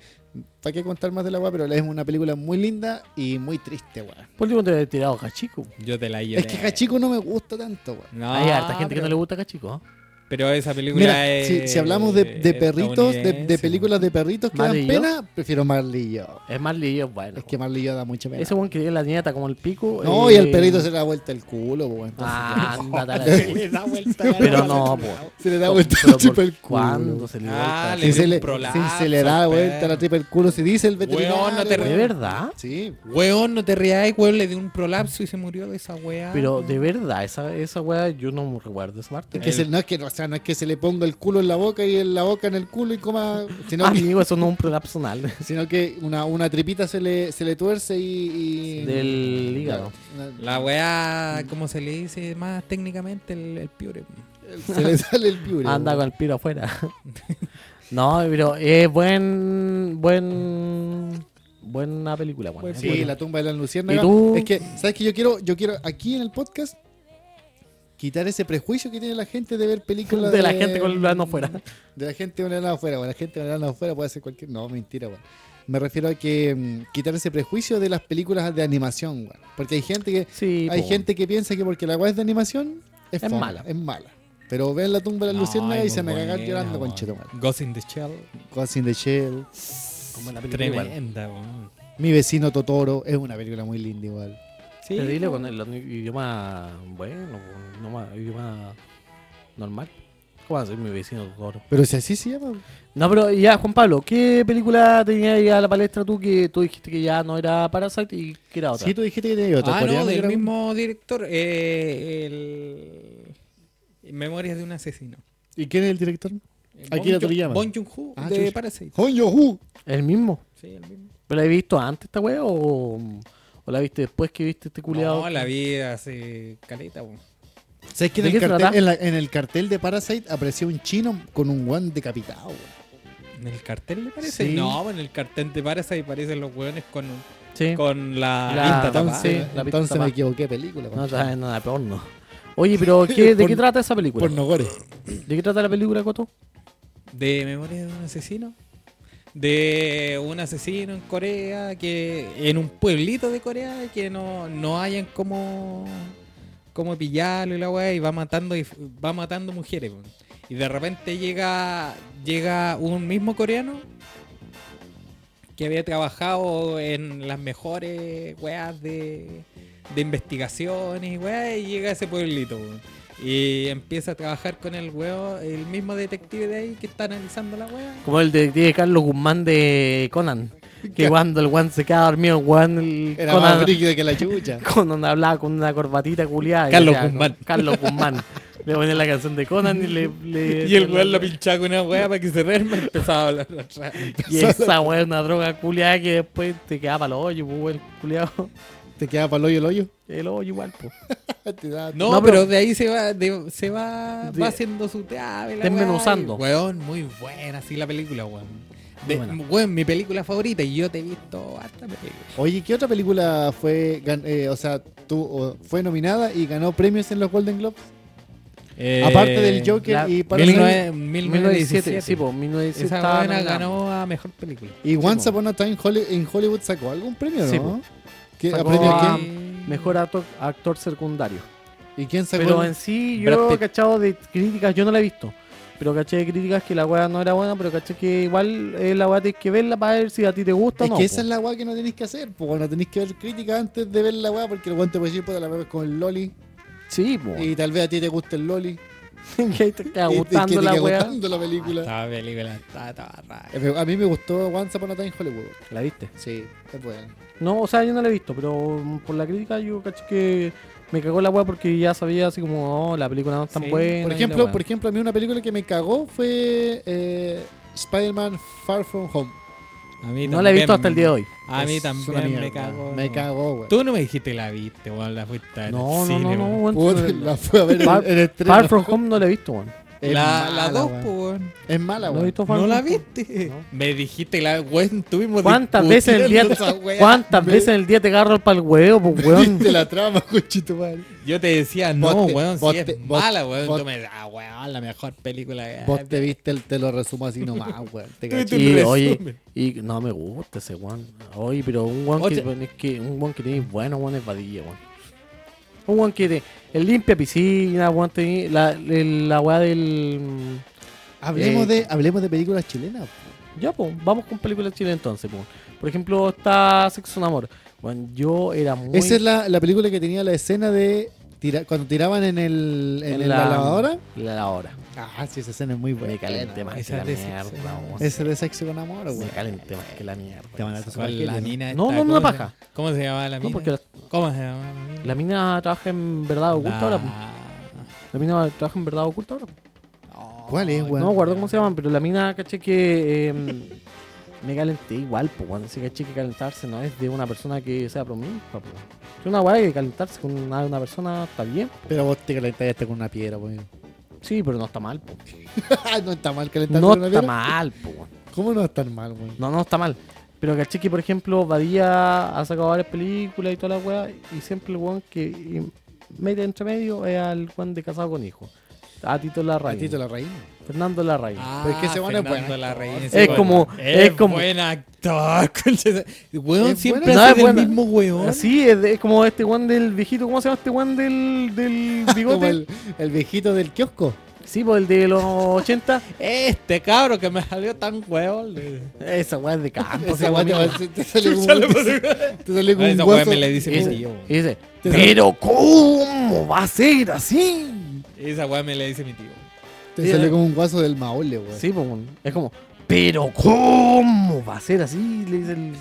Speaker 3: ¿para qué contar más de la weá? Pero es una película muy linda y muy triste, weón.
Speaker 1: Por último te he tirado Cachico.
Speaker 2: Yo te la lloré.
Speaker 3: Es que Hachiko no me gusta tanto, weón.
Speaker 2: No,
Speaker 1: Hay harta gente que no
Speaker 2: Ah, pero-
Speaker 1: le gusta Cachico. ¿eh?
Speaker 2: Pero esa película
Speaker 3: Mira,
Speaker 2: es.
Speaker 3: si, si hablamos de, de perritos, de- de,
Speaker 2: estadounidense,
Speaker 3: películas de perritos que
Speaker 1: Marley y
Speaker 3: dan
Speaker 1: yo.
Speaker 3: pena, prefiero Marley y yo.
Speaker 1: Es más lío, es bueno.
Speaker 3: Es que Marley y yo da mucha pena.
Speaker 1: Ese buen que tiene la nieta como el pico.
Speaker 3: No,
Speaker 1: eh,
Speaker 3: y el perrito se le da vuelta el culo, weón. entonces,
Speaker 1: Ah, ándate a la
Speaker 2: weón.
Speaker 1: chucha.
Speaker 2: Le da vuelta la
Speaker 1: Pero
Speaker 2: cara.
Speaker 1: no, pues.
Speaker 3: Se le da vuelta
Speaker 1: Pero
Speaker 3: la
Speaker 1: por
Speaker 3: tripa el culo.
Speaker 1: ¿Cuándo se le da
Speaker 2: Ah,
Speaker 1: vuelta?
Speaker 2: le
Speaker 3: Si
Speaker 2: dio
Speaker 3: se,
Speaker 2: un
Speaker 3: le,
Speaker 2: prolapso,
Speaker 3: si se le da vuelta
Speaker 2: perro.
Speaker 3: la tripa el culo, si dice el veterinario.
Speaker 2: Weón, no te
Speaker 1: ¿De
Speaker 2: rías.
Speaker 3: weón.
Speaker 1: verdad?
Speaker 3: Sí.
Speaker 2: Weón, no te rías, weón, le dio un prolapso y se murió de esa weá.
Speaker 1: Pero de verdad, esa, esa weá yo no me recuerdo esa parte.
Speaker 3: Es que se- no, es que, o sea, no es que se le ponga el culo en la boca y en la boca en el culo y coma. Sino, que,
Speaker 1: Amigo, eso no es un prolapso anal.
Speaker 3: sino que una, una tripita se le, se le tuerce y. y-
Speaker 1: Del hígado.
Speaker 3: Claro, una-
Speaker 2: La weá, ¿cómo se le dice más técnicamente? El, el piure.
Speaker 3: se le sale el piure.
Speaker 1: Anda con
Speaker 3: weón.
Speaker 1: el piro afuera. No, pero es buen. Buen. Buena película, weón.
Speaker 2: Pues
Speaker 1: Es
Speaker 3: Sí,
Speaker 1: buena.
Speaker 3: la tumba de la luciérnaga.
Speaker 1: ¿Y tú?
Speaker 3: Es que, ¿sabes qué? Yo quiero, yo quiero aquí en el podcast quitar ese prejuicio que tiene la gente de ver películas.
Speaker 1: De la gente con el ano afuera.
Speaker 3: De la gente con el ano afuera, bueno, la gente con el ano afuera puede hacer cualquier. No, mentira, bueno. Me refiero a que mm, quitar ese prejuicio de las películas de animación, weón. Porque hay gente que
Speaker 1: Sí,
Speaker 3: hay
Speaker 1: po.
Speaker 3: gente que piensa que porque la weá es de animación es,
Speaker 1: Es
Speaker 3: mala,
Speaker 1: mala.
Speaker 3: es mala. Pero ven la tumba de la luciérnaga y se van a cagar llorando con cheto,
Speaker 2: Ghost in the Shell.
Speaker 3: Ghost in the Shell,
Speaker 1: Como en la película. igual.
Speaker 2: Tremenda, weón.
Speaker 3: Mi vecino Totoro, es una película muy linda igual.
Speaker 2: Sí.
Speaker 1: Pero dile con el idioma bueno, con idioma, idioma normal.
Speaker 9: Juan, soy mi vecino toro.
Speaker 3: Pero si así se llama.
Speaker 1: No, pero ya, Juan Pablo, ¿qué película tenía ahí a la palestra tú que tú dijiste que ya no era Parasite y que era otra?
Speaker 3: Sí, tú dijiste que tenía otra.
Speaker 2: Ah, no,
Speaker 3: coreana,
Speaker 2: del
Speaker 3: creo.
Speaker 2: mismo director. eh, el... Memorias de un asesino.
Speaker 3: ¿Y quién es el director?
Speaker 2: Eh,
Speaker 3: Akira
Speaker 2: Bong Joon-
Speaker 3: Toriyama.
Speaker 2: Bong Joon-ho
Speaker 3: Ah,
Speaker 2: de
Speaker 3: chucha.
Speaker 2: Parasite.
Speaker 3: Honyo Hu.
Speaker 1: El mismo.
Speaker 2: Sí, el mismo.
Speaker 1: ¿Pero la he visto antes esta wea o, o la viste después que viste este culiado?
Speaker 2: No, la vi hace caleta, po.
Speaker 3: ¿Sabes que en
Speaker 1: ¿De
Speaker 3: el,
Speaker 1: qué
Speaker 3: cartel,
Speaker 1: trata?
Speaker 3: en, la- en el cartel de Parasite apareció un chino con un guan decapitado? weón.
Speaker 2: ¿En el cartel le parece?
Speaker 3: Sí.
Speaker 2: No, en el cartel de Parasite parecen los hueones con,
Speaker 1: Sí.
Speaker 2: con la,
Speaker 1: Ah, La-
Speaker 2: pinta tapada.
Speaker 1: sí.
Speaker 3: Entonces,
Speaker 1: la pista
Speaker 3: entonces me
Speaker 1: tapada.
Speaker 3: equivoqué de película.
Speaker 1: No, está en nada, porno. Oye, pero ¿qué, ¿de qué
Speaker 3: Porno-
Speaker 1: trata esa película?
Speaker 3: Por Nogore.
Speaker 1: ¿De qué trata la película, Coto?
Speaker 2: De Memorias de un asesino. De un asesino en Corea, que en un pueblito de Corea, que no, no hayan como, como pillarlo y la weá, y va matando, y va matando mujeres. po. Y de repente llega, llega un mismo coreano que había trabajado en las mejores weas de, de investigaciones y weas, y llega a ese pueblito. weón. Y empieza a trabajar con el weón, el mismo detective de ahí que está analizando la wea.
Speaker 1: Como el detective Carlos Guzmán de Conan. Que
Speaker 3: Ya.
Speaker 1: cuando el Juan se queda dormido, el Juan el
Speaker 3: Era más
Speaker 1: Conan,
Speaker 3: brígido que la chucha.
Speaker 1: Conan hablaba con una corbatita culiada. y
Speaker 2: Carlos
Speaker 1: decía,
Speaker 2: Guzmán.
Speaker 1: Carlos Guzmán. le ponía la canción de Conan y le. le-
Speaker 2: Y
Speaker 1: le-
Speaker 2: el weón lo pinchaba con una wea para que se duerma y empezaba a hablar atrás.
Speaker 1: Y esa weá es una droga culiada que después te quedaba para los hoyos, pues, weón, culiado.
Speaker 3: Te quedaba para el hoyo el hoyo.
Speaker 1: El hoyo igual, pues.
Speaker 3: Te daba-
Speaker 2: No,
Speaker 1: No,
Speaker 2: pero,
Speaker 1: pero-
Speaker 2: de ahí se va, de- se va,
Speaker 1: De-
Speaker 2: va haciendo su teave. la
Speaker 1: Desmenuzando.
Speaker 2: weá, y, Weón, muy buena, sí, la película, weón. De-
Speaker 1: Muy buena.
Speaker 2: Weón, mi película favorita y yo te he visto harta película.
Speaker 3: Oye, ¿qué otra película fue, gan- eh, o sea, tú, o- fue nominada y ganó premios en los Golden Globes?
Speaker 2: Eh,
Speaker 3: Aparte del Joker
Speaker 1: la-
Speaker 3: y Parasite.
Speaker 2: 19-
Speaker 1: 1917,
Speaker 2: 1917.
Speaker 1: sí, pues, 1917.
Speaker 2: Esa
Speaker 1: estaba
Speaker 2: buena
Speaker 1: nominada.
Speaker 2: ganó a mejor película.
Speaker 3: Y Once
Speaker 1: po.
Speaker 3: Upon a Time Holly- en Hollywood sacó algún premio,
Speaker 1: Sí,
Speaker 3: ¿no?
Speaker 1: po.
Speaker 3: ¿Qué,
Speaker 1: Sacó
Speaker 3: ¿a premio a
Speaker 2: Ah,
Speaker 1: a-
Speaker 3: quién?
Speaker 1: Mejor actor, actor secundario.
Speaker 3: ¿Y quién sacó?
Speaker 1: Pero
Speaker 3: el-
Speaker 1: en sí,
Speaker 2: Brad
Speaker 1: yo
Speaker 2: Pitt.
Speaker 1: cachado de críticas, yo no la he visto. Pero caché de críticas que la weá no era buena, pero caché que igual eh, la weá tienes que verla para ver si a ti te gusta
Speaker 3: Es
Speaker 1: o no.
Speaker 3: que esa
Speaker 1: po.
Speaker 3: es la weá que no tenéis que hacer, pues bueno, tenéis que ver críticas antes de ver la weá, porque el weón te puede decir, puta, la weá es con el Loli,
Speaker 1: Sí, po.
Speaker 3: y tal vez a ti te guste el Loli,
Speaker 1: que ahí te queda
Speaker 3: y te- que
Speaker 1: gustando
Speaker 3: te
Speaker 1: la
Speaker 3: queda
Speaker 1: weá. Ah.
Speaker 3: gustando la película.
Speaker 2: Esta película está toda rara.
Speaker 3: Eh, pero A mí me gustó Once Upon a Time Hollywood.
Speaker 1: ¿La viste?
Speaker 3: Sí, es bueno.
Speaker 1: No, o sea, yo no la he visto, pero mm, por la crítica yo caché que me cagó la weá porque ya sabía así como, no, la película no es tan
Speaker 2: Sí.
Speaker 1: buena.
Speaker 3: Por
Speaker 1: y la
Speaker 3: ejemplo,
Speaker 1: weá.
Speaker 3: por ejemplo, a mí una película que me cagó fue eh, Spider-Man Far From Home.
Speaker 2: A mí
Speaker 1: no la he visto
Speaker 2: también-
Speaker 1: hasta el día de hoy.
Speaker 2: A mí
Speaker 3: Es una
Speaker 2: también
Speaker 3: mierda.
Speaker 2: me cago.
Speaker 3: Me
Speaker 2: no.
Speaker 3: cago, güey.
Speaker 2: Tú no me dijiste la viste, weón, la fuiste a ver
Speaker 1: No,
Speaker 2: al
Speaker 1: no, no,
Speaker 2: cine,
Speaker 1: no,
Speaker 2: weón.
Speaker 1: weón.
Speaker 3: Puta, la fue a ver
Speaker 1: Far-
Speaker 3: en, en estreno.
Speaker 1: Far From Home no la he visto, weón.
Speaker 3: Es
Speaker 2: La,
Speaker 3: mala,
Speaker 2: la dos, pues.
Speaker 3: güey.
Speaker 2: po, weón.
Speaker 3: Es mala,
Speaker 1: No he
Speaker 3: güey.
Speaker 1: visto Far
Speaker 2: No
Speaker 1: From
Speaker 2: la
Speaker 1: Home.
Speaker 2: viste.
Speaker 1: No.
Speaker 2: Me dijiste la weón, tuvimos
Speaker 1: ¿Cuántas veces en el día
Speaker 2: discutiendo esa
Speaker 1: te,
Speaker 2: wea.
Speaker 1: ¿cuántas
Speaker 3: Me-
Speaker 1: veces en el día te agarro para el huevo, pues weón?
Speaker 3: Viste la trama, cochito mal.
Speaker 2: Yo te decía, no,
Speaker 3: Vos te-
Speaker 2: weón,
Speaker 3: vos
Speaker 2: si
Speaker 3: te-
Speaker 2: es
Speaker 3: vos-
Speaker 2: mala, weón.
Speaker 3: vos-
Speaker 2: Tú me ah, weón, la mejor película. de-
Speaker 3: Vos te viste, el- te lo resumo así nomás, güey. Te
Speaker 2: Tú-
Speaker 3: caché.
Speaker 2: un
Speaker 1: Y
Speaker 2: resumen.
Speaker 1: oye, y no me gusta ese weón. Oye, pero un weón que, es que un weón que tiene bueno, weón es vadilla, weón. Un weón que te- el limpia piscina, weón tiene la, el- la weá del mm,
Speaker 3: Hablemos,
Speaker 1: Eh,
Speaker 3: de, hablemos de películas chilenas. po.
Speaker 1: ya pues, vamos con películas chilenas entonces, pues. Por ejemplo, está Sexo en Amor. Weón, yo era muy
Speaker 3: Esa es la, la película que tenía la escena de tira- cuando tiraban en, el, en, la, lavadora.
Speaker 1: La lavadora.
Speaker 3: Ah, sí, esa escena es muy buena.
Speaker 1: Me calenté más que
Speaker 2: esa
Speaker 1: la
Speaker 2: de
Speaker 1: mierda,
Speaker 2: Sexo en Amor.
Speaker 1: weón.
Speaker 3: Esa de sexo con amor, güey.
Speaker 1: Me calenté más que la mierda.
Speaker 3: Te van a
Speaker 2: Con la mina
Speaker 1: No,
Speaker 2: esta,
Speaker 1: no, no, una
Speaker 2: ¿cómo se-
Speaker 1: paja.
Speaker 2: ¿Cómo se llamaba la mina?
Speaker 1: No, porque la,
Speaker 2: ¿Cómo se llamaba la mina? Ah.
Speaker 1: la mina trabaja en verdad oculta ahora. po. La mina trabaja en verdad oculta ahora. po.
Speaker 3: ¿Cuál es, güey?
Speaker 1: No, guardo cómo se llaman, pero la mina, caché que. eh, me calenté igual, pues, cuando se caché que calentarse no es de una persona que sea promiscua, pues. Es una guay que calentarse con una, una persona está bien.
Speaker 3: Pero vos te calentaste con una piedra, güey.
Speaker 1: Sí, pero no está mal, pues.
Speaker 3: no está mal calentarse
Speaker 1: No
Speaker 3: con una
Speaker 1: está
Speaker 3: piedra.
Speaker 1: mal, pues.
Speaker 3: ¿Cómo no está mal, güey?
Speaker 1: No, no está mal. Pero caché que, por ejemplo, Badía ha sacado varias películas y toda la weá, y siempre el weón que y mete entre medio es al weón de casado con hijo. A Tito
Speaker 3: A
Speaker 1: Larraín.
Speaker 3: ti te la reina.
Speaker 1: Fernando Larraín.
Speaker 3: Pero es que
Speaker 2: Ah,
Speaker 3: ese weón es buen actor.
Speaker 1: Es como- es como-
Speaker 2: buen actor. concha de- Weón
Speaker 3: Es
Speaker 2: siempre
Speaker 1: buen actor.
Speaker 2: hace
Speaker 1: No, es
Speaker 2: el
Speaker 1: buen-
Speaker 2: mismo weón.
Speaker 1: Así es, de- es como este weón del viejito, ¿cómo se llama este weón del, del
Speaker 3: Como
Speaker 1: bigote?
Speaker 3: el, el viejito del kiosco.
Speaker 1: Sí, pues el de los 80.
Speaker 2: Este cabro que me salió tan weón. le-
Speaker 1: Esa weá es de campo.
Speaker 3: Esa weá te, va a hacer- te sale como
Speaker 2: Sale
Speaker 3: un,
Speaker 2: por-
Speaker 3: te sale como
Speaker 2: Ah,
Speaker 3: un
Speaker 2: Esa weón
Speaker 3: guaso. Eh,
Speaker 2: me le dice mi
Speaker 1: Ese-
Speaker 2: tío.
Speaker 1: Y dice,
Speaker 3: Te-
Speaker 1: pero ¿cómo va a ser así?
Speaker 2: Esa weón me le dice mi tío.
Speaker 3: Te
Speaker 1: Sí,
Speaker 3: sale
Speaker 1: eh.
Speaker 3: como un guaso del maule, weón.
Speaker 1: Sí, pues, weón. es como, pero ¿cómo va a ser así? Le dice el...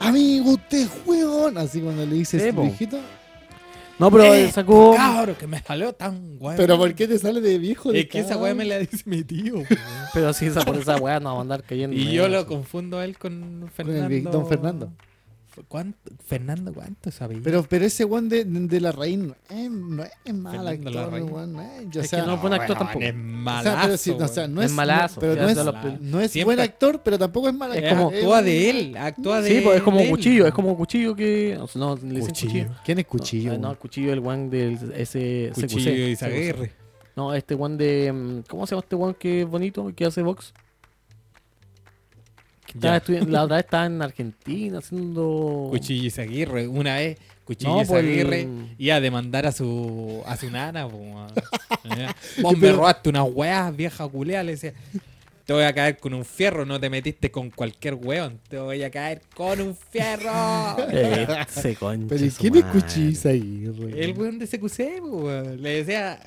Speaker 3: Amigo, usted es weón. Así cuando le dices
Speaker 1: Sí, po.
Speaker 3: viejito.
Speaker 1: No, pero
Speaker 2: Eh,
Speaker 1: sacó...
Speaker 2: Cabro, que me salió tan weón.
Speaker 3: Pero ¿por qué te sale de viejo? de
Speaker 2: Es que esa
Speaker 3: cabro?
Speaker 2: weá me la dice mi tío. weón.
Speaker 1: Pero así esa, por esa weá no va a andar cayendo.
Speaker 2: Y
Speaker 1: en
Speaker 2: yo
Speaker 1: eso.
Speaker 2: lo confundo a él con Fernando.
Speaker 3: el vie- don Fernando.
Speaker 2: F- ¿Cuánto? Fernando, ¿cuánto sabía?
Speaker 3: Pero, pero ese weón de, de la reina eh, no es mal
Speaker 2: Fernando
Speaker 3: actor,
Speaker 2: Larraín.
Speaker 3: weón. eh. Yo,
Speaker 1: Es
Speaker 3: o sea,
Speaker 1: que no es buen actor
Speaker 2: Bueno,
Speaker 1: tampoco.
Speaker 2: Ah, Es
Speaker 1: Es,
Speaker 3: o
Speaker 2: malazo.
Speaker 3: sea, pero sí, no, o sea, no
Speaker 1: Es
Speaker 3: es, no-
Speaker 1: malazo,
Speaker 3: pero
Speaker 1: ya
Speaker 3: no
Speaker 1: se
Speaker 3: es,
Speaker 1: lo-
Speaker 3: no es
Speaker 2: siempre-
Speaker 3: buen actor, pero tampoco es mal actor.
Speaker 1: como-
Speaker 2: actúa de él, actúa de
Speaker 1: sí, pues es como
Speaker 2: de él.
Speaker 1: cuchillo, es como cuchillo que... No, no le dicen cuchillo.
Speaker 3: ¿Quién es
Speaker 1: No,
Speaker 3: Cuchillo?
Speaker 1: eh, no,
Speaker 3: weón?
Speaker 1: el cuchillo el one del ese
Speaker 2: Cuchillo
Speaker 1: CQC.
Speaker 2: y Zaguerre.
Speaker 1: No, este one de mm, ¿cómo se llama este one que es bonito que hace box? Que estaba
Speaker 2: Ya.
Speaker 1: estudi- la otra vez estaba en Argentina haciendo
Speaker 2: Cuchillo y Zaguirre, una vez Cuchillo
Speaker 1: No,
Speaker 2: y
Speaker 1: por el-
Speaker 2: Zaguirre iba a demandar a su a su nana, po, weón. Eh, Vos me robaste unas weas, vieja culea, le decía. Te voy a caer con un fierro, no te metiste con cualquier weón, te voy a caer con un fierro.
Speaker 1: Ese concha
Speaker 3: Pero ¿y
Speaker 1: su
Speaker 3: ¿quién es
Speaker 1: madre.
Speaker 3: Cuchillo ahí?
Speaker 2: El weón de CQC, po, weón. le decía,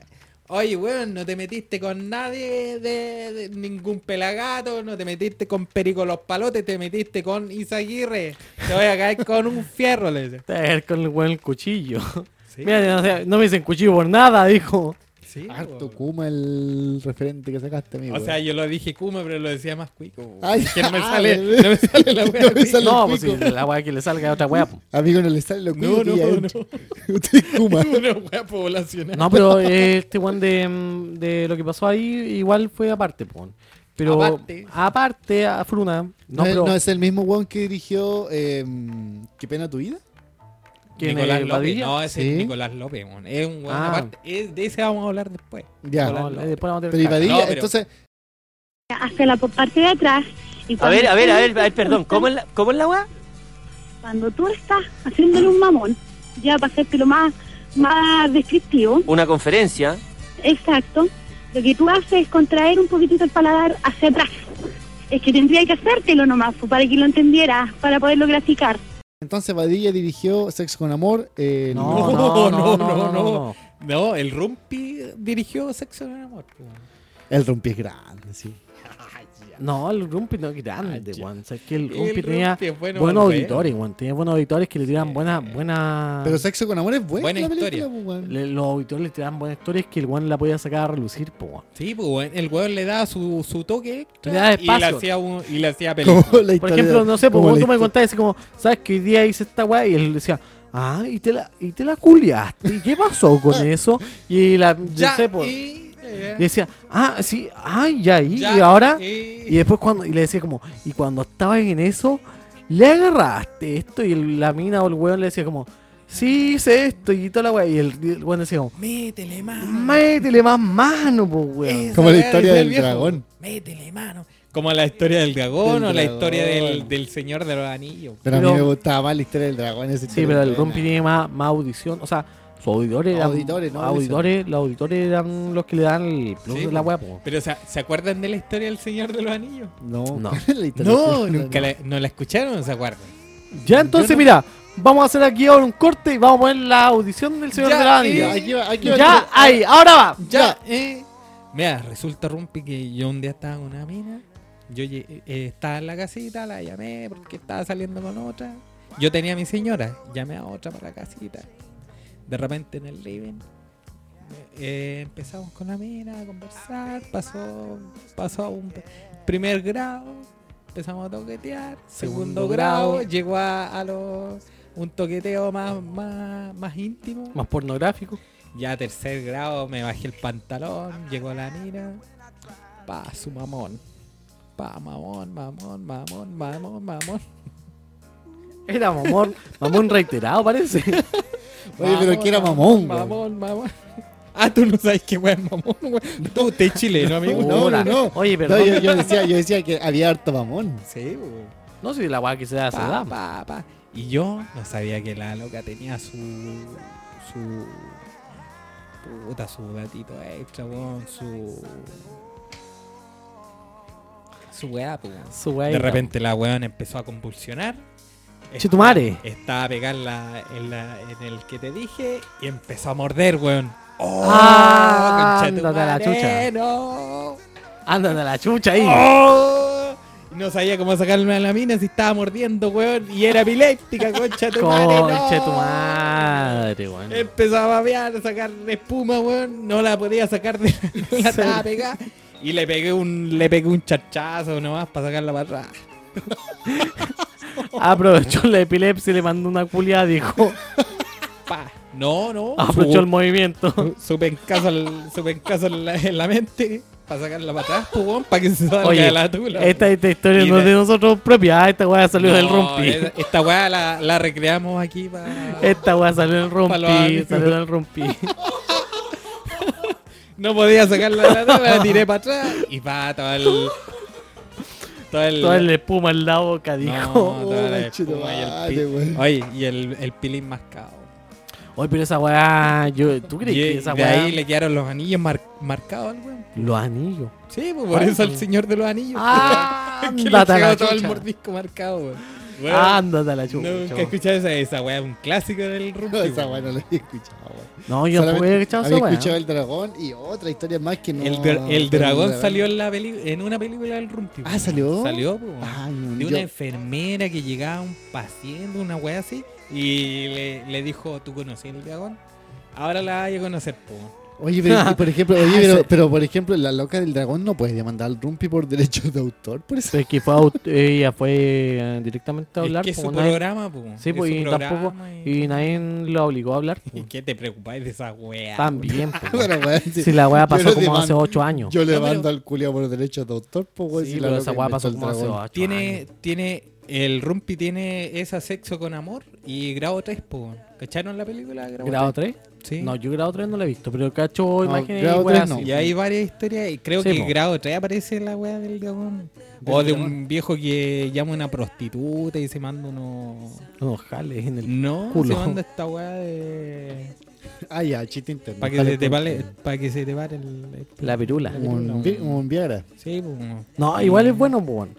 Speaker 2: oye weón, no te metiste con nadie de, de ningún pelagato, no te metiste con Perico los Palotes, te metiste con Isaguirre, te voy a caer con un fierro, le decía.
Speaker 1: Te vas a ver con el weón el cuchillo.
Speaker 2: Sí,
Speaker 1: Mira, no, sé, no me dicen cuchillo por nada, dijo.
Speaker 2: sí,
Speaker 3: Harto
Speaker 2: weón.
Speaker 3: Kuma el referente que sacaste, amigo.
Speaker 2: O sea, yo lo dije Kuma, pero lo decía más cuico. weón.
Speaker 3: Ay,
Speaker 2: Es que no me
Speaker 3: ah,
Speaker 2: sale,
Speaker 3: ¿verdad?
Speaker 2: no me sale la wea
Speaker 3: No me
Speaker 2: cuico.
Speaker 3: sale
Speaker 1: No,
Speaker 3: el
Speaker 1: pues si
Speaker 3: pico.
Speaker 1: la weá que le salga es otra weá. po.
Speaker 3: Amigo, no le sale lo
Speaker 2: No,
Speaker 3: cuico
Speaker 2: no,
Speaker 3: que ya
Speaker 2: no,
Speaker 3: entra. Usted es Kuma.
Speaker 2: no. Una wea poblacional.
Speaker 1: No, pero eh, este one de, mm, de lo que pasó ahí igual fue aparte, po. Pero
Speaker 2: Aparte.
Speaker 1: aparte a Fruna. No,
Speaker 3: No,
Speaker 1: pero
Speaker 3: no, es el mismo weón que dirigió eh, ¿Qué pena tu vida?
Speaker 1: ¿quién es?
Speaker 2: Nicolás López.
Speaker 1: ¿Badilla?
Speaker 2: No, ese
Speaker 3: Sí.
Speaker 2: es Nicolás López, weón. es un weón
Speaker 1: Ah.
Speaker 2: aparte. Es- de ese vamos a hablar después.
Speaker 3: Ya.
Speaker 1: No,
Speaker 2: Nicolás
Speaker 1: eh, después vamos a tener
Speaker 3: pero y
Speaker 1: caca.
Speaker 3: Badilla,
Speaker 2: No, pero-
Speaker 3: entonces,
Speaker 10: hacia la parte de atrás. Y
Speaker 5: A ver,
Speaker 10: cuando
Speaker 5: a ver,
Speaker 10: tú
Speaker 5: a ver, a ver,
Speaker 10: estás-
Speaker 5: perdón, ¿cómo es la, cómo es la weá?
Speaker 10: Cuando tú estás haciéndole un mamón, ya para hacerte lo más, más descriptivo,
Speaker 5: Una conferencia.
Speaker 10: exacto, lo que tú haces es contraer un poquitito el paladar hacia atrás. Es que tendría que hacértelo nomás, pues, para que lo entendieras, para poderlo graficar.
Speaker 3: entonces Badilla dirigió Sexo con Amor. eh,
Speaker 1: No,
Speaker 2: No,
Speaker 1: no,
Speaker 2: no,
Speaker 1: no, no, no,
Speaker 2: no.
Speaker 1: no.
Speaker 2: No, el Rumpi dirigió Sexo en el Amor. weón.
Speaker 3: El rompies grande, sí.
Speaker 1: No, el Rumpi no es grande, weón. O sea, es que el
Speaker 2: El
Speaker 1: Rumpi tenía
Speaker 2: Rumpi es bueno,
Speaker 1: buenos
Speaker 2: weón.
Speaker 1: auditores, weón. Tenía buenos auditores que le tiraban buenas, buenas.
Speaker 3: Pero Sexo con Amor es buena,
Speaker 2: Buena
Speaker 3: la
Speaker 2: historia.
Speaker 3: película, po, weón.
Speaker 1: Ah. le- los auditores le tiraban buenas historias que el weón la podía sacar a relucir, po, weón.
Speaker 2: Sí, pues weón, el weón le daba su, su toque extra
Speaker 1: Le daba
Speaker 2: y le
Speaker 1: espacio.
Speaker 2: hacía, un, y le hacía
Speaker 3: Como
Speaker 2: película.
Speaker 3: la
Speaker 1: Por
Speaker 3: historia-
Speaker 1: ejemplo, no sé,
Speaker 3: como
Speaker 1: pues
Speaker 3: la
Speaker 1: tú me
Speaker 3: histo-
Speaker 1: contaste así como, ¿sabes que hoy día hice esta weá? Y él decía, ah, y te la, y te la culiaste. ¿Y qué pasó con eso? Y la, yo
Speaker 2: Ya,
Speaker 1: sé, po, y...
Speaker 2: y, eh,
Speaker 1: decía, ah, sí, ay, ya, y,
Speaker 2: ya,
Speaker 1: y ahora. Y
Speaker 2: y-
Speaker 1: después cuando y le decía como, y cuando estabas en eso, le agarraste esto y el- la mina o el weón le decía como, sí, hice esto y toda la weá. Y el, y el weón decía como,
Speaker 2: Métele mano.
Speaker 1: métele más mano, po, weón.
Speaker 2: Esa
Speaker 3: Como la
Speaker 2: weá decía
Speaker 3: historia
Speaker 2: el
Speaker 3: del
Speaker 2: viejo.
Speaker 3: dragón.
Speaker 2: Métele mano. Como la historia del dragón
Speaker 3: Del
Speaker 2: o la
Speaker 3: dragón.
Speaker 2: historia del, del señor de los anillos.
Speaker 3: Pero a mí
Speaker 1: Pero-
Speaker 3: me gustaba más la historia del dragón. esa
Speaker 1: Sí,
Speaker 3: historia
Speaker 1: pero el
Speaker 3: buena.
Speaker 1: Rumpi tiene más, más audición, o sea, sus auditores eran,
Speaker 3: Auditores, no,
Speaker 1: auditores, los auditores eran los que le dan el plus
Speaker 2: Sí,
Speaker 1: de la
Speaker 2: po.
Speaker 1: weá, po.
Speaker 2: Pero ¿se, se acuerdan de la historia del señor de los anillos?
Speaker 3: No,
Speaker 1: No.
Speaker 3: la historia
Speaker 2: No,
Speaker 3: del-
Speaker 2: nunca la, no la escucharon, o ¿se acuerdan?
Speaker 1: Ya entonces, mira, vamos a hacer aquí ahora un corte y vamos a poner la audición del señor
Speaker 2: Ya,
Speaker 1: de la Anillo.
Speaker 3: Ya, aquí va, aquí va.
Speaker 1: Ya, ahí, ahora va.
Speaker 2: Ya, eh. Mira, resulta, Rumpi, que yo un día estaba con una mina. Yo lle- eh, estaba en la casita, la llamé porque estaba saliendo con otra. Yo tenía a mi señora, llamé a otra para la casita. De repente en el living. eh, empezamos con la mina a conversar, pasó, pasó a un primer grado, empezamos a toquetear, segundo,
Speaker 1: Segundo
Speaker 2: grado,
Speaker 1: grado.
Speaker 2: llegó a, a los, un toqueteo más, más, más íntimo.
Speaker 1: Más pornográfico.
Speaker 2: Ya tercer grado me bajé el pantalón, llegó la mina. Pa, su mamón. Pa, mamón, mamón, mamón, mamón, mamón.
Speaker 1: Era mamón, mamón reiterado parece.
Speaker 3: Oye, pero que era mamón, güey.
Speaker 2: Mamón, mamón. Ah, tú no sabes qué weón es mamón, weón. Tú, usted es chileno, amigo.
Speaker 3: No,
Speaker 1: Hola.
Speaker 3: no, no.
Speaker 1: Oye,
Speaker 3: No,
Speaker 1: perdón.
Speaker 3: yo, yo decía, yo decía que había harto mamón.
Speaker 2: Sí, weón.
Speaker 1: No sé si la weá que se da a esa
Speaker 2: Pa,
Speaker 1: edad.
Speaker 2: pa, pa. Y yo no sabía que la loca tenía su. su. puta, su gatito extra, weón. Su. su weá, pues, weón.
Speaker 1: Su weá
Speaker 2: De
Speaker 1: era-
Speaker 2: repente la weón empezó a convulsionar.
Speaker 1: Chetumare.
Speaker 2: Estaba a pegar la- en, la- en el que te dije y empezó a morder, weón. ¡Oh! ¡Ah!
Speaker 4: ándate a la chucha.
Speaker 2: No.
Speaker 4: Ándate a la chucha ahí.
Speaker 2: ¡Oh! No sabía cómo sacarme a la mina si estaba mordiendo, weón. Y era epiléptica, concha tu madre. no.
Speaker 4: Conche tu madre, weón.
Speaker 2: Empezaba a babear, a sacar espuma, weón. No la podía sacar de la, la estaba pegada. Y le pegué un, le pegué un chachazo nomás para sacarla para atrás.
Speaker 4: Aprovechó la epilepsia y le mandó una culiada, dijo.
Speaker 2: Pa. No, no.
Speaker 4: Ah, Aprovechó el movimiento.
Speaker 2: Supe en caso, al- supe en, caso en, la, en la mente para sacarla para atrás, pues, weón, para que se salga
Speaker 4: Oye,
Speaker 2: de la tula.
Speaker 4: esta, esta historia
Speaker 2: Y
Speaker 4: no es
Speaker 2: de-
Speaker 4: de nosotros propia. Ah, Esta weá salió
Speaker 2: No,
Speaker 4: del rompi.
Speaker 2: esa- Esta weá la, la recreamos aquí para.
Speaker 4: Esta weá salió del
Speaker 2: Pa' los
Speaker 4: rompi.
Speaker 2: amigos.
Speaker 4: Salió del rompi.
Speaker 2: No podía sacarla de la tabla, la tiré para atrás y pa, todo el. Todo el.
Speaker 4: Toda la espuma en la
Speaker 2: no,
Speaker 4: boca, dijo.
Speaker 2: toda la espuma y
Speaker 3: Oh,
Speaker 2: el
Speaker 3: conchetumare,
Speaker 2: pi-
Speaker 3: weón.
Speaker 2: Oye, y el, el pilín mascado.
Speaker 4: Oye, pero esa weá. Yo, ¿Tú crees
Speaker 2: Y
Speaker 4: que esa
Speaker 2: de
Speaker 4: weá.
Speaker 2: ahí le quedaron los anillos mar- marcados al weón.
Speaker 4: Los anillos.
Speaker 2: Sí, pues por eso el señor de los anillos.
Speaker 4: Ah,
Speaker 2: pues, weón, que le
Speaker 4: ándate a la
Speaker 2: quedó todo el
Speaker 4: chucha.
Speaker 2: mordisco marcado, weón. Weón,
Speaker 1: Ah,
Speaker 4: Ándate a la chucha.
Speaker 2: Nunca he escuchado esa, esa weá, un clásico del rumbo.
Speaker 3: No, esa weá no la había escuchado, weón.
Speaker 4: No, yo no
Speaker 3: Solamente
Speaker 4: pude haber echado esa
Speaker 3: había
Speaker 4: weá.
Speaker 3: escuchado el dragón y otra historia más que no.
Speaker 2: El, dra- el
Speaker 3: pero
Speaker 2: dragón salió en, la peli- en una película del Rumpi.
Speaker 3: Ah, ¿salió?
Speaker 2: Salió, po, weón.
Speaker 3: Ah, no,
Speaker 2: De
Speaker 3: yo-
Speaker 2: una enfermera que llegaba un paciente, una wea así, y le, le dijo, ¿tú conocías el dragón? Ahora la hay a conocer, po.
Speaker 3: Oye, pero, y por ejemplo, oye,
Speaker 1: Ah,
Speaker 3: pero, pero, por ejemplo, la loca del dragón no puede demandar al Rumpi por derechos de autor, por eso.
Speaker 1: Es que fue, aut- ella fue eh, directamente a hablar.
Speaker 2: es que es su
Speaker 1: como nadie-
Speaker 2: programa, po.
Speaker 1: Sí,
Speaker 2: Es
Speaker 1: pues,
Speaker 2: su
Speaker 1: y
Speaker 2: programa
Speaker 1: tampoco-
Speaker 2: y...
Speaker 1: y nadie la obligó a hablar. pues,
Speaker 2: ¿Y qué te preocupáis de esa wea?
Speaker 1: También, po, pues, weón.
Speaker 3: Pero, weón, si-
Speaker 1: Si la weá
Speaker 3: yo
Speaker 1: pasó
Speaker 3: no
Speaker 1: como
Speaker 3: demando-
Speaker 1: hace 8 años.
Speaker 3: Yo le
Speaker 2: No, pero-
Speaker 3: mando al culiao por derechos de autor, pues, weón.
Speaker 1: Sí,
Speaker 3: si la
Speaker 1: pero
Speaker 3: loca
Speaker 1: esa weá pasó
Speaker 3: inventó
Speaker 1: como
Speaker 3: el
Speaker 1: hace 8
Speaker 3: dragón.
Speaker 1: años.
Speaker 2: Tiene, tiene, el Rumpi tiene esa sexo con amor y grado 3, po. ¿Cacharon la película? de Grado,
Speaker 1: ¿Grado 3?
Speaker 2: tres? Sí.
Speaker 1: No, yo grado 3 no la he visto, pero cacho imágenes
Speaker 3: grado
Speaker 1: y weá
Speaker 3: tres no.
Speaker 1: así.
Speaker 2: Y hay varias historias, y creo
Speaker 1: Sí,
Speaker 2: que
Speaker 1: po.
Speaker 2: el grado 3 aparece la weá del dragón. O de un viejo que llama a una prostituta y se manda unos.
Speaker 1: No, jales en el...
Speaker 2: No,
Speaker 1: culo.
Speaker 2: se manda esta weá de.
Speaker 3: Ah, ya, chiste interno.
Speaker 2: Para que,
Speaker 3: Dale,
Speaker 2: se te
Speaker 3: por-
Speaker 2: vale, pa' que se te pare el.
Speaker 1: pues. La pirula.
Speaker 3: Un, vi- un Viagra.
Speaker 2: Sí, pues.
Speaker 1: No, igual es bueno, po, weón.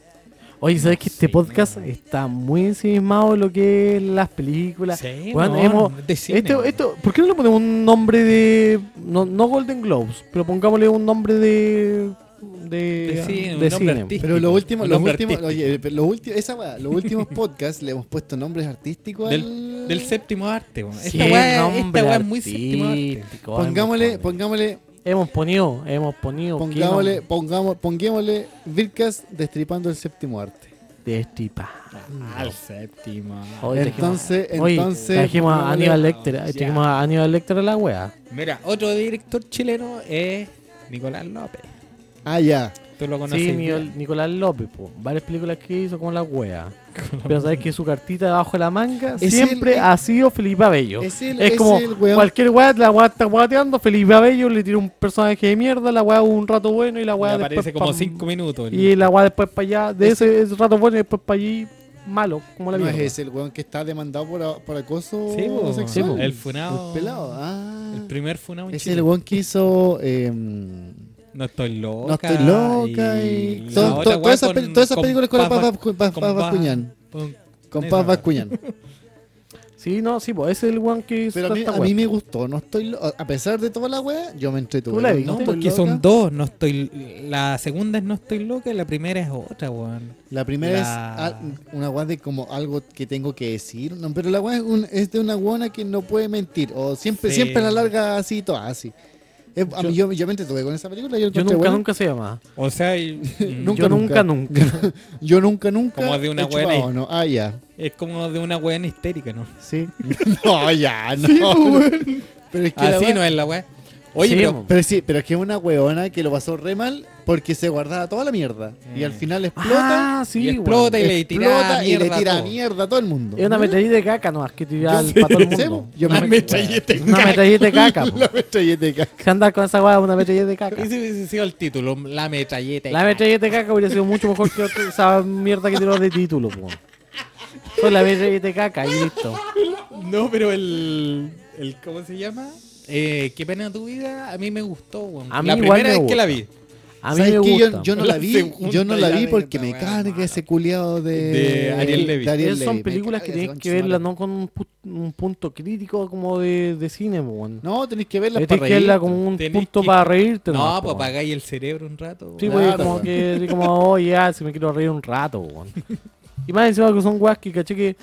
Speaker 1: Oye, ¿sabes que este
Speaker 2: Sí,
Speaker 1: podcast
Speaker 2: no.
Speaker 1: está muy ensimismado en lo que es las películas?
Speaker 2: Sí,
Speaker 1: Weón,
Speaker 2: no,
Speaker 1: hemos-
Speaker 2: de cine,
Speaker 1: esto,
Speaker 2: weón.
Speaker 1: esto, ¿Por qué no le ponemos un nombre de... No, no Golden Globes, pero pongámosle un nombre de... De,
Speaker 2: De cine, un
Speaker 1: de
Speaker 2: nombre
Speaker 1: cine.
Speaker 2: artístico.
Speaker 3: Pero los últimos, los
Speaker 2: nombre
Speaker 3: últimos,
Speaker 2: artístico.
Speaker 3: oye, pero los últimos, esa weá, los últimos podcasts le hemos puesto nombres artísticos al...
Speaker 2: Del, del séptimo arte, po.
Speaker 1: Sí,
Speaker 2: Esta weá
Speaker 1: nombre
Speaker 2: esta weá es muy séptimo arte.
Speaker 1: artístico, hemos
Speaker 3: Pongámosle,
Speaker 1: ponido.
Speaker 3: pongámosle,
Speaker 1: Hemos ponido, hemos ponido. ¿qué
Speaker 3: pongámosle,
Speaker 1: nombre?
Speaker 3: pongamos, pongámosle Vircas destripando el séptimo arte.
Speaker 1: Destripa.
Speaker 2: Al séptimo. Eh,
Speaker 1: Oye,
Speaker 3: Entonces,
Speaker 1: trajimos- oye,
Speaker 3: entonces,
Speaker 1: Trajimos a
Speaker 3: pongámosle-
Speaker 1: Aníbal Lecter. eh,
Speaker 2: Ya.
Speaker 1: Trajimos a Aníbal Lecter a la wea.
Speaker 2: Mira, otro director chileno es Nicolás López.
Speaker 3: Ah, ya.
Speaker 2: Tú lo conoces.
Speaker 1: Sí,
Speaker 2: bien.
Speaker 1: Niol- Nicolás López, po. varias películas que hizo como la wea. Pero sabes que su cartita debajo de la manga
Speaker 3: Es
Speaker 1: siempre
Speaker 3: el-
Speaker 1: ha sido Felipe Abello.
Speaker 3: es
Speaker 1: Es,
Speaker 3: el- es
Speaker 1: como
Speaker 3: el weón-
Speaker 1: cualquier wea, la wea está guateando, Felipe Abello le tira un personaje de mierda, la wea un rato bueno y la
Speaker 2: Me
Speaker 1: wea
Speaker 2: aparece
Speaker 1: después
Speaker 2: como
Speaker 1: pa-
Speaker 2: 5 minutos.
Speaker 1: Y la wea después para allá, de ese, ese rato bueno y después para allí, malo, como la
Speaker 3: No es
Speaker 1: mierda.
Speaker 3: ese el weón que está demandado por, a- por acoso
Speaker 2: Sí, po.
Speaker 3: sexual.
Speaker 2: Sí, po. El funao.
Speaker 3: El pelado. Ah.
Speaker 2: El primer funado en
Speaker 3: es
Speaker 2: Chile.
Speaker 3: el weón que hizo... em,
Speaker 2: No estoy loca.
Speaker 3: no estoy loca y...
Speaker 2: la
Speaker 3: todo-
Speaker 2: otra
Speaker 3: todo-
Speaker 2: weá
Speaker 3: todas esas
Speaker 2: con-
Speaker 3: pe- todas esas películas con la
Speaker 2: Paz
Speaker 3: Paz
Speaker 2: Vac-
Speaker 3: Vascu- Paz-
Speaker 2: con Paz-
Speaker 3: Paz Vascuñán.
Speaker 2: con-
Speaker 3: Con
Speaker 2: esa
Speaker 3: Paz
Speaker 2: weá.
Speaker 3: Vascuñán.
Speaker 1: Sí, no, sí, pues ese es el one que hizo
Speaker 3: Pero a mí,
Speaker 1: esta
Speaker 3: a
Speaker 1: wea.
Speaker 3: mí me gustó, no estoy lo- a pesar de toda la wea, yo me entretuve.
Speaker 1: ¿Tú la viste?
Speaker 3: No,
Speaker 2: No,
Speaker 3: estoy
Speaker 2: porque
Speaker 3: loca.
Speaker 2: son dos. No estoy. La segunda es No estoy loca y la primera es otra, weón.
Speaker 3: La primera
Speaker 2: La-
Speaker 3: es al- una wea de como algo que tengo que decir, no, pero la wea es, un- es de una guana que no puede mentir o siempre
Speaker 2: Sí.
Speaker 3: siempre la larga así toda así. Es- a mí, yo, yo me entretuve con esa película, yo,
Speaker 1: Yo
Speaker 3: encontré
Speaker 1: nunca,
Speaker 3: buena.
Speaker 1: nunca se llamaba.
Speaker 2: O sea, y-
Speaker 3: Nunca,
Speaker 1: yo nunca, nunca.
Speaker 3: yo nunca nunca
Speaker 2: Como de una
Speaker 3: he
Speaker 2: wea
Speaker 3: chupado,
Speaker 2: ahí.
Speaker 3: no. Ah, ya.
Speaker 2: es como de una weón histérica, ¿no?
Speaker 3: Sí. no, ya, no. pero es que la
Speaker 2: pues, Así
Speaker 3: wea-
Speaker 2: no es la weón. Oye,
Speaker 1: Sí,
Speaker 2: pero.
Speaker 1: mo.
Speaker 3: Pero sí, pero es que es una weona que lo pasó re mal porque se guardaba toda la mierda. Y al final explota.
Speaker 1: Ah,
Speaker 2: y
Speaker 1: sí,
Speaker 2: explota y le tira
Speaker 3: explota y le tira
Speaker 2: mierda. a todo.
Speaker 3: mierda a todo el mundo.
Speaker 1: Es una metralleta de caca nomás que tirar
Speaker 3: Yo
Speaker 1: para todo el
Speaker 3: sé,
Speaker 1: mundo.
Speaker 3: po. Yo me-
Speaker 1: una
Speaker 3: metralleta de
Speaker 1: Una metralleta de caca. po.
Speaker 3: La metralleta de caca.
Speaker 1: Que andar con esa weá, una metralleta de caca.
Speaker 2: Ese hubiese sido el título, la metralleta.
Speaker 1: La metralleta de caca hubiera sido mucho mejor que otra- esa mierda que tiró de título, po. Fue la metralleta de caca y listo.
Speaker 2: No, pero el, el ¿cómo se llama? Eh, qué pena tu vida, a mí me gustó, weón.
Speaker 1: A mí
Speaker 2: la
Speaker 1: igual
Speaker 2: primera
Speaker 1: me
Speaker 2: vez que la vi.
Speaker 1: gusta.
Speaker 4: A mí
Speaker 3: ¿Sabes
Speaker 4: me
Speaker 3: qué?
Speaker 4: gusta.
Speaker 3: Yo, yo no
Speaker 2: La
Speaker 3: la vi,
Speaker 2: segunda
Speaker 3: yo no la
Speaker 2: ya
Speaker 3: vi
Speaker 2: de
Speaker 3: porque
Speaker 2: esta
Speaker 3: me
Speaker 2: weá,
Speaker 3: carga
Speaker 2: mano.
Speaker 3: ese culiado de,
Speaker 2: De Ariel Levy.
Speaker 3: de Ariel
Speaker 1: Esas son
Speaker 3: Levy. Me
Speaker 1: películas que
Speaker 3: carga ese
Speaker 1: tienes que
Speaker 3: conchetumare.
Speaker 1: verlas no con un, pu- un punto crítico como de, de cine, po, weón.
Speaker 3: No, tenés que verla
Speaker 1: Tienes
Speaker 3: para
Speaker 1: que
Speaker 3: reír.
Speaker 1: verla como un
Speaker 2: Tenés
Speaker 1: punto
Speaker 2: que-
Speaker 1: para reírte.
Speaker 2: No,
Speaker 1: nomás,
Speaker 2: pues
Speaker 1: po, weón.
Speaker 2: apagáis el cerebro un rato.
Speaker 1: Sí, güey,
Speaker 3: Claro,
Speaker 1: como
Speaker 3: weón.
Speaker 1: que, así como, oye, ya, si me quiero reír un rato, weón. Y más encima que son weas que, caché que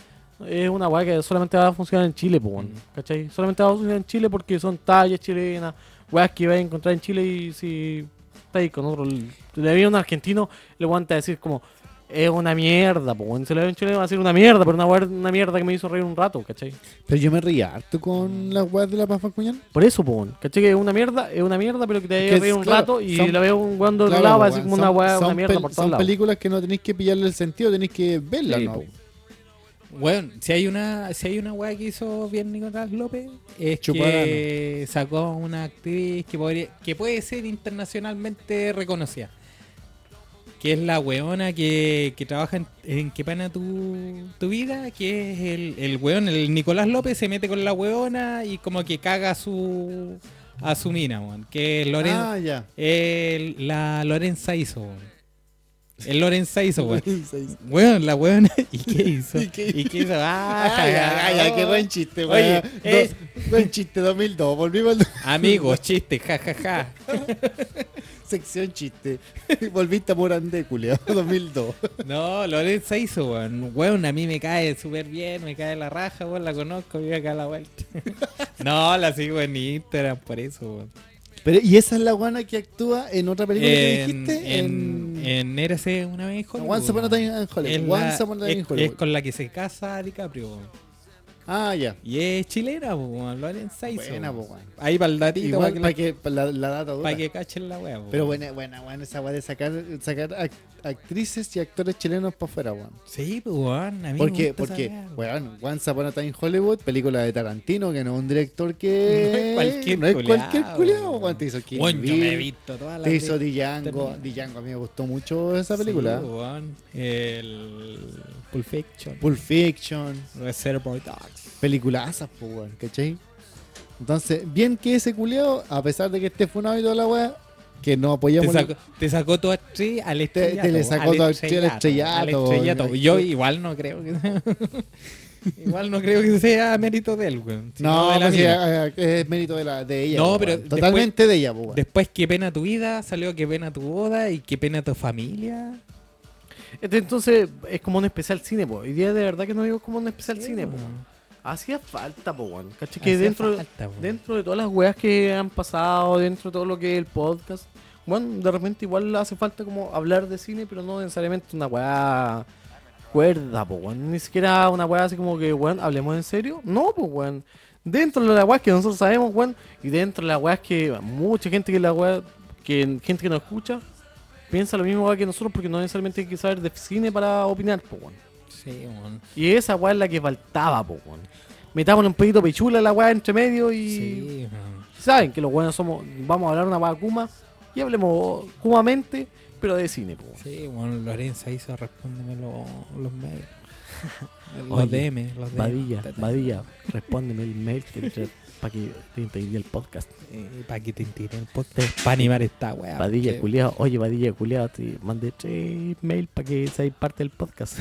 Speaker 1: es una wea que solamente va a funcionar en Chile, pues,
Speaker 3: Mm.
Speaker 1: weón. ¿Cachai? Solamente va a funcionar en Chile porque son tallas chilenas, weas que vais a encontrar en Chile y si estáis con otro. Le vi a un argentino, le van a decir como, es una mierda, pues, weón. Se le ve en Chile, va a decir una mierda, pero una, wea- una mierda que me hizo reír un rato, ¿cachai?
Speaker 3: Pero yo me reía harto con las weas de la Paz Cuñán.
Speaker 1: Por eso, pues, weón. ¿Cachai? Que es una mierda, es una mierda, pero que te
Speaker 3: Que
Speaker 1: haya
Speaker 3: es-
Speaker 1: reír un
Speaker 3: claro,
Speaker 1: rato y
Speaker 3: son- pues,
Speaker 1: la veo un weón de otro lado, va a decir como una wea, una mierda por todos
Speaker 3: Son
Speaker 1: lados.
Speaker 3: películas que no tenéis que pillarle el sentido, tenéis que verlas,
Speaker 1: Sí,
Speaker 3: ¿no?
Speaker 1: po.
Speaker 2: Bueno, si hay una, si hay una weá que hizo bien Nicolás López, es que
Speaker 3: Chupadano.
Speaker 2: sacó a una actriz que podría, que puede ser internacionalmente reconocida. Que es la weona que, que trabaja en, en Que Pana tu, tu Vida, que es el, el weón, el Nicolás López se mete con la weona y como que caga a su, a su mina, weón, que es Loren-
Speaker 3: Ah, ya.
Speaker 2: el- la Lorenza hizo, weón. El Lorenza hizo, weón.
Speaker 3: Lorenza hizo.
Speaker 2: Weón, la weona. ¿Y qué hizo? ¿Y
Speaker 3: ¿Y
Speaker 2: qué
Speaker 3: qué
Speaker 2: hizo?
Speaker 3: hizo?
Speaker 2: Ah,
Speaker 3: Ay, ay, ay,
Speaker 2: cagao.
Speaker 3: qué buen chiste,
Speaker 2: Oye,
Speaker 3: Oye,
Speaker 2: es-
Speaker 3: buen chiste 2002. Volvimos a
Speaker 2: Amigos, chiste, ja, ja, ja.
Speaker 3: sección chiste. Volviste a Morandé, culiao, 2002.
Speaker 2: No, Lorenza hizo, weón. Weón, a mí me cae súper bien, me cae la raja, weón, la conozco, vive acá a la vuelta. No, la sigo en Instagram, por eso, weón.
Speaker 3: Pero, ¿y esa es la guana que actúa en otra película que
Speaker 2: En,
Speaker 3: dijiste?
Speaker 2: en, en Érase una vez en Hollywood.
Speaker 3: Once Upon a Time in Hollywood.
Speaker 2: Es
Speaker 3: Once Upon a Time in
Speaker 2: es-
Speaker 3: Hollywood.
Speaker 2: Es con la que se casa DiCaprio, weón.
Speaker 3: Ah, ya.
Speaker 2: Y es chilena, po, weón. Lorenza hizo.
Speaker 3: Buena, po, weón.
Speaker 2: Ahí para el datito, para
Speaker 3: Igual
Speaker 2: que,
Speaker 3: para que pa' la, la data
Speaker 2: la-
Speaker 3: dura.
Speaker 2: pa' que cachen la weá, po,
Speaker 3: Pero
Speaker 2: weón.
Speaker 3: buena, buena, buena esa guana de sacar, sacar ac- actrices y actores chilenos para afuera, weón.
Speaker 2: Sí, pues, weón. A mí me
Speaker 3: Porque,
Speaker 2: gusta esa
Speaker 3: porque,
Speaker 2: weá, weón.
Speaker 3: weón, Once Upon a Time in Hollywood, película de Tarantino, que no es un director que.
Speaker 2: No es cualquier
Speaker 3: No es
Speaker 2: culiao,
Speaker 3: cualquier culiao,
Speaker 2: weón.
Speaker 3: weón. Te hizo Kill
Speaker 2: Weón, yo me he
Speaker 3: Bill,
Speaker 2: visto todas las
Speaker 3: Te hizo
Speaker 2: de-
Speaker 3: Django.
Speaker 2: Terminator.
Speaker 3: Django, a mí me gustó mucho esa película.
Speaker 2: Sí, weón. El. Pulp Fiction.
Speaker 3: Pulp Fiction,
Speaker 2: Reservoir Dogs.
Speaker 3: peliculazas, po, weón, ¿cachai? Entonces, bien que ese culiao, a pesar de que esté funado y toda la weá, que no
Speaker 2: Te
Speaker 3: apoyamos. la-
Speaker 2: sacó, te sacó tu actriz al
Speaker 3: te
Speaker 2: estrellato.
Speaker 3: le
Speaker 2: weón,
Speaker 3: sacó tu actriz al
Speaker 2: Al
Speaker 3: estrellato,
Speaker 2: estrellato.
Speaker 3: weón.
Speaker 2: Yo igual no creo que sea. igual no creo que sea mérito de él, weón. sino
Speaker 3: No,
Speaker 2: de la
Speaker 3: pues sí,
Speaker 2: mina.
Speaker 3: eh, eh, es mérito de, la, de ella.
Speaker 2: No,
Speaker 3: po, weón.
Speaker 2: pero después-
Speaker 3: Totalmente de ella, po, weón.
Speaker 2: Después, qué pena tu vida, salió qué pena tu boda y qué pena tu familia.
Speaker 1: Este, entonces es como un especial cine, po. Hoy día de verdad que no digo como un especial cine,
Speaker 3: pues.
Speaker 1: po. Hacía falta, po, weón. ¿Cachai? Que
Speaker 2: Hacía
Speaker 1: dentro,
Speaker 2: falta, po.
Speaker 1: dentro de todas las weas que han pasado, dentro de todo lo que es el podcast, bueno, de repente igual hace falta como hablar de cine, pero no necesariamente una wea cuerda, po, weón. Ni siquiera una wea así como que, weón, hablemos en serio. No, po, weón. Dentro de las weas que nosotros sabemos, weón, y dentro de las weas que mucha gente que la wea, que gente que nos escucha, piensa lo mismo weón, que nosotros porque no necesariamente hay que saber de cine para opinar, po, weón.
Speaker 2: Sí, weón.
Speaker 1: Y esa weá es la que faltaba, po, weón. Metámosle un pedito pichula a la weá entre medio y.
Speaker 2: Sí, weón.
Speaker 1: Saben que los weones somos. Vamos a hablar una weá Kuma y hablemos Kumamente, pero de cine, po. weón.
Speaker 2: Sí, bueno, Lorenza hizo respóndeme lo- los mails. los
Speaker 1: Oye,
Speaker 2: DM, los DM.
Speaker 1: Badilla, Badilla, respóndeme el mail para que te integre el podcast.
Speaker 2: para Eh, que te entiendan el podcast, para animar esta weá.
Speaker 1: Badilla,
Speaker 2: porque-
Speaker 1: culiado. Oye, Badilla, culiado, te mandé tres mail para que seas parte del podcast.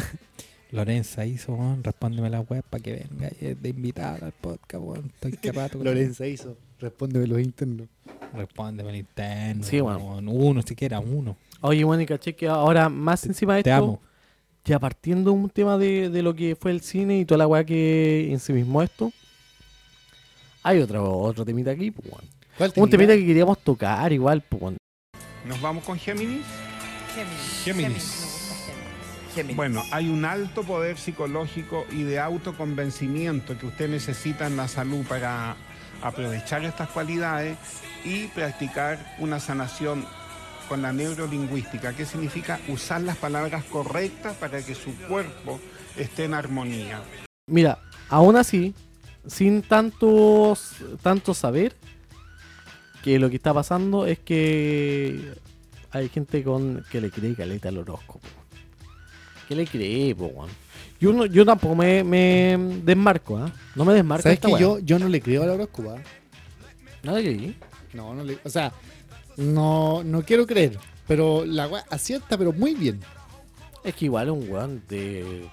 Speaker 2: Lorenza hizo, weón, respóndeme la web para que venga eh, de invitada al podcast, weón. Estoy que rato.
Speaker 3: Lorenza hizo. Respóndeme los internos.
Speaker 2: Respóndeme el interno.
Speaker 1: Sí, weón.
Speaker 2: weón. Uno, siquiera uno.
Speaker 1: Oye, bueno, y caché que ahora más encima de
Speaker 2: Te
Speaker 1: esto.
Speaker 2: amo.
Speaker 1: ya partiendo un tema de, de lo que fue el cine y toda la weá que en sí mismo esto, hay otro, otro temita aquí, pues, weón.
Speaker 3: ¿Cuál
Speaker 1: Un temita que queríamos tocar igual, pues, weón.
Speaker 11: Nos vamos con Géminis.
Speaker 12: Géminis.
Speaker 11: Géminis.
Speaker 12: Géminis.
Speaker 11: Bueno, hay un alto poder psicológico y de autoconvencimiento que usted necesita en la salud para aprovechar estas cualidades y practicar una sanación con la neurolingüística, que significa usar las palabras correctas para que su cuerpo esté en armonía.
Speaker 1: Mira, aún así, sin tantos, tanto saber, que lo que está pasando es que hay gente con que le cree caleta al horóscopo. Que le cree, po, weón. Yo, no- yo tampoco me, me desmarco, ¿ah? No me desmarco. de
Speaker 3: ¿Sabes
Speaker 1: esta
Speaker 3: que
Speaker 1: weá.
Speaker 3: yo, yo no le creo a la horóscopo? ah?
Speaker 1: No le creí.
Speaker 3: No, no le. O sea, no, no quiero creer. Pero la weá acierta, pero muy bien.
Speaker 1: Es que igual es un weón de,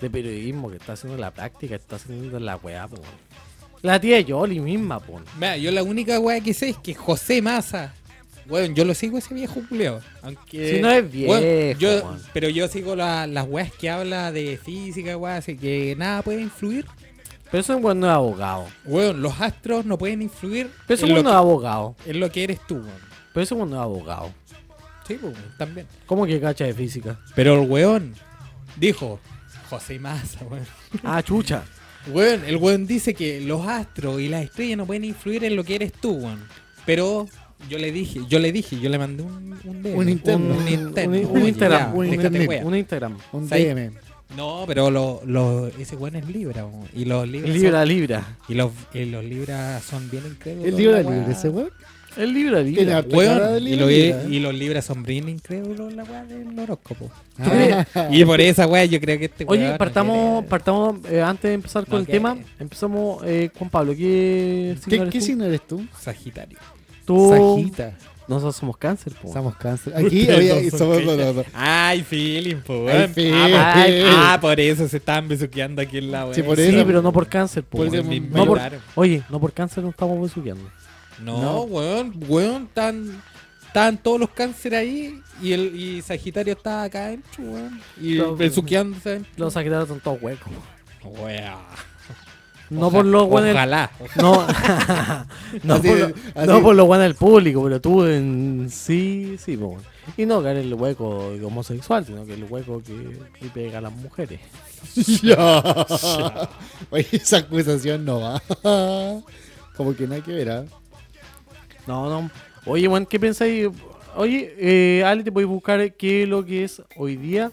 Speaker 1: de periodismo que está haciendo la práctica, está haciendo la weá, po. weón. La tía Yoli misma, po.
Speaker 2: Mira, yo la única weá que sé es que José Massa. Weón, yo lo sigo ese viejo culiao. Aunque.
Speaker 1: Si no es viejo,
Speaker 2: Weón, yo-
Speaker 1: weón.
Speaker 2: pero yo sigo la- las weas que habla de física, weón, así que nada puede influir.
Speaker 1: Pero ese weón no es abogado.
Speaker 2: Weón, los astros no pueden influir
Speaker 1: Pero ese
Speaker 2: en,
Speaker 1: weón
Speaker 2: lo
Speaker 1: no es abogado.
Speaker 2: que, en lo que eres tú, weón.
Speaker 1: Pero ese weón no es abogado.
Speaker 2: Sí, pues, weón, también.
Speaker 1: ¿Cómo que cacha de física?
Speaker 2: Pero el weón dijo, José Massa, weón.
Speaker 1: Ah, chucha.
Speaker 2: Weón, el weón dice que los astros y las estrellas no pueden influir en lo que eres tú, weón. Pero yo le dije, yo le dije, yo le mandé un un DM,
Speaker 3: Un interno.
Speaker 2: Un, interno.
Speaker 1: Un, un Instagram.
Speaker 2: Ya,
Speaker 1: Un
Speaker 2: déjate
Speaker 1: Instagram.
Speaker 2: wea.
Speaker 1: Un Instagram.
Speaker 3: Un
Speaker 2: ¿Sabes?
Speaker 3: DM.
Speaker 2: No, pero lo, lo- ese weón es Libra, weón. Y los Libras
Speaker 1: Libra, Libra.
Speaker 2: son, y los, y los Libras son bien incrédulos.
Speaker 3: El libro
Speaker 2: la
Speaker 3: de
Speaker 2: weá.
Speaker 3: libre, ese weón.
Speaker 1: El Libra,
Speaker 3: Tiene
Speaker 1: Libra.
Speaker 3: harta cara de
Speaker 2: Weón, y,
Speaker 3: libre.
Speaker 2: los,
Speaker 3: ¿eh?
Speaker 2: y los Libras son bien incrédulos la weá del horóscopo.
Speaker 3: Ah,
Speaker 2: Y por esa weá yo creo que este weón
Speaker 1: Oye,
Speaker 2: no
Speaker 1: partamos,
Speaker 2: quiere-
Speaker 1: partamos eh, antes de empezar con
Speaker 2: No
Speaker 1: el
Speaker 2: quiere.
Speaker 1: tema. Empezamos, eh, Juan Pablo, ¿qué signo
Speaker 3: ¿Qué,
Speaker 1: eres
Speaker 3: ¿Qué
Speaker 1: tú?
Speaker 3: signo eres tú?
Speaker 2: Sagitario.
Speaker 1: Tú-
Speaker 3: Sagita.
Speaker 1: Nosotros somos cáncer, po.
Speaker 3: Somos cáncer. Aquí
Speaker 2: Ustedes
Speaker 3: oye,
Speaker 2: dos son
Speaker 3: somos
Speaker 2: fechas.
Speaker 3: los dos.
Speaker 2: Ay, feeling, po,
Speaker 3: Ay,
Speaker 2: weón.
Speaker 3: feeling.
Speaker 2: Ah, por-
Speaker 3: Ay,
Speaker 2: ah, por eso se están besuqueando aquí en la weá.
Speaker 3: Sí, por
Speaker 1: Sí,
Speaker 3: eso.
Speaker 1: pero no por cáncer, po.
Speaker 3: Por
Speaker 1: weón.
Speaker 3: eso-
Speaker 2: mismo
Speaker 1: No por-
Speaker 2: claro.
Speaker 1: Oye, no por cáncer no estamos besuqueando.
Speaker 2: No,
Speaker 3: No.
Speaker 2: weón, weón, están, están todos los cánceres ahí y el y Sagitario está acá adentro, weón. Y
Speaker 1: Claro,
Speaker 2: besuqueándose.
Speaker 1: Los sagitarios son todos huecos.
Speaker 2: Weón.
Speaker 1: No por los buenos.
Speaker 2: buenos. Ojalá.
Speaker 1: No, no,
Speaker 3: Así
Speaker 1: por,
Speaker 3: de-
Speaker 1: lo-
Speaker 3: así
Speaker 1: no
Speaker 3: de-
Speaker 1: por lo bueno del público, pero tú en sí, sí, po. Y no que eres el hueco homosexual, sino que el hueco que, que pega a las mujeres.
Speaker 3: Ya. Oye, esa acusación no va. Como que nada que ver, ¿ah?
Speaker 1: No, no. Oye, Juan, ¿qué pensáis? Oye, eh, Ale, ¿te podéis buscar qué es lo que es hoy día?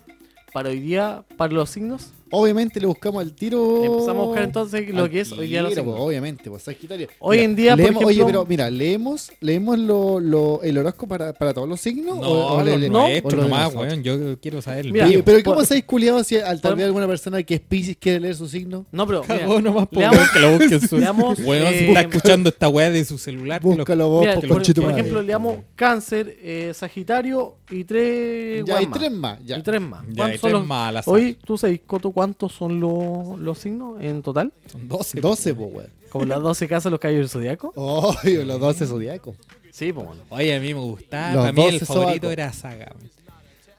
Speaker 1: Para hoy día, para los signos.
Speaker 3: Obviamente le buscamos al tiro.
Speaker 1: Empezamos a buscar entonces lo
Speaker 3: Al
Speaker 1: que es hoy día los
Speaker 3: tiro,
Speaker 1: signos.
Speaker 3: pues, Obviamente, pues Sagitario.
Speaker 1: Hoy
Speaker 3: Mira,
Speaker 1: en día, por
Speaker 3: leemos- Oye,
Speaker 1: ejemplo-
Speaker 3: pero mira, leemos, leemos lo, lo- el horóscopo para, para todos los signos.
Speaker 2: No,
Speaker 3: o, o
Speaker 2: lo
Speaker 3: le-
Speaker 2: no,
Speaker 3: o
Speaker 2: esto
Speaker 3: lo
Speaker 2: nomás,
Speaker 3: leemos?
Speaker 2: weón. Yo quiero saber.
Speaker 1: Mira,
Speaker 3: Oye, pero ¿cómo
Speaker 1: por-
Speaker 3: estáis culiados si al tal
Speaker 1: por-
Speaker 3: vez alguna persona que es Pisces quiere leer su signo?
Speaker 1: No, pero. mira,
Speaker 2: Cagó nomás, po,
Speaker 1: leamos-
Speaker 2: weón, que lo busquen su.
Speaker 1: leamos,
Speaker 2: Weón, si
Speaker 1: eh,
Speaker 2: está escuchando esta weá de su celular, que lo-
Speaker 3: Búscalo vos,
Speaker 1: Mira,
Speaker 3: po,
Speaker 1: por,
Speaker 3: conchito
Speaker 1: por
Speaker 3: Oh, madre.
Speaker 1: ejemplo, le damos cáncer, eh, sagitario y tres.
Speaker 3: Ya
Speaker 1: weas
Speaker 3: hay tres más. ya.
Speaker 1: Y tres más.
Speaker 2: Ya,
Speaker 1: ¿Cuántos
Speaker 2: y tres
Speaker 1: son los-
Speaker 2: más al azar.
Speaker 1: Oye, tú sabes, Coto, ¿cuántos son los, los signos en total?
Speaker 2: Son 12. po.
Speaker 3: 12, pues, weón.
Speaker 1: Como las 12 casas, los caballos del zodiaco.
Speaker 3: Oh, los 12 zodiacos.
Speaker 1: Sí, pues bueno.
Speaker 2: Oye, a mí me gustaba.
Speaker 3: Los
Speaker 2: Para mí el
Speaker 3: 12
Speaker 2: favorito
Speaker 3: sobacos.
Speaker 2: era Saga. weón.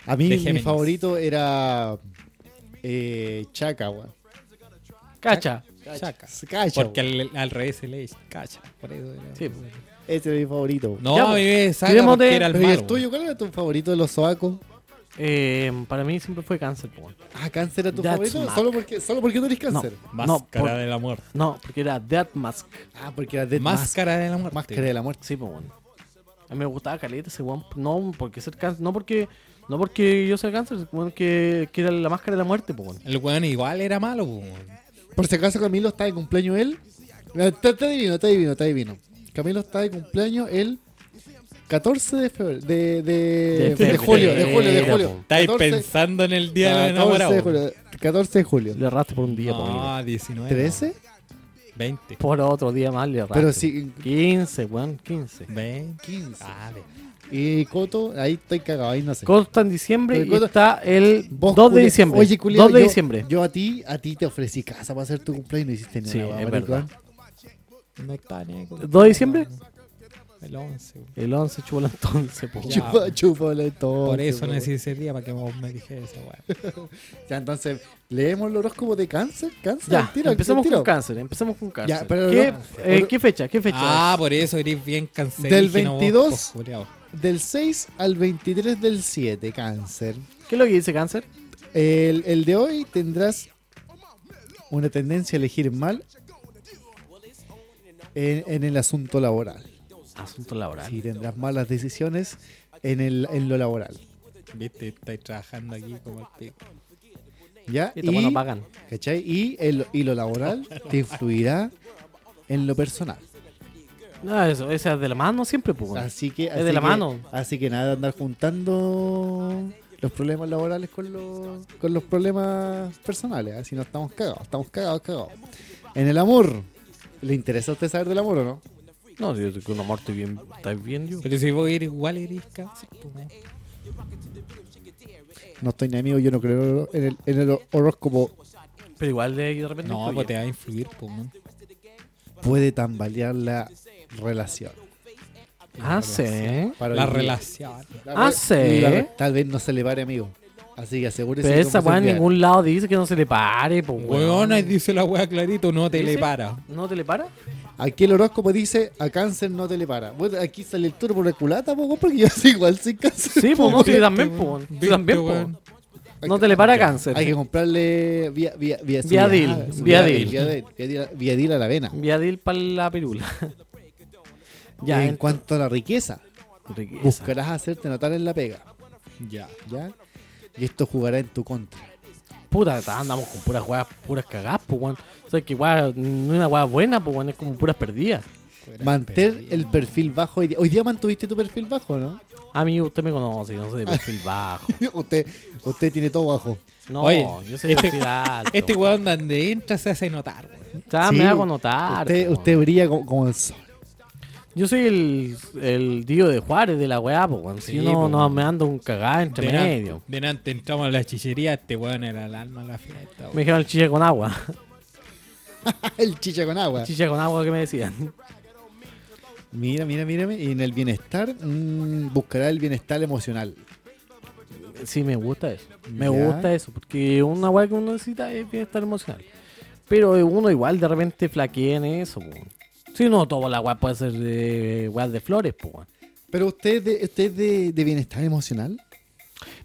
Speaker 3: A mí
Speaker 2: De
Speaker 3: mi
Speaker 2: Géminis.
Speaker 3: favorito era eh, Chaca, weón.
Speaker 1: Cacha.
Speaker 2: Chaca.
Speaker 3: Cacha,
Speaker 2: Porque
Speaker 3: weón.
Speaker 2: al, al revés se lee cacha. Por eso era-
Speaker 1: Sí, pues.
Speaker 3: Ese es mi favorito. weón.
Speaker 2: No,
Speaker 1: Ya,
Speaker 2: a mí me saca
Speaker 1: tiremos
Speaker 2: porque
Speaker 1: de-
Speaker 2: era el
Speaker 3: pues, Pero ¿y
Speaker 2: malo.
Speaker 3: el tuyo? ¿Cuál era tu favorito de los sobacos?
Speaker 1: Eh, para mí siempre fue cáncer, pues bueno.
Speaker 3: Ah, cáncer era tu
Speaker 1: That's
Speaker 3: favorito.
Speaker 1: Mac.
Speaker 3: Solo porque, solo porque tú eres cáncer.
Speaker 1: No, no,
Speaker 2: Máscara
Speaker 1: por-
Speaker 2: de la muerte.
Speaker 1: no, porque era Death Mask.
Speaker 3: Ah, porque era de
Speaker 2: Máscara de la muerte.
Speaker 3: Máscara de la muerte.
Speaker 1: Sí, pues bueno. A mí me gustaba caleta ese weón. No porque ser cáncer, no porque, no porque yo sea cáncer, sino porque que era la máscara de la muerte, pues bueno.
Speaker 2: El weón igual era malo, po, weón.
Speaker 3: Por si acaso Camilo está de cumpleaños él. Está, está divino, está divino, está divino. Camilo está de cumpleaños el 14 de febrero. De,
Speaker 1: De
Speaker 3: de, de julio, de julio, de
Speaker 1: febrero,
Speaker 3: julio.
Speaker 1: po.
Speaker 2: Estáis
Speaker 3: 14
Speaker 2: pensando en el día de los
Speaker 3: 14 de
Speaker 2: enamorados.
Speaker 3: julio. 14 de julio.
Speaker 1: Le arrastra por un día, po, mira.
Speaker 2: No, 19.
Speaker 3: ¿13?
Speaker 2: 20.
Speaker 1: Por otro día más le arrastra.
Speaker 3: Pero sí,
Speaker 1: 15, weón, 15.
Speaker 2: 20.
Speaker 3: 15.
Speaker 2: Ah, ve.
Speaker 3: Y Coto, ahí estoy cagado, ahí no sé.
Speaker 1: Costa en diciembre
Speaker 3: Oye,
Speaker 1: y
Speaker 3: Costa-
Speaker 1: está el
Speaker 3: Vos,
Speaker 1: 2 de
Speaker 3: culiao-
Speaker 1: diciembre.
Speaker 3: Oye, culiao,
Speaker 1: 2 de
Speaker 3: yo-
Speaker 1: diciembre.
Speaker 3: Yo a ti, a ti te ofrecí casa para hacer tu cumpleaños y no hiciste ni
Speaker 1: Sí,
Speaker 3: nada.
Speaker 1: es
Speaker 3: maricón.
Speaker 1: verdad.
Speaker 2: No está ni con-
Speaker 1: ¿2 de diciembre?
Speaker 2: El 11. weón.
Speaker 1: El 11 chulo entonces, po.
Speaker 2: Ya.
Speaker 3: Chupa, chúpale todo.
Speaker 2: Por eso
Speaker 3: chúpale.
Speaker 2: necesité ese día para que vos me dijeras esa weá.
Speaker 3: Ya, entonces, leemos el horóscopo de cáncer, cáncer,
Speaker 1: Ya,
Speaker 3: al tiro, al
Speaker 1: empecemos
Speaker 3: tiro.
Speaker 1: con cáncer, empecemos con cáncer.
Speaker 3: Ya, pero
Speaker 1: ¿Qué,
Speaker 3: no-
Speaker 1: eh,
Speaker 3: pero-
Speaker 1: ¿Qué fecha? ¿Qué fecha?
Speaker 2: Ah, por eso eres bien cancerígeno.
Speaker 3: Del
Speaker 2: vos,
Speaker 3: 22.
Speaker 2: po, culiao.
Speaker 3: Del 6 al 23 del 7, cáncer.
Speaker 1: ¿Qué es lo que dice cáncer?
Speaker 3: El, el de hoy tendrás una tendencia a elegir mal en, en el asunto laboral.
Speaker 1: Asunto laboral.
Speaker 3: Si tendrás malas decisiones en, el, en lo laboral.
Speaker 2: Viste, estáis trabajando aquí como el pico.
Speaker 3: ¿Ya?
Speaker 1: Y tampoco
Speaker 3: Y-
Speaker 1: no pagan.
Speaker 3: ¿Cachai? Y, el- y lo laboral te influirá en lo personal.
Speaker 1: No, eso, esa es de la mano siempre, po. weón.
Speaker 3: Así que.
Speaker 1: Es
Speaker 3: así
Speaker 1: de la
Speaker 3: que-
Speaker 1: mano.
Speaker 3: Así que nada, de andar juntando los problemas laborales con los, con los problemas personales. Así no estamos cagados, estamos cagados, cagados. En el amor, ¿le interesa a usted saber del amor o no?
Speaker 1: No, si yo tengo un amor, estoy bien, estás bien yo.
Speaker 2: Pero si voy a ir igual, eres cáncer. po, weón.
Speaker 3: No estoy ni amigo, yo no creo en el, en el horóscopo.
Speaker 1: Pero igual de, de repente.
Speaker 2: No,
Speaker 1: influye.
Speaker 2: pues te va a influir, po, weón.
Speaker 3: Puede tambalear la relación.
Speaker 1: Ah, sí.
Speaker 3: Para
Speaker 2: La
Speaker 3: hoy día.
Speaker 2: relación.
Speaker 1: Ah, sí.
Speaker 3: La- Tal vez no se le pare, amigo. Así que asegúrese.
Speaker 1: Pero
Speaker 3: de
Speaker 1: esa weá en
Speaker 3: conversar
Speaker 1: ningún lado dice que no se le pare, pues
Speaker 2: Weón, ahí dice la weá clarito, no te le
Speaker 1: ¿Dice?
Speaker 2: para.
Speaker 1: ¿No te le para?
Speaker 3: bien. Aquí el horóscopo dice: a cáncer no te le para. Bueno, aquí sale el toro por la culata, po, porque yo soy igual sin cáncer.
Speaker 1: Sí, pues
Speaker 3: po.
Speaker 1: no, sí, también, pues weón. Sí,
Speaker 2: Viste,
Speaker 1: también, po.
Speaker 2: weón.
Speaker 1: No te le para cáncer.
Speaker 3: Hay que comprarle vía, vía, vía,
Speaker 1: Viadil,
Speaker 3: ah,
Speaker 1: viadil.
Speaker 3: viadil, viadil, viadil a la avena.
Speaker 1: Viadil para la pirula.
Speaker 3: Ya,
Speaker 1: ya,
Speaker 3: en cuanto a la riqueza,
Speaker 1: Enrique, esa.
Speaker 3: buscarás hacerte notar en la pega.
Speaker 2: Ya.
Speaker 3: ¿ya? Y esto jugará en tu contra.
Speaker 1: Puta, ta- andamos con puras weas, puras cagadas, pues weón. O sea, que weá, no es una wea buena, pues weón, es como puras perdidas.
Speaker 3: Mantener el perfil bajo. Hoy día, hoy día mantuviste tu perfil bajo, ¿no?
Speaker 1: A mí usted me conoce, yo no soy de perfil bajo.
Speaker 3: usted, usted tiene todo bajo.
Speaker 1: No,
Speaker 2: Oye,
Speaker 1: yo soy de
Speaker 2: este-
Speaker 1: perfil alto.
Speaker 2: Este weón donde entra se hace notar, weón.
Speaker 1: Ya
Speaker 3: Sí,
Speaker 1: Ah, me hago notar.
Speaker 3: Usted,
Speaker 1: po,
Speaker 3: usted
Speaker 1: weón.
Speaker 3: brilla como, como el sol.
Speaker 1: Yo soy el, el tío de Juárez de la weá, pues weón. Si
Speaker 2: Sí,
Speaker 1: no,
Speaker 2: po,
Speaker 1: no
Speaker 2: weón.
Speaker 1: me ando un cagada entre
Speaker 2: Denan-
Speaker 1: medio.
Speaker 2: Denante entramos a la chichería, este weón era el alma de la fiesta.
Speaker 1: Me
Speaker 2: weón.
Speaker 1: dijeron el chicha con agua.
Speaker 3: el chicha con agua.
Speaker 1: Chicha con agua que me decían.
Speaker 3: Mira, mira, mira. Y en el bienestar, mm, buscará el bienestar emocional.
Speaker 1: Sí, me gusta eso. Me
Speaker 3: Ya.
Speaker 1: gusta eso, porque una weá que uno necesita es bienestar emocional. Pero uno igual de repente flaquea en eso, po. Si no, toda la weá puede ser de weá de flores, po. weón.
Speaker 3: Pero usted es de, usted es de, de bienestar emocional.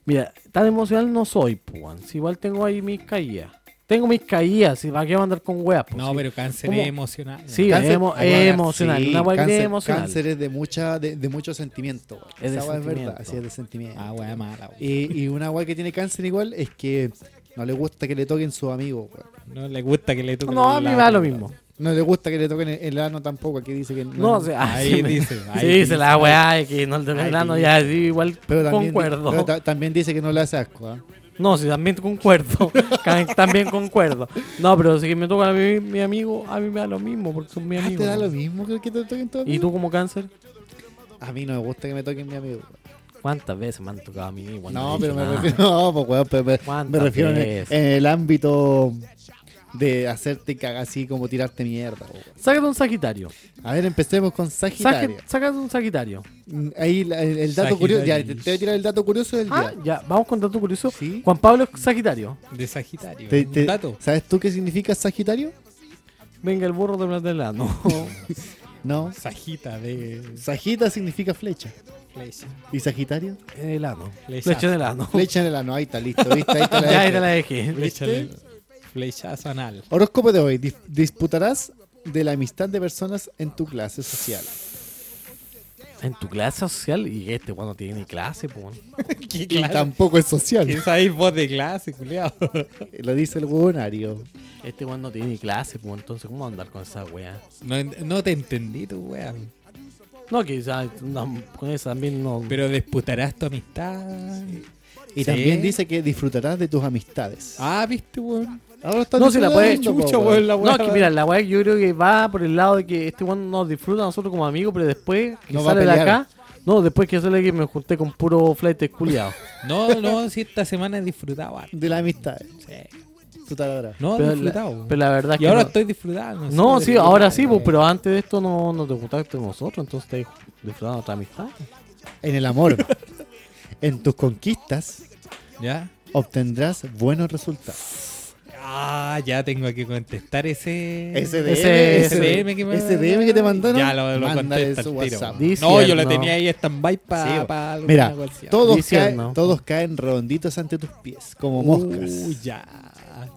Speaker 1: Mira, tan emocional no soy, po. weón. Si igual tengo ahí mis caídas. Tengo mis caídas, si va a andar con weá, po.
Speaker 2: No,
Speaker 1: Si-
Speaker 2: pero cáncer
Speaker 1: ¿Cómo?
Speaker 2: es emocional. weón.
Speaker 1: Sí,
Speaker 3: Cáncer-
Speaker 1: emo-
Speaker 3: Ah, bueno,
Speaker 1: emocional.
Speaker 3: sí,
Speaker 1: una weá que es
Speaker 3: cáncer-
Speaker 1: emocional.
Speaker 3: Cáncer es de, mucha, de, de mucho sentimiento. weón.
Speaker 1: Es de
Speaker 3: Esa weá
Speaker 1: sentimiento.
Speaker 3: verdad. Así es de
Speaker 1: eh.
Speaker 3: sentimiento.
Speaker 2: Ah, weá mala, weón.
Speaker 3: Y, y una weá que tiene cáncer igual es que no le gusta que le toquen sus amigos. weón.
Speaker 2: No le gusta que le toquen
Speaker 1: No, a mí
Speaker 2: la
Speaker 1: me da lo
Speaker 2: bola.
Speaker 1: mismo.
Speaker 3: No le gusta que le toquen el, el ano tampoco. Aquí dice que no.
Speaker 1: No, o sea, ah,
Speaker 2: Ahí
Speaker 1: sí me-
Speaker 2: dice, ahí
Speaker 1: sí, dice la
Speaker 2: dice.
Speaker 1: weá de que no el
Speaker 3: Ahí
Speaker 1: verano
Speaker 3: dice.
Speaker 1: ya sí, igual
Speaker 3: pero también,
Speaker 1: concuerdo.
Speaker 3: pero ta- también dice que no le hace asco. ¿ah?
Speaker 1: No, sí, también concuerdo. Ca- también concuerdo. No, pero si que me toca a mí, mi amigo, a mí me da lo mismo, porque son mi
Speaker 3: Ah,
Speaker 1: amigo.
Speaker 3: ¿Te da lo mismo que que te toquen todos?
Speaker 1: ¿Y tú como cáncer?
Speaker 3: A mí no me gusta que me toquen mi amigo.
Speaker 1: ¿Cuántas veces me "Ah, han tocado a mí? Igual
Speaker 3: No,
Speaker 1: he
Speaker 3: pero
Speaker 1: dicho
Speaker 3: me
Speaker 1: nada.
Speaker 3: refiero, no, pues, weón, pero me, me
Speaker 1: ¿Cuántas
Speaker 3: refiero en el,
Speaker 1: veces?
Speaker 3: en el ámbito de hacerte cagar así como tirarte mierda. pues, weón.
Speaker 1: Sácate un sagitario.
Speaker 3: A ver, empecemos con
Speaker 1: Saque-
Speaker 3: Sagitario.
Speaker 1: Sácate un sagitario.
Speaker 3: Mm, Ahí la- el, el dato
Speaker 2: Sagitario.
Speaker 3: curioso, ya te, te voy a tirar el dato curioso del
Speaker 1: Ah,
Speaker 3: día.
Speaker 1: ya, vamos con dato curioso.
Speaker 3: Sí.
Speaker 1: Juan Pablo es sagitario.
Speaker 2: De Sagitario.
Speaker 3: Te-
Speaker 2: un
Speaker 3: te-
Speaker 2: dato.
Speaker 3: ¿Sabes tú qué significa Sagitario?
Speaker 1: Venga, el burro de Platelano.
Speaker 3: No.
Speaker 2: Sagita de
Speaker 3: Sagita significa flecha.
Speaker 2: flecha.
Speaker 3: ¿Y Sagitario?
Speaker 1: el ano.
Speaker 2: Flechazo.
Speaker 1: Flecha en el ano.
Speaker 3: Flecha en el ano, ahí está, listo, ¿viste? Ahí está la
Speaker 1: Ya,
Speaker 3: F.
Speaker 1: ahí te la dejé.
Speaker 2: Flecha de- Flechazo anal.
Speaker 3: Horóscopo de hoy. Dis- disputarás de la amistad de personas en tu clase social.
Speaker 1: En tu clase social, y este, bueno, tiene clase, pues.
Speaker 2: ¿Qué
Speaker 3: Y tampoco es social.
Speaker 2: ¿Quién sabéis vos de clase, culiao?
Speaker 3: Lo dice el huevonario.
Speaker 1: Este weón no tiene clase, pues entonces, ¿cómo va a andar con esa weá?
Speaker 2: No, en- no te entendí tu wea.
Speaker 1: No, quizás no, con eso también no.
Speaker 2: Pero disputarás tu amistad.
Speaker 3: Y
Speaker 2: Sí.
Speaker 3: también dice que disfrutarás de tus amistades.
Speaker 2: Ah, viste, weón.
Speaker 3: Ahora está
Speaker 1: No, si la puede-
Speaker 2: Chucha, weón, la
Speaker 1: no,
Speaker 2: wea.
Speaker 1: es que mira, la weá yo creo que va por el lado de que este weón nos disfruta a nosotros como amigos, pero después que
Speaker 3: No va a
Speaker 1: sale de
Speaker 3: pelear.
Speaker 1: acá. No, después que sale que me junté con puro flight culiado.
Speaker 2: No, no, si esta semana he disfrutado. harto.
Speaker 3: De las amistades.
Speaker 2: Sí.
Speaker 3: Disfrutar ahora.
Speaker 2: No, he
Speaker 1: pero,
Speaker 2: disfrutado.
Speaker 1: la,
Speaker 2: weón.
Speaker 1: pero la verdad
Speaker 2: y
Speaker 1: que
Speaker 2: ahora
Speaker 1: no.
Speaker 2: estoy disfrutando.
Speaker 1: No,
Speaker 2: sé,
Speaker 1: sí,
Speaker 2: de-
Speaker 1: ahora sí, pues, pero antes de esto no, no te juntaste con nosotros, entonces te disfrutando otra amistad.
Speaker 3: En el amor. en tus conquistas
Speaker 2: ¿Ya?
Speaker 3: obtendrás buenos resultados.
Speaker 2: Ah, ya tengo que contestar ese.
Speaker 3: SDM,
Speaker 1: Ese-
Speaker 2: SDM que me-
Speaker 3: SDM que te mandaron.
Speaker 2: Ya lo, lo
Speaker 3: mándale
Speaker 2: contesta
Speaker 3: su
Speaker 2: al tiro.
Speaker 3: WhatsApp.
Speaker 2: No, yo la
Speaker 1: Diciendo.
Speaker 2: tenía ahí stand-by
Speaker 3: Sí,
Speaker 2: para
Speaker 3: weón. Mira, todos, caen,
Speaker 1: Diciendo.
Speaker 3: todos caen redonditos ante tus pies, como moscas.
Speaker 2: Uh, ya.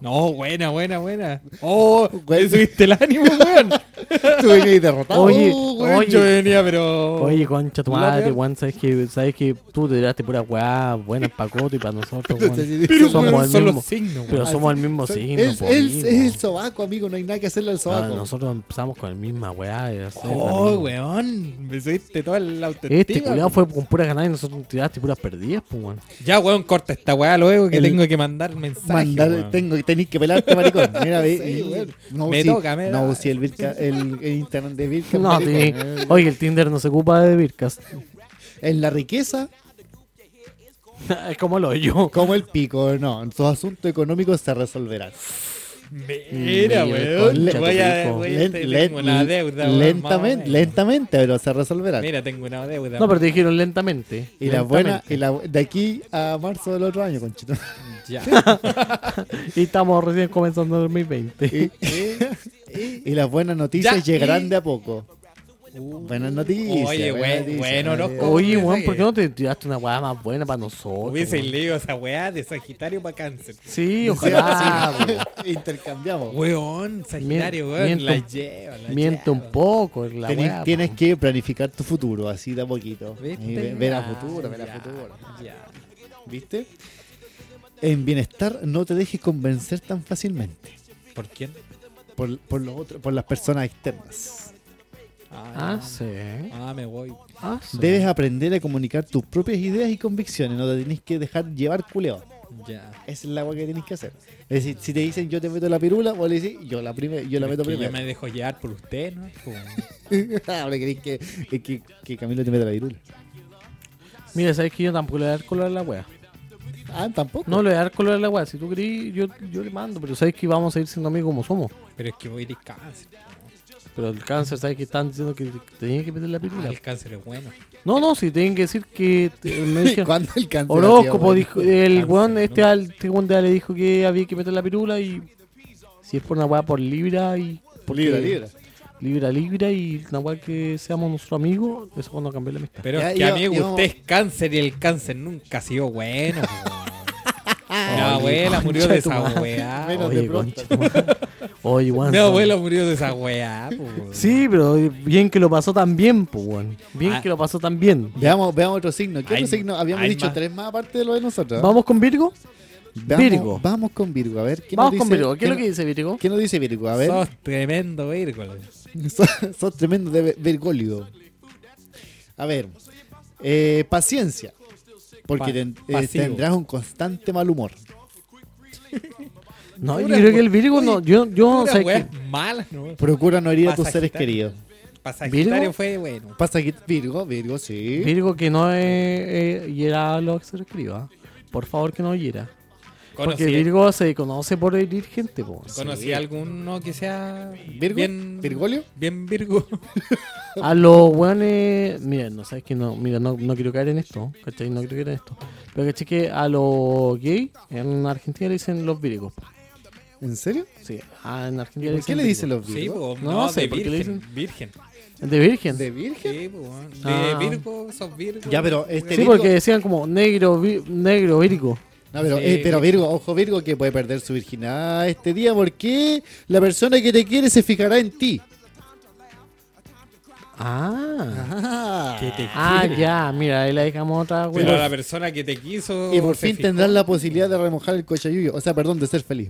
Speaker 2: No, buena, buena, buena. Oh,
Speaker 3: Güey.
Speaker 2: me subiste el ánimo, weón.
Speaker 3: Tú venís derrotado.
Speaker 1: Oye,
Speaker 2: Oh, weón,
Speaker 1: oye.
Speaker 2: yo venía, pero.
Speaker 1: Oye, concha tu
Speaker 2: Oh. La
Speaker 1: madre,
Speaker 2: peor.
Speaker 1: weón, sabes que, sabes que tú te tiraste pura weá buena para Coto y para nosotros, weón.
Speaker 3: Entonces, sí,
Speaker 2: pero
Speaker 1: somos
Speaker 2: weón,
Speaker 1: el
Speaker 2: son
Speaker 1: mismo-
Speaker 2: los signos,
Speaker 1: Pero
Speaker 2: weón.
Speaker 1: somos el mismo signo,
Speaker 3: Ah, es,
Speaker 1: po,
Speaker 3: es-
Speaker 1: amigo.
Speaker 3: es el sobaco, amigo. No hay nada que hacerle al
Speaker 1: Ah,
Speaker 3: sobaco.
Speaker 1: Nosotros empezamos con la misma weá. de hacer la
Speaker 2: Oh,
Speaker 1: misma.
Speaker 2: weón. Me subiste toda la autoestima.
Speaker 1: Este culiado fue con puras ganadas y nosotros tiraste puras perdidas, pues, weón.
Speaker 2: Ya, weón, corta esta weá luego que
Speaker 3: El-
Speaker 2: tengo que mandar mensaje.
Speaker 3: Mandar,
Speaker 2: weón.
Speaker 3: tengo que tenéis que pelarte, maricón. Mira, ve, y-
Speaker 2: weón.
Speaker 3: no,
Speaker 2: Me
Speaker 3: si,
Speaker 2: toca, me
Speaker 3: no,
Speaker 2: da.
Speaker 3: si el, Vilca- el el, el Instagram de Virka.
Speaker 1: No, sí. Oye, el Tinder no se ocupa de Vircas.
Speaker 3: Es la riqueza
Speaker 1: es como el hoyo.
Speaker 3: Como el pico, no. Sus asuntos económicos se resolverán.
Speaker 2: Mira,
Speaker 3: Mira,
Speaker 2: weón.
Speaker 3: concha,
Speaker 2: Voy a,
Speaker 3: qué rico.
Speaker 2: voy a-
Speaker 3: Len-
Speaker 2: tengo
Speaker 3: len-
Speaker 2: una deuda. weón,
Speaker 3: Lentamente,
Speaker 2: mamá.
Speaker 3: lentamente, pero se resolverán.
Speaker 2: Mira, tengo una deuda.
Speaker 1: No, pero te dijeron lentamente.
Speaker 3: Y la
Speaker 1: Lentamente.
Speaker 3: buena, y la, de aquí a marzo del otro año, conchito.
Speaker 2: Ya.
Speaker 1: Y estamos recién comenzando el 2020.
Speaker 3: Y, y las buenas noticias
Speaker 2: Ya,
Speaker 3: llegarán
Speaker 2: y-
Speaker 3: de a poco. Buenas noticias.
Speaker 2: Oye,
Speaker 3: buenas
Speaker 2: buen-
Speaker 3: noticias,
Speaker 2: buen
Speaker 3: buenas
Speaker 2: horóscopo.
Speaker 1: Oye,
Speaker 2: Oye,
Speaker 1: weón,
Speaker 2: oye.
Speaker 1: ¿por qué no te tiraste una weá más buena para nosotros?
Speaker 2: Hubiese
Speaker 1: weón?
Speaker 2: leído esa weá de Sagitario para cáncer.
Speaker 1: Sí, ojalá.
Speaker 3: noticias.
Speaker 1: weón.
Speaker 3: Intercambiamos.
Speaker 2: Weón, Sagitario,
Speaker 1: Mien-
Speaker 2: weón.
Speaker 1: miento-
Speaker 2: la lleva, la
Speaker 1: Miente
Speaker 2: lleva.
Speaker 1: un poco la
Speaker 3: Tenés-
Speaker 1: weá,
Speaker 3: tienes
Speaker 1: po.
Speaker 3: que planificar tu futuro, así de a poquito.
Speaker 2: ¿Viste?
Speaker 3: Y ve- Ver a
Speaker 2: Ya,
Speaker 3: futuro, ver a
Speaker 2: ya,
Speaker 3: futuro.
Speaker 2: ya.
Speaker 3: ¿Viste? En bienestar no te dejes convencer tan fácilmente
Speaker 2: ¿Por quién?
Speaker 3: por, por, los otros- por las personas externas.
Speaker 1: Ah,
Speaker 2: Ah,
Speaker 1: sí.
Speaker 2: ah, me voy.
Speaker 1: Ah, sí.
Speaker 3: Debes aprender a comunicar tus propias ideas y convicciones. No te tenés que dejar llevar culeo.
Speaker 2: Ya.
Speaker 3: Esa es la agua que tenés que hacer. Es decir, si te dicen yo te meto la pirula, vos le decís yo la, prime- yo la
Speaker 2: Pero
Speaker 3: meto
Speaker 2: es que
Speaker 3: primero.
Speaker 2: Yo me dejo llevar por usted, ¿no? Como-
Speaker 3: Ahora querés que, que, que Camilo te meta la pirula.
Speaker 1: Mira, sabes que yo tampoco le voy a dar color a la weá.
Speaker 3: Ah, tampoco.
Speaker 1: No le voy a dar color a la weá. Si tú querís, yo, yo le mando. Pero sabes que vamos a ir siendo amigos como somos.
Speaker 2: Pero es que voy de cáncer.
Speaker 1: Pero el cáncer, sabes que están diciendo que tenían que meter la
Speaker 2: Ah,
Speaker 1: pirula.
Speaker 2: el cáncer es bueno.
Speaker 1: No, no, si tienen que decir que. te- me dijeron-
Speaker 3: ¿Cuándo el cáncer ha sido
Speaker 1: Horóscopo
Speaker 3: bueno?
Speaker 1: dijo, el
Speaker 2: Cáncer,
Speaker 1: weón, este
Speaker 2: ¿no?
Speaker 1: al este weón de Ale dijo que había que meter la pirula y si es por una weá por libra y porque-
Speaker 3: Libra, libra.
Speaker 1: libra libra y una weá que seamos nuestro amigo, eso cuando cambié la amistad.
Speaker 2: Pero
Speaker 3: Ya,
Speaker 2: es que,
Speaker 3: yo-
Speaker 2: amigo,
Speaker 3: yo-
Speaker 2: usted es cáncer y el cáncer nunca ha sido bueno. Mi
Speaker 1: Oye,
Speaker 2: abuela murió
Speaker 1: concha
Speaker 2: de
Speaker 1: tu
Speaker 2: esa
Speaker 1: madre.
Speaker 2: weá.
Speaker 3: Menos
Speaker 1: Oye,
Speaker 3: de pronto.
Speaker 1: concha, Oye, weón.
Speaker 2: Mi
Speaker 1: son-
Speaker 2: abuela murió de esa weá. po, weón.
Speaker 1: Sí, pero bien que lo pasó tan bien, pues weón. Bien
Speaker 2: Ah.
Speaker 1: que lo pasó tan bien.
Speaker 3: Veamos, veamos otro signo. ¿Qué
Speaker 2: Hay-
Speaker 3: otro signo? Habíamos
Speaker 2: hay
Speaker 3: dicho
Speaker 2: más.
Speaker 3: tres más aparte de lo de nosotros. ¿ah?
Speaker 1: ¿Vamos con Virgo?
Speaker 3: Veamos-
Speaker 1: Virgo.
Speaker 3: Vamos con Virgo. A ver, ¿qué
Speaker 1: Vamos
Speaker 3: nos
Speaker 1: con
Speaker 3: dice-
Speaker 1: Virgo. ¿Qué es lo
Speaker 3: no-
Speaker 1: que dice Virgo?
Speaker 3: ¿Qué nos dice Virgo? A ver,
Speaker 2: Sos tremendo vírgula.
Speaker 3: sos, sos tremendo de vir- Virgólio. A ver, eh, paciencia. Porque
Speaker 2: Pa-
Speaker 3: ten- eh,
Speaker 2: pasivo.
Speaker 3: tendrás un constante mal humor.
Speaker 1: No, yo
Speaker 2: Pura
Speaker 1: creo que
Speaker 2: we-
Speaker 1: el Virgo no. Yo, yo no
Speaker 2: Puras
Speaker 1: sé qué.
Speaker 2: weas malas, ¿no?
Speaker 3: Procura no herir a tus seres
Speaker 2: Pasajita.
Speaker 3: queridos.
Speaker 2: Para Sagitario
Speaker 1: ¿Virgo?
Speaker 2: fue bueno.
Speaker 3: Pasa que Virgo, Virgo, sí.
Speaker 1: Virgo que no eh, eh, hiera a los que se lo escriba. Por favor, que no hiera. Porque
Speaker 2: Conocí-
Speaker 1: Virgo se conoce por herir gente, po.
Speaker 2: ¿Conocí a alguno que sea
Speaker 3: Virgo,
Speaker 2: bien
Speaker 3: Virgolio.
Speaker 2: Bien Virgo.
Speaker 1: A los weones. Mira, no sabes que no. Mira, no, no quiero caer en esto. ¿Cachai? No quiero caer en esto. Pero caché que a los gays en Argentina le dicen los virgos. po.
Speaker 3: ¿En serio?
Speaker 1: Sí, ah, en Argentina
Speaker 3: ¿Por qué le dicen los
Speaker 2: Sí,
Speaker 3: Virgo?
Speaker 2: po,
Speaker 1: No
Speaker 2: no,
Speaker 1: sé,
Speaker 2: de
Speaker 1: ¿por qué
Speaker 2: virgen,
Speaker 1: le
Speaker 2: virgen.
Speaker 1: virgos? De virgen.
Speaker 3: ¿De Virgen?
Speaker 2: Sí, po, weón. de
Speaker 1: Ah.
Speaker 2: Virgo, sos Virgo.
Speaker 3: Ya, pero este
Speaker 1: sí,
Speaker 3: Virgo-
Speaker 1: porque decían como negro, vi- negro virgo.
Speaker 3: No, pero,
Speaker 2: Sí.
Speaker 3: eh, pero Virgo, ojo Virgo, que puede perder su virginidad este día porque la persona que te quiere se fijará en ti.
Speaker 1: Ah.
Speaker 2: Que te
Speaker 1: Ah,
Speaker 2: quiere.
Speaker 1: ya. Mira, ahí la dejamos otra
Speaker 2: Pero
Speaker 1: wea.
Speaker 2: la persona que te quiso.
Speaker 3: Y por
Speaker 2: se
Speaker 3: fin
Speaker 2: fijó.
Speaker 3: tendrás la posibilidad de remojar el cochayuyo. O sea, perdón, de ser feliz.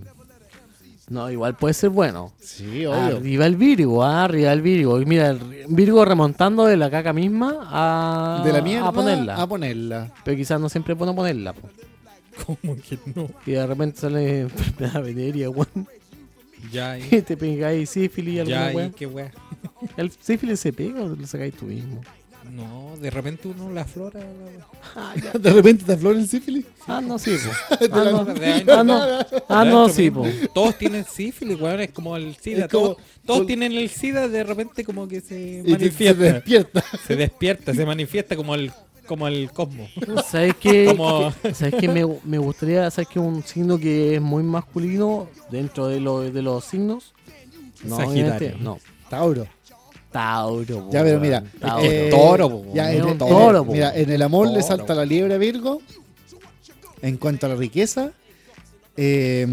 Speaker 1: No, igual puede ser bueno.
Speaker 3: Sí,
Speaker 1: Arriba el Virgo, ah, arriba el Virgo. Y mira, el ri- Virgo remontando de la caca misma a,
Speaker 3: Ah, de la mierda
Speaker 1: a ponerla.
Speaker 3: A ponerla.
Speaker 1: Pero quizás no siempre es bueno ponerla. po.
Speaker 2: ¿Cómo que no?
Speaker 1: Y de repente sale enfermedad veneria, weón.
Speaker 2: Ya, y,
Speaker 1: Y te pegáis sífilis y alguna
Speaker 2: ya, y
Speaker 1: weón.
Speaker 2: qué wea.
Speaker 1: ¿El sífilis se pega o lo sacáis tú mismo?
Speaker 2: No, de repente uno la flora. la wea.
Speaker 3: De repente te aflora el sífilis.
Speaker 1: Ah, no, sí, po.
Speaker 2: la-
Speaker 1: Ah,
Speaker 2: de-
Speaker 1: no, ah, no, ah, no
Speaker 2: Adentro
Speaker 1: sí,
Speaker 2: mismo.
Speaker 1: po.
Speaker 2: Todos tienen sífilis, weón. Es como el SIDA.
Speaker 3: Es como-
Speaker 2: todos todos
Speaker 3: como-
Speaker 2: tienen el SIDA, de repente como que se
Speaker 3: Y te- te
Speaker 2: manifiesta.
Speaker 3: despierta.
Speaker 2: se despierta, se manifiesta como el, como el cosmos.
Speaker 1: ¿Sabes qué?
Speaker 2: Como-
Speaker 1: ¿Sabes qué? Me, me gustaría, ¿sabes qué? Un signo que es muy masculino dentro de, lo, de los signos. No,
Speaker 2: Sagitario.
Speaker 1: obviamente, no.
Speaker 3: Tauro.
Speaker 1: Tauro.
Speaker 3: Ya, pero
Speaker 1: weón,
Speaker 3: mira.
Speaker 1: Tauro.
Speaker 3: eh,
Speaker 2: Toro, po,
Speaker 3: ya,
Speaker 2: es
Speaker 3: en
Speaker 1: un
Speaker 3: el-
Speaker 1: toro,
Speaker 3: en el-
Speaker 1: po.
Speaker 3: Mira, en el amor le
Speaker 2: Toro.
Speaker 3: salta la liebre a Virgo. En cuanto a la riqueza, eh,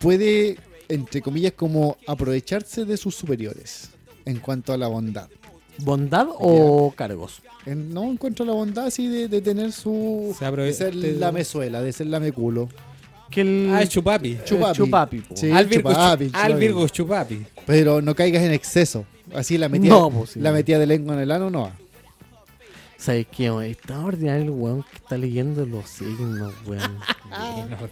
Speaker 3: puede, entre comillas, como aprovecharse de sus superiores. En cuanto a la bondad.
Speaker 1: ¿Bondad o cargos?
Speaker 3: En- no encuentro la bondad así de, de tener su.
Speaker 2: Se
Speaker 3: de
Speaker 2: aprovecha
Speaker 3: ser
Speaker 2: de-
Speaker 3: la mezuela, de ser la meculo.
Speaker 1: Que el
Speaker 2: Ah, es chupapi.
Speaker 3: Chupapi.
Speaker 1: Eh, chupapi, po.
Speaker 3: Sí,
Speaker 2: al Virgo,
Speaker 3: chupapi,
Speaker 2: chu- al
Speaker 3: chupapi.
Speaker 2: Virgo chupapi.
Speaker 3: Pero no caigas en exceso. Así la metida,
Speaker 1: No, pues, sí.
Speaker 3: la metida de lengua en el ano no va.
Speaker 1: ¿Sabes qué, güey? Está ordinario el weón que está leyendo los signos, weón.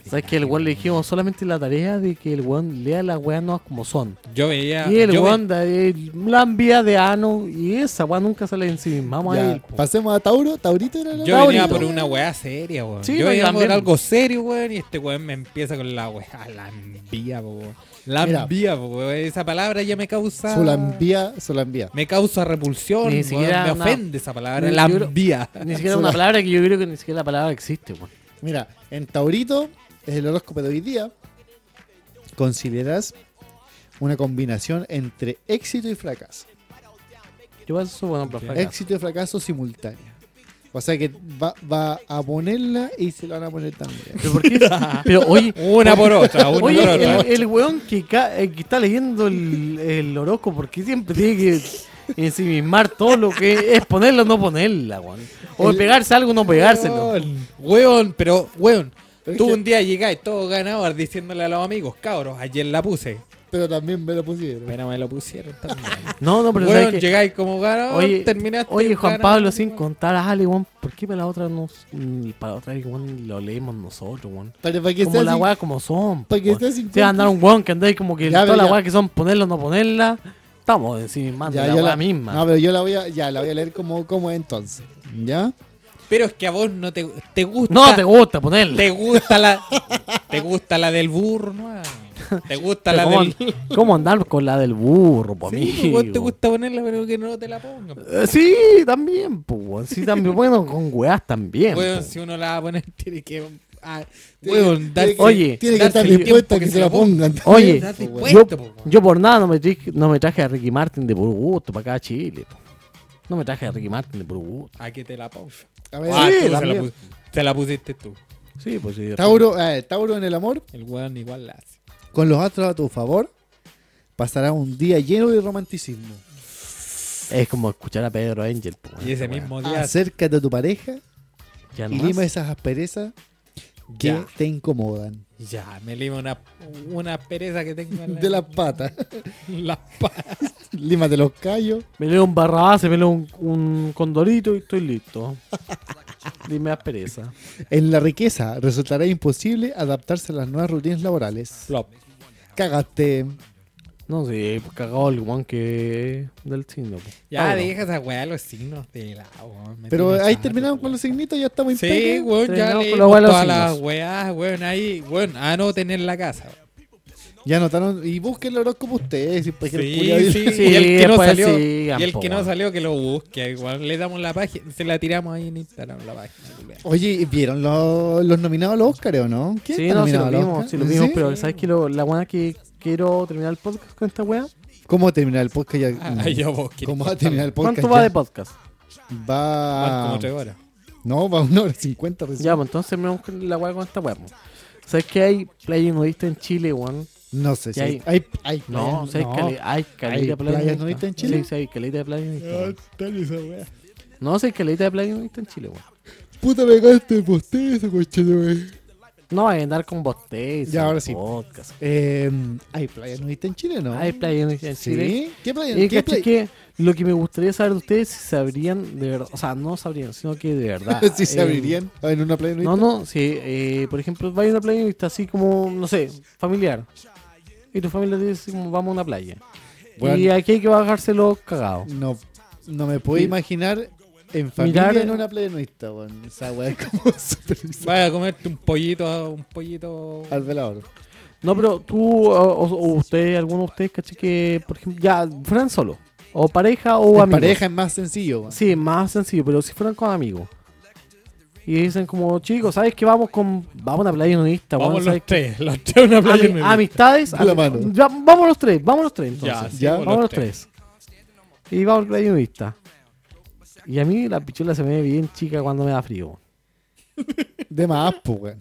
Speaker 1: ¿Sabes que El weón le dijimos solamente la tarea de que el weón lea las weas no como son.
Speaker 2: Yo veía.
Speaker 1: Y el
Speaker 2: yo ve-
Speaker 1: weón da el- la envía de ano y esa weón nunca sale en sí misma. Vamos a
Speaker 3: Ya,
Speaker 1: él. po.
Speaker 3: Pasemos a Tauro. Taurito era la
Speaker 2: Yo
Speaker 1: Está
Speaker 2: venía
Speaker 1: bonito.
Speaker 2: por una weá seria, weón.
Speaker 1: Sí,
Speaker 2: yo
Speaker 1: no,
Speaker 2: venía
Speaker 1: también.
Speaker 2: por algo serio, weón. Y este weón me empieza con la weá. Ah, La envía, po, weón. La
Speaker 3: Mira.
Speaker 2: envía, po, weón. Esa palabra ya me causa.
Speaker 3: Solambía, Solambía.
Speaker 2: Me causa repulsión,
Speaker 1: Ni
Speaker 2: weón.
Speaker 1: siquiera
Speaker 2: Me
Speaker 1: una-
Speaker 2: ofende esa palabra.
Speaker 1: Ni
Speaker 2: La
Speaker 1: siquiera-
Speaker 2: envía.
Speaker 1: Ni siquiera una palabra que yo creo que ni siquiera la palabra existe, weón.
Speaker 3: Mira, en Taurito, es el horóscopo de hoy día. Consideras una combinación entre éxito y fracaso.
Speaker 1: Yo paso eso, weón, para fracaso.
Speaker 3: Éxito y fracaso simultáneo. O sea que va, va a ponerla y se la van a poner también.
Speaker 1: ¿Pero por qué? Pero oye,
Speaker 2: Una por otra, una
Speaker 1: Oye,
Speaker 2: por otra.
Speaker 1: el, el weón que, ca- eh, que está leyendo el, el horóscopo, ¿por qué siempre tiene que ensimismar todo lo que es ponerlo o no ponerla, weón? O pegarse algo o no pegárselo.
Speaker 2: Weón, weón, pero, weón.
Speaker 3: Pero es
Speaker 2: Tú
Speaker 3: que-
Speaker 2: un día llegáis todo ganador diciéndole a los amigos, cabros, ayer la puse.
Speaker 3: Pero también me lo pusieron.
Speaker 2: Pero me lo pusieron también.
Speaker 1: No, no, pero
Speaker 2: weón,
Speaker 1: ¿sabes qué?
Speaker 2: llegáis como ganador,
Speaker 1: Oye,
Speaker 2: terminaste.
Speaker 1: oye, Juan
Speaker 2: ganador,
Speaker 1: Pablo, sin
Speaker 2: weón.
Speaker 1: contar a Ale, weón, ¿por qué para la otra no, mm, para la otra weón, lo leemos nosotros, weón?
Speaker 3: Pero para que
Speaker 1: Como
Speaker 3: sea
Speaker 1: la
Speaker 3: así-
Speaker 1: weá como son. pues,
Speaker 3: para que
Speaker 1: weón.
Speaker 3: sea
Speaker 1: Te va a andar
Speaker 3: 50.
Speaker 1: un weón que andáis como que
Speaker 3: Ya,
Speaker 1: toda
Speaker 3: pero
Speaker 1: la
Speaker 3: ya.
Speaker 1: weá que son ponerla o no ponerla. Estamos ensimismando
Speaker 3: Ya,
Speaker 1: la
Speaker 3: yo
Speaker 1: weá
Speaker 3: la-
Speaker 1: misma.
Speaker 3: No, pero yo la voy a, ya, la voy a leer como, como es entonces. ¿Ya?
Speaker 2: Pero es que a vos no te, te gusta.
Speaker 1: no te gusta ponerla.
Speaker 2: Te gusta la. Te gusta la del burro, ¿no? Te gusta la
Speaker 1: Pero
Speaker 2: del.
Speaker 1: ¿cómo, cómo andar con la del burro, po,
Speaker 3: pues,
Speaker 2: Sí, pues,
Speaker 1: amigo?
Speaker 2: vos te gusta ponerla, pero que no te la ponga.
Speaker 1: Eh, sí, también, po, weón. Sí, también. bueno, con weas también.
Speaker 2: Weón,
Speaker 1: po.
Speaker 2: si uno la va a poner, tiene que. ah,
Speaker 3: Tiene que-
Speaker 2: weón,
Speaker 3: tiene
Speaker 2: darse-
Speaker 3: que-
Speaker 1: Oye,
Speaker 3: tiene que
Speaker 2: darse
Speaker 3: estar
Speaker 2: el
Speaker 3: dispuesta
Speaker 2: tiempo
Speaker 3: a que se la pongan.
Speaker 1: Oye,
Speaker 2: Estás
Speaker 1: yo,
Speaker 2: dispuesto, po, weón.
Speaker 1: yo por nada no me, traje, no me traje a Ricky Martin de por gusto para acá a Chile. po. No me traje a Ricky Martin de por gusto.
Speaker 2: A que te la ponga.
Speaker 3: A ver,
Speaker 2: Ah,
Speaker 3: sí,
Speaker 2: tú se la,
Speaker 3: también.
Speaker 2: pus- se la pusiste tú.
Speaker 1: Sí, pues sí.
Speaker 3: Tauro, eh, Tauro en el amor,
Speaker 2: El weón igual la hace.
Speaker 3: con los astros a tu favor, pasará un día lleno de romanticismo.
Speaker 1: Es como escuchar a Pedro Angel. po,
Speaker 3: Ah,
Speaker 1: weón,
Speaker 2: Y ese
Speaker 1: esa wea.
Speaker 2: mismo día.
Speaker 3: Acércate a tu pareja
Speaker 1: Ya
Speaker 3: y
Speaker 1: nomás.
Speaker 3: lima esas asperezas que
Speaker 2: Ya.
Speaker 3: te incomodan.
Speaker 2: Ya, me lima una, una pereza que tengo en la,
Speaker 3: De las patas.
Speaker 2: las patas.
Speaker 3: Límate los callos.
Speaker 1: Me leo un barrabás, me leo un, un condorito y estoy listo. Dime aspereza.
Speaker 3: En la riqueza resultará imposible adaptarse a las nuevas rutinas laborales.
Speaker 2: Flop.
Speaker 3: Cagaste.
Speaker 1: No sé, pues, cagado el guan que del signo. po. Ah,
Speaker 2: Ya,
Speaker 1: Tauro.
Speaker 2: deja esa weá los signos de lado.
Speaker 3: Pero ahí terminamos con los signitos, ya estamos
Speaker 2: Sí,
Speaker 3: impecables.
Speaker 2: weón, ya
Speaker 1: Terminamos con
Speaker 2: leímos
Speaker 1: la weá de los
Speaker 2: todas las
Speaker 1: signos.
Speaker 2: weás, weón, ahí, weón, a no tener la casa.
Speaker 3: Ya anotaron. Y busquen el horóscopo ustedes. y para que el
Speaker 2: Sí,
Speaker 3: culiao-
Speaker 2: sí,
Speaker 1: Sí,
Speaker 2: y el que no
Speaker 1: después
Speaker 2: salió,
Speaker 1: sigan,
Speaker 2: y el
Speaker 1: po,
Speaker 2: que no
Speaker 1: weón.
Speaker 2: salió que lo busque, igual le damos la página, se la tiramos ahí en Instagram la página. culiao.
Speaker 3: Oye, ¿vieron lo- los nominados a los Óscar o no? ¿Quién
Speaker 1: Sí,
Speaker 3: está
Speaker 1: no, sí
Speaker 3: nominado
Speaker 1: lo
Speaker 3: a los
Speaker 1: vimos,
Speaker 3: Óscar?
Speaker 1: sí lo vimos,
Speaker 3: ¿Sí?
Speaker 1: pero ¿sabes que lo- la buena que quiero terminar el podcast con esta wea?
Speaker 3: ¿Cómo terminar el podcast ya?
Speaker 2: Ah, ya vos, que-
Speaker 3: Mm. ¿Cómo va a terminar el podcast?
Speaker 1: ¿Cuánto va
Speaker 3: ya?
Speaker 1: de podcast?
Speaker 2: Van como
Speaker 3: Va.
Speaker 2: tres horas.
Speaker 3: No, va a una hora cincuenta recién.
Speaker 1: Ya, pues entonces me vamos con la wea con esta wea. po. ¿Sabes que hay playas nudistas en Chile, weón?
Speaker 3: No sé si
Speaker 1: Ya
Speaker 3: hay.
Speaker 1: hay-
Speaker 3: hay, hay
Speaker 1: No,
Speaker 3: playas-
Speaker 1: ¿sabes que hay- hay caleta de playas
Speaker 3: playas
Speaker 1: nudistas?
Speaker 3: nudistas en Chile? Eh.
Speaker 1: Sí, sí, hay caleta de playas nudistas. weón.
Speaker 3: no.
Speaker 1: No, sí, hay caleta de playas nudistas en Chile, weón.
Speaker 3: Puta, me cagaste el postezo, cochino, güey.
Speaker 1: No hay a andar con botes.
Speaker 3: Ya, ahora sí.
Speaker 1: Podcast.
Speaker 3: Eh, ¿Hay playas nudistas en Chile no?
Speaker 1: Em, Hay playas nudistas en Chile.
Speaker 3: ¿Sí? ¿Qué playa?
Speaker 1: Y
Speaker 3: ¿Qué
Speaker 1: caché
Speaker 3: playa?
Speaker 1: que lo que me gustaría saber de ustedes si sabrían de verdad, o sea, no sabrían, sino que de verdad.
Speaker 3: si se
Speaker 1: eh,
Speaker 3: abrirían ah, en una playa nudista.
Speaker 1: No, no, si, eh, por ejemplo, vaya a una playa y está así como, no sé, familiar. Y tu familia te dice, como, vamos a una playa.
Speaker 3: Bueno.
Speaker 1: Y aquí hay que bajarse los cagados.
Speaker 3: No, no me puedo
Speaker 1: Mi-
Speaker 3: imaginar en familia
Speaker 1: mirar-
Speaker 3: en una playa nudista, weón. Esa weá es como súper bizarra.
Speaker 2: Vaya a comerte un pollito, un pollito.
Speaker 3: Al velador.
Speaker 1: No, pero tú, o, o- o ustedes, alguno de ustedes, caché que, por ejemplo, ya, fueran solo. O pareja o
Speaker 3: En
Speaker 1: amigos.
Speaker 3: pareja es más sencillo, weón.
Speaker 1: Uh, Sí, más sencillo, pero si fueran con amigos. Y dicen como, chicos, ¿sabes qué? Vamos con, vamos a una playa nudista. weón,
Speaker 2: Vamos
Speaker 1: ¿sabes
Speaker 2: los tres, los tres a una playa.
Speaker 3: Ah,
Speaker 1: Ami-
Speaker 2: nudista.
Speaker 1: amistades.
Speaker 3: De la
Speaker 1: ami-
Speaker 3: mano.
Speaker 1: ya, vamos los tres, vamos los tres
Speaker 2: Ya,
Speaker 1: entonces.
Speaker 2: sí,
Speaker 3: Ya.
Speaker 2: vamos
Speaker 1: vamos los tres. Y vamos al playa nudista. Y a mí la pichula se me ve bien chica cuando me da frío.
Speaker 3: De más, po, weón.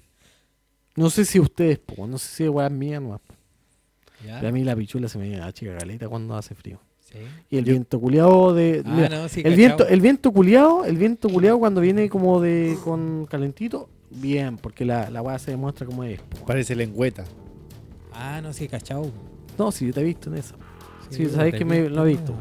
Speaker 1: No sé si ustedes, po, no sé si es weas mía no.
Speaker 2: Ya.
Speaker 1: Pero a mí la pichula se me da chica caleta cuando hace frío.
Speaker 2: Sí.
Speaker 1: Y el viento culiado de.
Speaker 2: Ah,
Speaker 1: mira,
Speaker 2: no, sí,
Speaker 1: el
Speaker 2: cachao.
Speaker 1: viento, el viento culiado, el viento culiado cuando viene como de. con calentito, bien, porque la, la wea se demuestra como es. po.
Speaker 3: Parece lengüeta.
Speaker 2: Ah, no, sí, cachao.
Speaker 1: No, si yo te he visto en esa.
Speaker 2: Sí,
Speaker 1: Sí,
Speaker 2: yo
Speaker 1: sabes
Speaker 2: te
Speaker 1: que
Speaker 2: he
Speaker 1: me
Speaker 2: visto.
Speaker 1: lo he visto.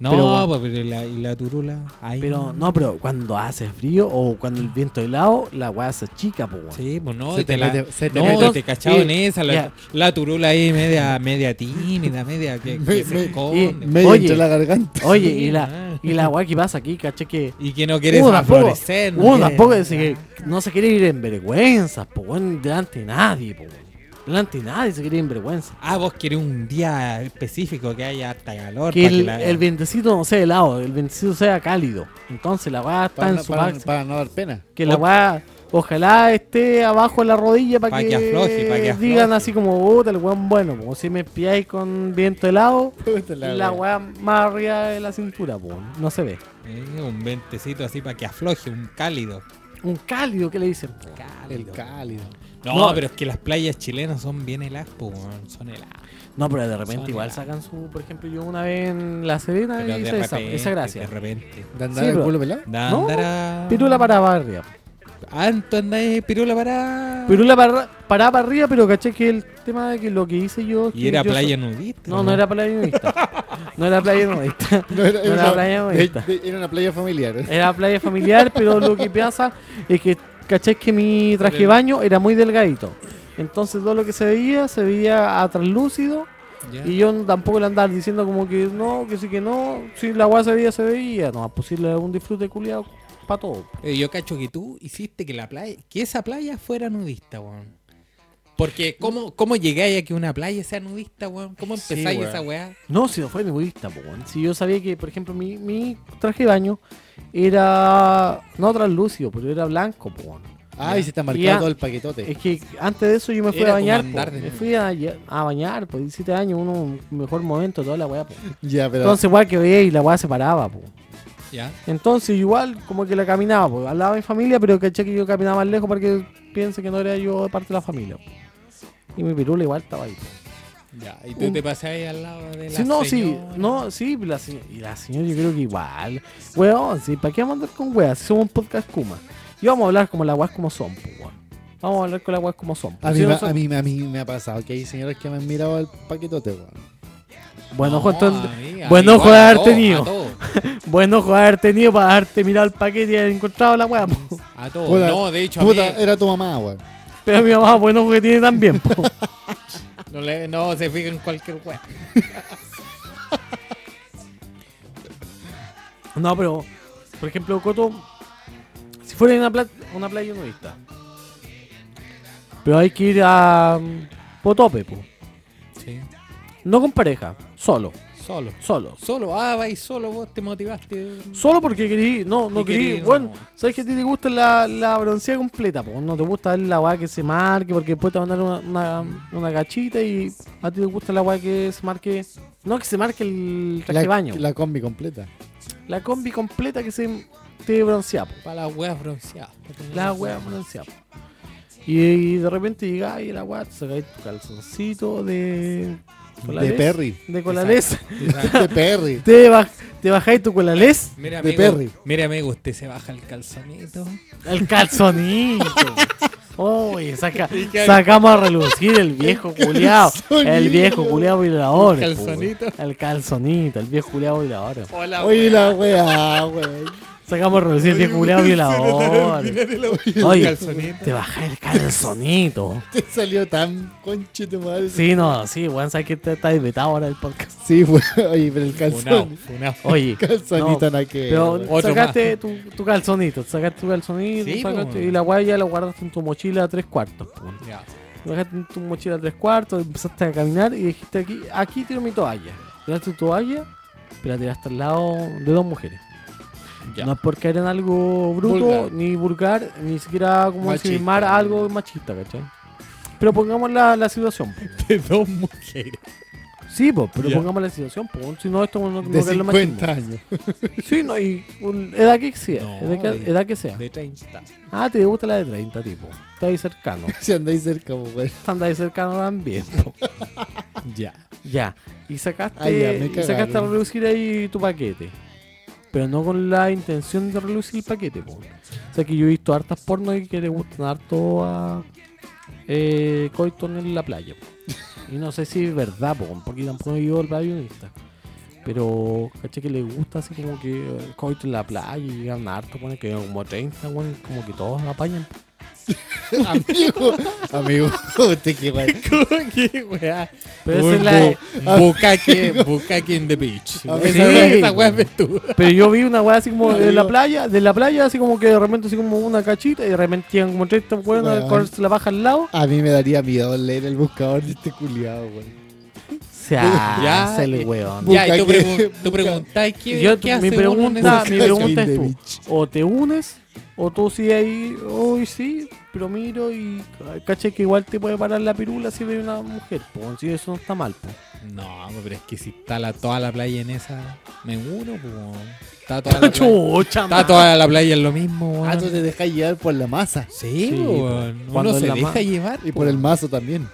Speaker 2: No,
Speaker 1: Pero-
Speaker 2: pues, pero la, y la turula. Ahí
Speaker 1: Pero no, pero cuando hace frío o cuando el viento helado, la weá se chica, po, weón.
Speaker 2: Sí, pues no,
Speaker 3: Se
Speaker 2: y
Speaker 3: te
Speaker 2: te la-
Speaker 3: mete- se te
Speaker 2: no,
Speaker 3: mete-
Speaker 2: y te cachaba en
Speaker 1: y-
Speaker 2: esa, la,
Speaker 1: ya.
Speaker 2: la turula ahí media, media tímida, media que, que
Speaker 3: Me-
Speaker 2: se
Speaker 3: me-
Speaker 2: esconde.
Speaker 1: y-
Speaker 3: Medio
Speaker 1: Oye.
Speaker 3: entre la garganta.
Speaker 1: Oye,
Speaker 2: Sí,
Speaker 1: y
Speaker 2: ah.
Speaker 1: la, y la weá que pasa aquí, caché que.
Speaker 2: y que no quiere
Speaker 1: uno tampoco-
Speaker 2: florecer. no
Speaker 1: uno
Speaker 2: quiere-
Speaker 1: tampoco dice que no se quiere ir en vergüenza, po, weón, delante de nadie, po, weón. Delante de nadie se quiere ir en vergüenza.
Speaker 2: Ah, vos querés un día específico que haya harta calor.
Speaker 1: Que
Speaker 2: para que
Speaker 1: el,
Speaker 2: la-
Speaker 1: el vientecito no sea helado, el vientecito sea cálido. Entonces la weá está
Speaker 3: Para,
Speaker 1: en
Speaker 3: no-
Speaker 1: su
Speaker 3: para-
Speaker 1: máximo.
Speaker 3: para no dar pena.
Speaker 1: Que la weá, ojalá esté abajo de la rodilla para
Speaker 2: Pa' que
Speaker 1: que,
Speaker 2: afloje, pa' que afloje.
Speaker 1: digan así como, puta, el weón bueno, como si me espiáis con viento helado,
Speaker 3: Puta la
Speaker 1: la
Speaker 3: wea.
Speaker 1: weá más arriba de la cintura, po, no se ve.
Speaker 2: Eh, un ventecito así para que afloje, un cálido.
Speaker 1: Un cálido, ¿qué le dicen? po?
Speaker 3: El cálido.
Speaker 2: No,
Speaker 1: No.
Speaker 2: pero es que las playas chilenas son bien heladas, po, weón, son heladas.
Speaker 1: No, pero de repente
Speaker 2: Son
Speaker 1: igual sacan
Speaker 2: heladas.
Speaker 1: su, por ejemplo, yo una vez en La Serena
Speaker 2: Pero de
Speaker 1: hice esa,
Speaker 2: repente,
Speaker 1: esa gracia.
Speaker 2: de repente.
Speaker 3: ¿De andar
Speaker 1: Sí,
Speaker 3: el
Speaker 1: pero-
Speaker 3: culo pelado?
Speaker 2: Da-
Speaker 1: No,
Speaker 2: andará-
Speaker 1: Pirula para arriba.
Speaker 2: Ah, tú andás pirula para...
Speaker 1: Pirula para, para para arriba, pero caché que el tema de que lo que hice yo. es
Speaker 2: Y
Speaker 1: que
Speaker 2: era
Speaker 1: yo
Speaker 2: playa
Speaker 1: so-
Speaker 2: nudista.
Speaker 1: No, no era playa nudista. No era playa nudista.
Speaker 3: No, era,
Speaker 1: No era
Speaker 3: una,
Speaker 1: playa
Speaker 3: de-
Speaker 1: bonita. Eh,
Speaker 3: de- era una playa familiar.
Speaker 1: Era playa familiar, pero lo que pasa es que caché que mi traje de baño era muy delgadito. Entonces todo lo que se veía, se veía a translúcido.
Speaker 2: Ya.
Speaker 1: Y yo tampoco le andaba diciendo como que no, que sí que no. Si la weá se veía, se veía. No, pues sí, le un disfrute culiado para todo.
Speaker 2: Eh, Yo cacho que tú hiciste que la playa, que esa playa fuera nudista, weón. Porque ¿cómo, cómo llegáis a que una playa sea nudista, weón? ¿Cómo
Speaker 1: Sí,
Speaker 2: empezáis
Speaker 1: weón.
Speaker 2: esa weá?
Speaker 1: No, si no fue nudista, po, weón. Si yo sabía que, por ejemplo, mi, mi traje de baño era no translúcido, pero era blanco, po, weón.
Speaker 3: Ay, se está marcado
Speaker 1: Ya. Eh,
Speaker 3: todo el paquetote.
Speaker 1: Es que antes de eso yo me fui
Speaker 2: Era
Speaker 1: a bañar.
Speaker 2: como
Speaker 1: po.
Speaker 2: andar de
Speaker 1: Me
Speaker 2: nuevo.
Speaker 1: fui a, a bañar, por 17 años, uno un mejor momento, toda la weá, po.
Speaker 3: Ya, pero.
Speaker 1: Entonces igual que veía y la weá se paraba, po.
Speaker 2: Ya.
Speaker 1: Entonces igual como que la caminaba, po. al lado de mi familia, pero caché que yo caminaba más lejos para que piense que no era yo de parte de la familia. po. Y mi pirula igual estaba ahí. po.
Speaker 2: Ya. Y tú
Speaker 1: Un-
Speaker 2: te pasabas al lado de la
Speaker 1: Sí, no,
Speaker 2: señora.
Speaker 1: sí, no, sí, la señora, y la señora yo creo que igual. Weón, sí, ¿para qué vamos a andar con weas? Si somos un podcast Kuma. Y vamos a hablar como las weas como son, po, weón. Vamos a hablar con las weas como son. po.
Speaker 3: a,
Speaker 1: Si
Speaker 3: mí,
Speaker 1: no
Speaker 3: me-
Speaker 1: son-
Speaker 3: a, mí, a mí me ha pasado que hay señoras que me han mirado el paquetote, weón.
Speaker 1: Buen ojo,
Speaker 2: No,
Speaker 1: entonces-
Speaker 2: amiga,
Speaker 1: buen ojo
Speaker 2: igual
Speaker 1: de
Speaker 2: a
Speaker 1: haber
Speaker 2: todo, A
Speaker 1: tenido.
Speaker 2: todo.
Speaker 1: Buen ojo de haber tenido para haberte mirado el paquete y haber encontrado la wea, po.
Speaker 2: a todo.
Speaker 3: Puta,
Speaker 2: Oh, no, de hecho, a
Speaker 3: Puta,
Speaker 2: mí-
Speaker 3: era tu mamá, weón.
Speaker 1: Pero mi mamá, buen ojo que tiene también, po.
Speaker 2: no, le- no se fija en cualquier weá.
Speaker 1: No, pero, por ejemplo, Coto, si fuera en una, pla- una playa nudista, pero hay que ir a mm, Potope, po.
Speaker 2: Sí.
Speaker 1: No con pareja, solo,
Speaker 2: Solo.
Speaker 1: solo.
Speaker 2: Solo, ah, vais solo, vos te motivaste. mm,
Speaker 1: Solo porque querí, no, no
Speaker 2: Y
Speaker 1: querí,
Speaker 2: querí, no.
Speaker 1: bueno, sabes que a ti te gusta la, la broncea completa, po, no te gusta la weá que se marque, porque después te van a dar una, una, una cachita y a ti te gusta la weá que se marque, no que se marque el traje
Speaker 3: La,
Speaker 1: de baño, la,
Speaker 3: la combi completa.
Speaker 1: combi completa que se te broncea, po,
Speaker 2: Para las weas bronceadas. para tener
Speaker 1: la
Speaker 2: las
Speaker 1: weá
Speaker 2: weas
Speaker 1: broncea. po. Y, y de repente llegás y la weá te sacáis tu calzoncito de.
Speaker 3: De Perry.
Speaker 1: De colales.
Speaker 2: bronceadas.
Speaker 3: De Perry.
Speaker 1: Te, baj- te bajáis tu colalés
Speaker 2: Mira,
Speaker 3: De
Speaker 2: amigo,
Speaker 3: Perry.
Speaker 2: mira, amigo, usted se baja el calzonito.
Speaker 1: El calzonito. Oye, saca,
Speaker 2: que-
Speaker 1: sacamos a relucir el viejo culiao. El
Speaker 3: calzonito.
Speaker 1: viejo culiao violador.
Speaker 2: El calzonito.
Speaker 1: po, El calzonito, el viejo culiao violador.
Speaker 2: Hola,
Speaker 3: Oye, la weá, weón.
Speaker 1: Sacamos a relucir el viejo culiao violador. Oye, te bajé el calzonito.
Speaker 3: Te salió tan conche tu madre.
Speaker 1: Sí, no, sí, weón, sabes que te está invitado ahora el podcast.
Speaker 3: Sí, weón. Oye, pero el calzón.
Speaker 1: Oye,
Speaker 3: Calzonito
Speaker 1: no,
Speaker 3: no, que.
Speaker 1: pero
Speaker 3: weón.
Speaker 2: Otro
Speaker 1: sacaste tu, tu calzonito, sacaste tu calzonito
Speaker 2: Sí, po,
Speaker 1: sacaste-
Speaker 2: weón.
Speaker 1: y la guay ya lo guardaste en tu mochila a tres cuartos. pues, po. Lo dejaste en tu mochila a tres cuartos, empezaste a caminar y dijiste aquí, aquí tiro mi toalla. Tiraste tu toalla, pero la tiraste al lado de dos mujeres.
Speaker 2: Ya.
Speaker 1: No es por caer en algo bruto,
Speaker 3: Vulgar.
Speaker 1: ni vulgar, ni siquiera como
Speaker 3: Machista.
Speaker 1: encimar algo machista, ¿cachai? Pero pongamos la, la situación. po.
Speaker 2: De dos mujeres.
Speaker 1: Sí, po, pero
Speaker 2: Ya.
Speaker 1: pongamos la situación, po. si no esto no, no
Speaker 3: De
Speaker 1: cae en lo machismo.
Speaker 3: 50 años.
Speaker 1: Sí, no, y un- edad que sea,
Speaker 2: No,
Speaker 1: edad, que,
Speaker 2: de-
Speaker 1: edad que sea.
Speaker 2: De 30.
Speaker 1: Ah, te gusta la de 30, tipo. Está ahí cercano.
Speaker 3: Si andáis cerca, po, weón.
Speaker 1: Están ahí cercano también. po.
Speaker 2: Ya.
Speaker 1: Ya. Y sacaste,
Speaker 3: Ay, ya, me
Speaker 1: y sacaste a
Speaker 3: cagaron.
Speaker 1: relucir ahí tu paquete. Pero no con la intención de relucir el paquete, po. O sea que yo he visto hartas porno y que le gustan harto a eh, Coiton en la playa. po. Y no sé si es verdad, po, porque tampoco yo el bayonista. Pero, caché que le gusta así como que eh, como ir en la playa y llegan harto, pone que como 30, weón, como que todos apañan.
Speaker 3: amigo, amigo, usted qué guay.
Speaker 1: qué weá? Pero esa
Speaker 2: Uy,
Speaker 1: es la.
Speaker 2: bu- Bucaque, bucaque in the beach.
Speaker 1: A ver,
Speaker 2: Esa,
Speaker 1: sí.
Speaker 2: esa weá ves tú.
Speaker 1: Pero yo vi una weá así como de la playa, de la playa, así como que de repente así como una cachita y de repente llegan como 30 weones,
Speaker 3: Weón.
Speaker 1: con la baja al lado.
Speaker 3: A mí me daría miedo leer el buscador de este culiado, güey.
Speaker 1: Se
Speaker 2: Ya,
Speaker 1: hace el
Speaker 2: eh,
Speaker 1: weón.
Speaker 2: Ya, y tú,
Speaker 3: Bucaque,
Speaker 2: pregun- tú preguntáis qué,
Speaker 1: Yo-
Speaker 2: qué hace
Speaker 1: mi,
Speaker 2: uno en
Speaker 1: pregunta,
Speaker 2: esa
Speaker 1: mi
Speaker 2: situación?
Speaker 1: pregunta
Speaker 3: de
Speaker 1: es tú,
Speaker 3: bitch.
Speaker 1: o te unes, o tú sigues ahí, hoy sí, pero miro y ay, caché que igual te puede parar la pirula si ve una mujer, po, si eso no está mal, po.
Speaker 2: No, pero es que si está la, toda la playa en esa, me uno, pues. weón. Está toda la playa,
Speaker 1: Chucha,
Speaker 2: está toda la playa en lo mismo,
Speaker 3: Ah, tú
Speaker 2: weón.
Speaker 3: te dejas llevar por la masa.
Speaker 1: Sí,
Speaker 2: Sí, pues, weón.
Speaker 1: pues, cuando
Speaker 2: Uno
Speaker 1: es
Speaker 2: se
Speaker 1: la
Speaker 2: deja
Speaker 1: ma-
Speaker 2: llevar.
Speaker 3: Y por el mazo también.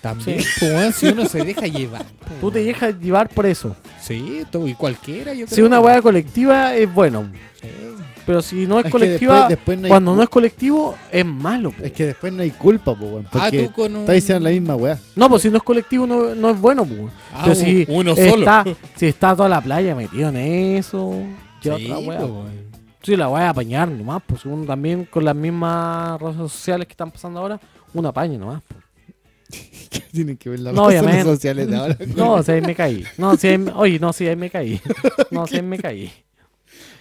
Speaker 2: También, pues, weón, si uno se deja llevar. pues,
Speaker 1: Tú te
Speaker 2: weón.
Speaker 1: dejas llevar por eso.
Speaker 2: Sí, tú, y cualquiera, yo creo.
Speaker 1: Si una
Speaker 2: que-
Speaker 1: weá colectiva es bueno,
Speaker 2: Sí.
Speaker 1: pero si no es,
Speaker 3: Es que
Speaker 1: colectiva,
Speaker 3: después- después no hay
Speaker 1: cuando
Speaker 3: cu-
Speaker 1: no es colectivo, es malo, po.
Speaker 3: Es que después no hay culpa, po, weón.
Speaker 2: Ah,
Speaker 3: Porque
Speaker 2: tú con un-
Speaker 3: está diciendo la misma weá.
Speaker 1: No, pues si no es colectivo, no, no es bueno, po.
Speaker 2: Ah,
Speaker 1: Pero
Speaker 2: un-
Speaker 1: si
Speaker 2: uno
Speaker 1: está,
Speaker 2: solo.
Speaker 1: Si está toda la playa metido en eso,
Speaker 2: Sí,
Speaker 1: ¿qué otra weá,
Speaker 2: pues,
Speaker 1: po?
Speaker 2: weón.
Speaker 1: Sí, la voy a apañar nomás, pues uno también con las mismas redes sociales que están pasando ahora, uno apaña nomás. pues.
Speaker 3: ¿Qué tienen que ver las
Speaker 1: No,
Speaker 3: cosas
Speaker 1: obviamente.
Speaker 3: sociales de ahora?
Speaker 1: No, o sea, ahí me caí. No, si ahí, me- oye, no, si ahí me caí. No, si ahí me caí.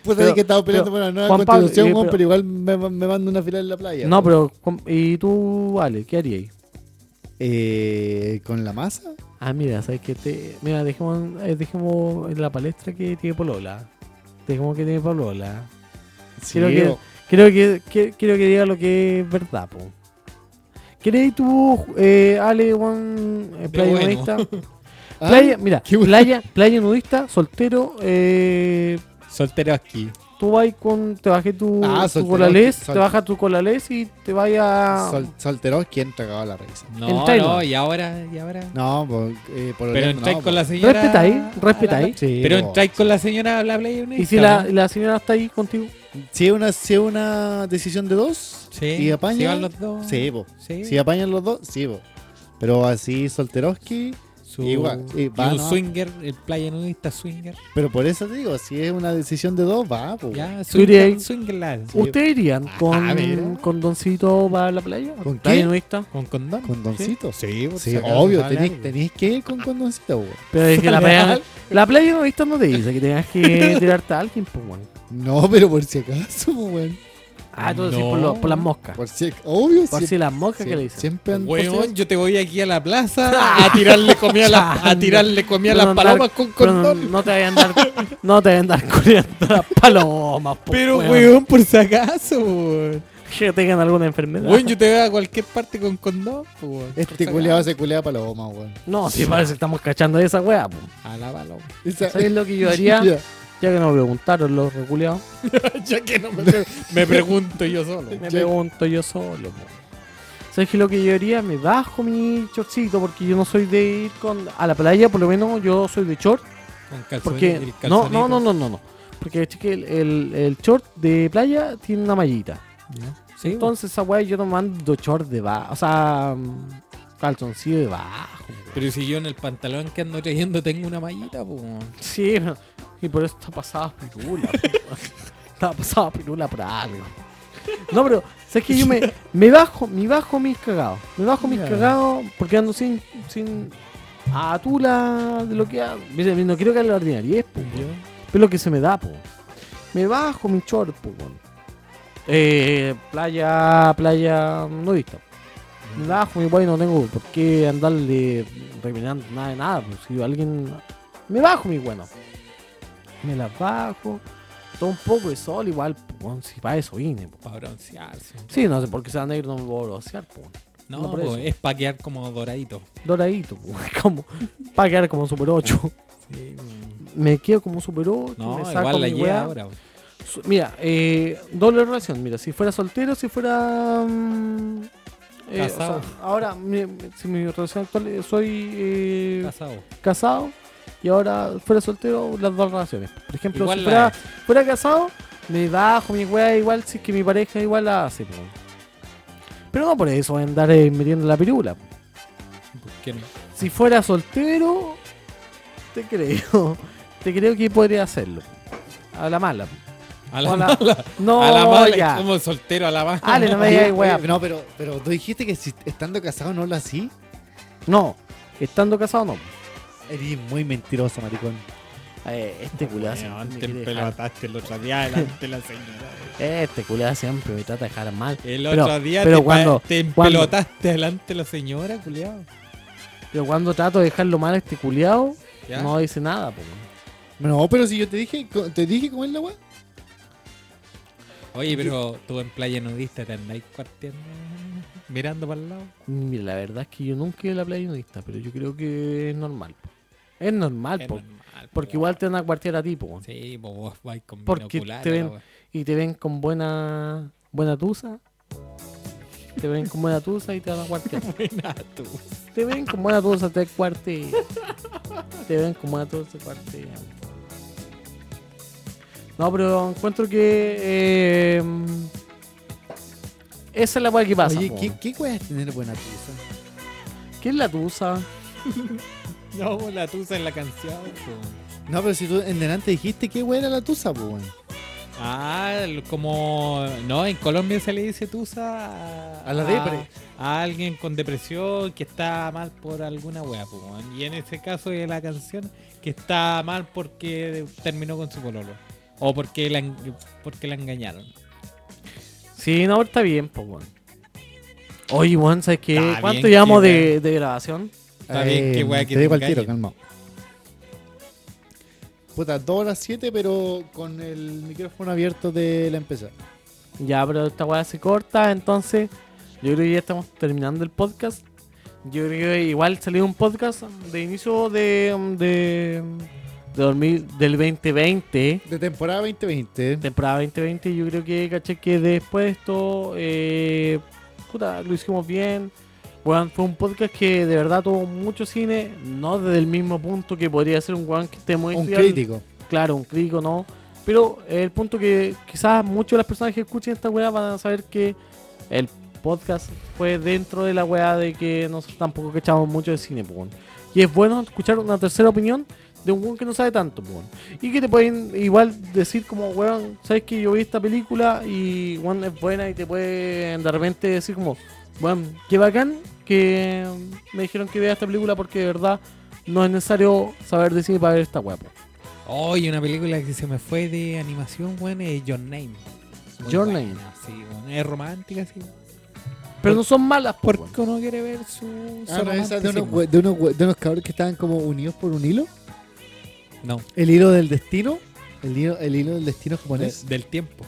Speaker 3: Puta,
Speaker 1: Pero-
Speaker 3: que estaba peleando
Speaker 1: pero,
Speaker 3: por la nueva
Speaker 1: Juan Pablo,
Speaker 3: constitución,
Speaker 1: eh,
Speaker 3: weón,
Speaker 1: pero-
Speaker 3: pero igual me, me mando una fila en la playa.
Speaker 1: No,
Speaker 3: weón.
Speaker 1: pero, ¿cómo- ¿y tú, Ale, qué harías?
Speaker 3: Eh, ¿Con la masa?
Speaker 1: Ah, mira, sabes que te. Mira, dejemos, eh, dejemos en la palestra que tiene Polola. Dejemos que tiene Polola. Creo que-
Speaker 3: o-
Speaker 1: Creo que, que- quiero que diga lo que es verdad, po. ¿Queréis tú, eh, Ale, Juan, eh, playa
Speaker 2: bueno.
Speaker 1: nudista?
Speaker 3: Ah,
Speaker 1: Playa, mira,
Speaker 3: qué bueno.
Speaker 1: playa, playa nudista, soltero, eh,
Speaker 2: Soltero aquí.
Speaker 1: tú vas con, te bajé tu,
Speaker 3: Ah,
Speaker 1: tu
Speaker 3: soltero,
Speaker 1: colalés,
Speaker 3: sol-
Speaker 1: te bajas tu colalés y te vaya
Speaker 3: Ah, Sol, solteros, ¿quién cagaba la risa?
Speaker 2: No,
Speaker 1: Entra y
Speaker 2: no,
Speaker 1: no.
Speaker 2: y ahora, y ahora.
Speaker 3: No, po, eh, por
Speaker 2: Pero
Speaker 3: Orlando,
Speaker 2: entráis
Speaker 3: no,
Speaker 2: con
Speaker 3: po.
Speaker 2: la señora.
Speaker 1: Respetáis, respetáis.
Speaker 3: Sí, pues.
Speaker 2: Pero
Speaker 3: po.
Speaker 2: entráis con la señora a la playa una
Speaker 1: Y si la, la señora está ahí contigo,
Speaker 3: Si es una, si es una decisión de dos,
Speaker 2: Sí,
Speaker 3: y apañan.
Speaker 2: si van los dos.
Speaker 3: Sí, po.
Speaker 2: Sí.
Speaker 3: Si apañan los dos, sí, po. Pero así, solteroski.
Speaker 2: Su-
Speaker 3: Igual, sí,
Speaker 2: y
Speaker 3: ah, va,
Speaker 2: un
Speaker 3: ¿no?
Speaker 2: swinger, el playa nudista swinger.
Speaker 3: Pero por eso te digo, si es una decisión de dos, va, po.
Speaker 2: Ya,
Speaker 1: irías
Speaker 2: swinger,
Speaker 1: ahí?
Speaker 2: swinger land.
Speaker 1: ¿ustedes irían
Speaker 3: Ah,
Speaker 1: con,
Speaker 3: mira.
Speaker 1: con Doncito para la playa?
Speaker 3: ¿Con
Speaker 1: playa
Speaker 3: qué?
Speaker 1: nudista?
Speaker 2: ¿Con condón?
Speaker 3: Con doncito.
Speaker 2: Sí, por
Speaker 3: Sí,
Speaker 2: si acaso
Speaker 3: obvio,
Speaker 2: sale
Speaker 3: tenéis
Speaker 2: algo.
Speaker 3: tenéis que ir con condoncito, weón.
Speaker 1: Pero es que la playa, la playa nudista no te dice que tengas que tirarte a alguien, pues bueno.
Speaker 3: No, pero por si acaso, po, weón.
Speaker 1: Ah, tú decís
Speaker 2: No.
Speaker 1: por, lo- por las moscas. Por,
Speaker 3: Por si ac- obvio,
Speaker 1: si, las moscas que le dicen.
Speaker 3: Siempre han
Speaker 2: Weón, yo te voy aquí a la plaza Ah, a tirarle comida a, la- a tirarle comida a
Speaker 1: Pero
Speaker 2: las
Speaker 1: no andar-
Speaker 2: palomas con
Speaker 1: pero no,
Speaker 2: condón.
Speaker 1: no te vayan a andar, no te vayan a andar culiando las palomas, po,
Speaker 2: Pero, weón, por si acaso, weón.
Speaker 1: Que tengan alguna enfermedad.
Speaker 2: Weón, yo te veo a cualquier parte con condón, po, weón. Por si
Speaker 3: Este
Speaker 2: acaso.
Speaker 3: culeado se culea paloma, weón.
Speaker 1: No, si parece que estamos cachando de esa weá, po.
Speaker 2: A la paloma.
Speaker 3: Esa-
Speaker 1: ¿Sabes lo que yo haría?
Speaker 3: Ya.
Speaker 1: Ya que nos preguntaron los reculeados,
Speaker 2: ya que no me, pre- me pregunto yo solo.
Speaker 1: me pregunto yo solo, po. ¿Sabes qué es lo que yo haría? Me bajo mi chorcito porque yo no soy de ir con, a la playa, por lo menos yo soy de short.
Speaker 2: Con calzoni-
Speaker 1: Porque
Speaker 2: el
Speaker 1: no, no,
Speaker 2: calzonito.
Speaker 1: no, no, no, no. Porque es que el, el- el short de playa tiene una mallita.
Speaker 2: Sí,
Speaker 1: Entonces esa weá yo no mando short de bajo, o sea, mm, calzoncillo de bajo.
Speaker 2: Pero si yo en el pantalón que ando trayendo tengo una mallita, po.
Speaker 1: Sí, no, y por eso está pasada pirula. po. está pasada pirula por algo. No, pero, ¿sabes que Yo me, me bajo, me bajo mis cagados. Me bajo mis
Speaker 3: Ya.
Speaker 1: cagados porque ando sin, sin atula de lo que hago. Mira, No quiero que la ordinariedad, po, weón. pero lo que se me da, po. Me bajo mi short, po, weón. Eh, playa, playa nudista. Me bajo mi guay, no tengo por qué andarle remirando nada de nada. po. Si alguien me bajo mi bueno. Me la bajo. Todo un poco de sol igual, po, weón, si para eso vine. po.
Speaker 2: Para broncearse.
Speaker 1: Sí, no sé por qué se van a ir, no me voy a broncear, po.
Speaker 2: No, pues,
Speaker 1: No, por
Speaker 2: po,
Speaker 1: eso.
Speaker 2: es para quedar como doradito.
Speaker 1: Doradito, po, como para quedar como Super 8.
Speaker 2: Sí, po.
Speaker 1: Me quedo como Super 8,
Speaker 2: No,
Speaker 1: me saco
Speaker 2: igual la
Speaker 1: mi
Speaker 2: lleva
Speaker 1: weá.
Speaker 2: ahora. po.
Speaker 1: Su- Mira, eh, doble relación. Mira, si fuera soltero, si fuera. mm, eh, o
Speaker 2: Casado.
Speaker 1: sea, ahora, mi- mi- si mi relación actual eh, soy eh,
Speaker 2: Casado.
Speaker 1: casado y ahora fuera soltero, las dos relaciones. Por ejemplo,
Speaker 2: Igual
Speaker 1: si
Speaker 2: la
Speaker 1: fuera,
Speaker 2: hace.
Speaker 1: fuera casado, me bajo mi weá igual si es que mi pareja igual la hace. po. Pero no por eso voy a andar eh, metiendo la pirula.
Speaker 2: ¿Por qué no?
Speaker 1: Si fuera soltero, te creo. te creo que podría hacerlo. A la mala.
Speaker 2: A la
Speaker 1: O
Speaker 2: mala.
Speaker 1: No,
Speaker 2: a la mala,
Speaker 1: ya. Ah,
Speaker 2: como soltero a la mala.
Speaker 1: Ale, no me digas, weá.
Speaker 3: No, pero, pero tú dijiste que si estando casado no lo así.
Speaker 1: No, estando casado no.
Speaker 3: Eres muy mentiroso, maricón.
Speaker 1: Eh, este culiado siempre, me
Speaker 2: Antes me
Speaker 1: quiere
Speaker 2: lo
Speaker 1: dejar-
Speaker 2: mataste el otro día delante de la señora.
Speaker 1: este culiado siempre me trata de dejar mal.
Speaker 2: El
Speaker 1: Pero-
Speaker 2: otro día
Speaker 1: pero
Speaker 2: te, pa-
Speaker 1: cuando-
Speaker 2: te
Speaker 1: cuando-
Speaker 2: empelotaste delante de la señora, culiado.
Speaker 1: Pero cuando trato de dejarlo mal a este culiado,
Speaker 2: ¿Ya?
Speaker 1: no dice nada. po.
Speaker 3: No, pero si yo te dije, co- te dije cómo es la weá.
Speaker 2: Oye, pero tú en playa nudista te andáis cuarteando, mirando para el lado.
Speaker 1: Mira, la verdad es que yo nunca he ido a la playa nudista, pero yo creo que es normal. po. Es normal,
Speaker 2: Es
Speaker 1: po,
Speaker 2: normal,
Speaker 1: porque
Speaker 2: po,
Speaker 1: igual
Speaker 2: weón.
Speaker 1: te van a cuartear a ti, po.
Speaker 2: Sí, pues vos vais con
Speaker 1: Porque
Speaker 2: binoculares,
Speaker 1: te ven-
Speaker 2: la weá.
Speaker 1: y te ven con buena buena tusa. Te ven con buena tusa y te van a cuartear.
Speaker 2: Buena tú.
Speaker 1: te ven con buena tusa, te cuartean. Te ven con buena tusa, te cuartean. No, pero encuentro que. eh, esa es la weá que pasa.
Speaker 3: Oye,
Speaker 1: po.
Speaker 3: ¿qué, qué weá es tener buena tusa?
Speaker 1: ¿Qué es la tusa?
Speaker 2: No, la tusa en la canción. po.
Speaker 3: No, pero si tú en delante dijiste qué weá era la tusa, pues weón.
Speaker 2: Ah, el- como. No, en Colombia se le dice tusa a,
Speaker 3: A la depre.
Speaker 2: A, alguien con depresión que está mal por alguna wea, po, weón. Y en este caso es la canción que está mal porque terminó con su pololo. O porque la, en- porque la engañaron.
Speaker 1: Sí, no, está bien, pues, weón. Oye, weón, ¿sabes qué?
Speaker 2: Está
Speaker 1: ¿Cuánto
Speaker 2: bien,
Speaker 1: llevamos
Speaker 2: qué
Speaker 1: de, de grabación?
Speaker 2: Está
Speaker 3: Eh,
Speaker 2: bien, qué weá que
Speaker 3: Te digo
Speaker 2: te
Speaker 3: al tiro,
Speaker 2: engañen.
Speaker 3: calmado. Puta, 2 horas 7, pero con el micrófono abierto de la empresa.
Speaker 1: Ya, pero esta weá se corta, entonces yo creo que ya estamos terminando el podcast. Yo creo que igual salió un podcast de inicio de, de, de dormir del 2020,
Speaker 3: De temporada 2020.
Speaker 1: temporada 2020. Yo creo que, caché, que después de esto, eh, puta, lo hicimos bien. Weón, fue un podcast que de verdad tuvo mucho cine, no desde el mismo punto que podría ser un weón que esté muy
Speaker 3: un
Speaker 1: estudiado-
Speaker 3: crítico.
Speaker 1: Claro, un crítico no. Pero el punto que quizás muchas de las personas que escuchen esta weá van a saber que el podcast fue dentro de la weá de que nosotros tampoco que echamos mucho de cine, po, weón. Y es bueno escuchar una tercera opinión de un weón que no sabe tanto, po, weón. Y que te pueden igual decir como, weón, sabes que yo vi esta película y weón es buena y te pueden de repente decir como, weón, qué bacán que me dijeron que vea esta película porque de verdad no es necesario saber de cine para ver esta weá, po.
Speaker 2: Hoy una película que se me fue de animación, weón, es Your Name. Muy
Speaker 1: Your
Speaker 2: buena,
Speaker 1: Name.
Speaker 2: Sí, weón. Es romántica, sí.
Speaker 1: Pero no son malas, po,
Speaker 2: Porque
Speaker 1: weón.
Speaker 2: uno quiere ver su.
Speaker 3: Ah,
Speaker 2: su
Speaker 3: no, esa de unos,
Speaker 2: romanticismo.
Speaker 3: we- de, unos, we- de unos cabros que estaban como unidos por un hilo.
Speaker 2: No,
Speaker 3: El hilo del destino. El hilo, el hilo del destino
Speaker 2: de-
Speaker 3: japonés.
Speaker 2: del tiempo.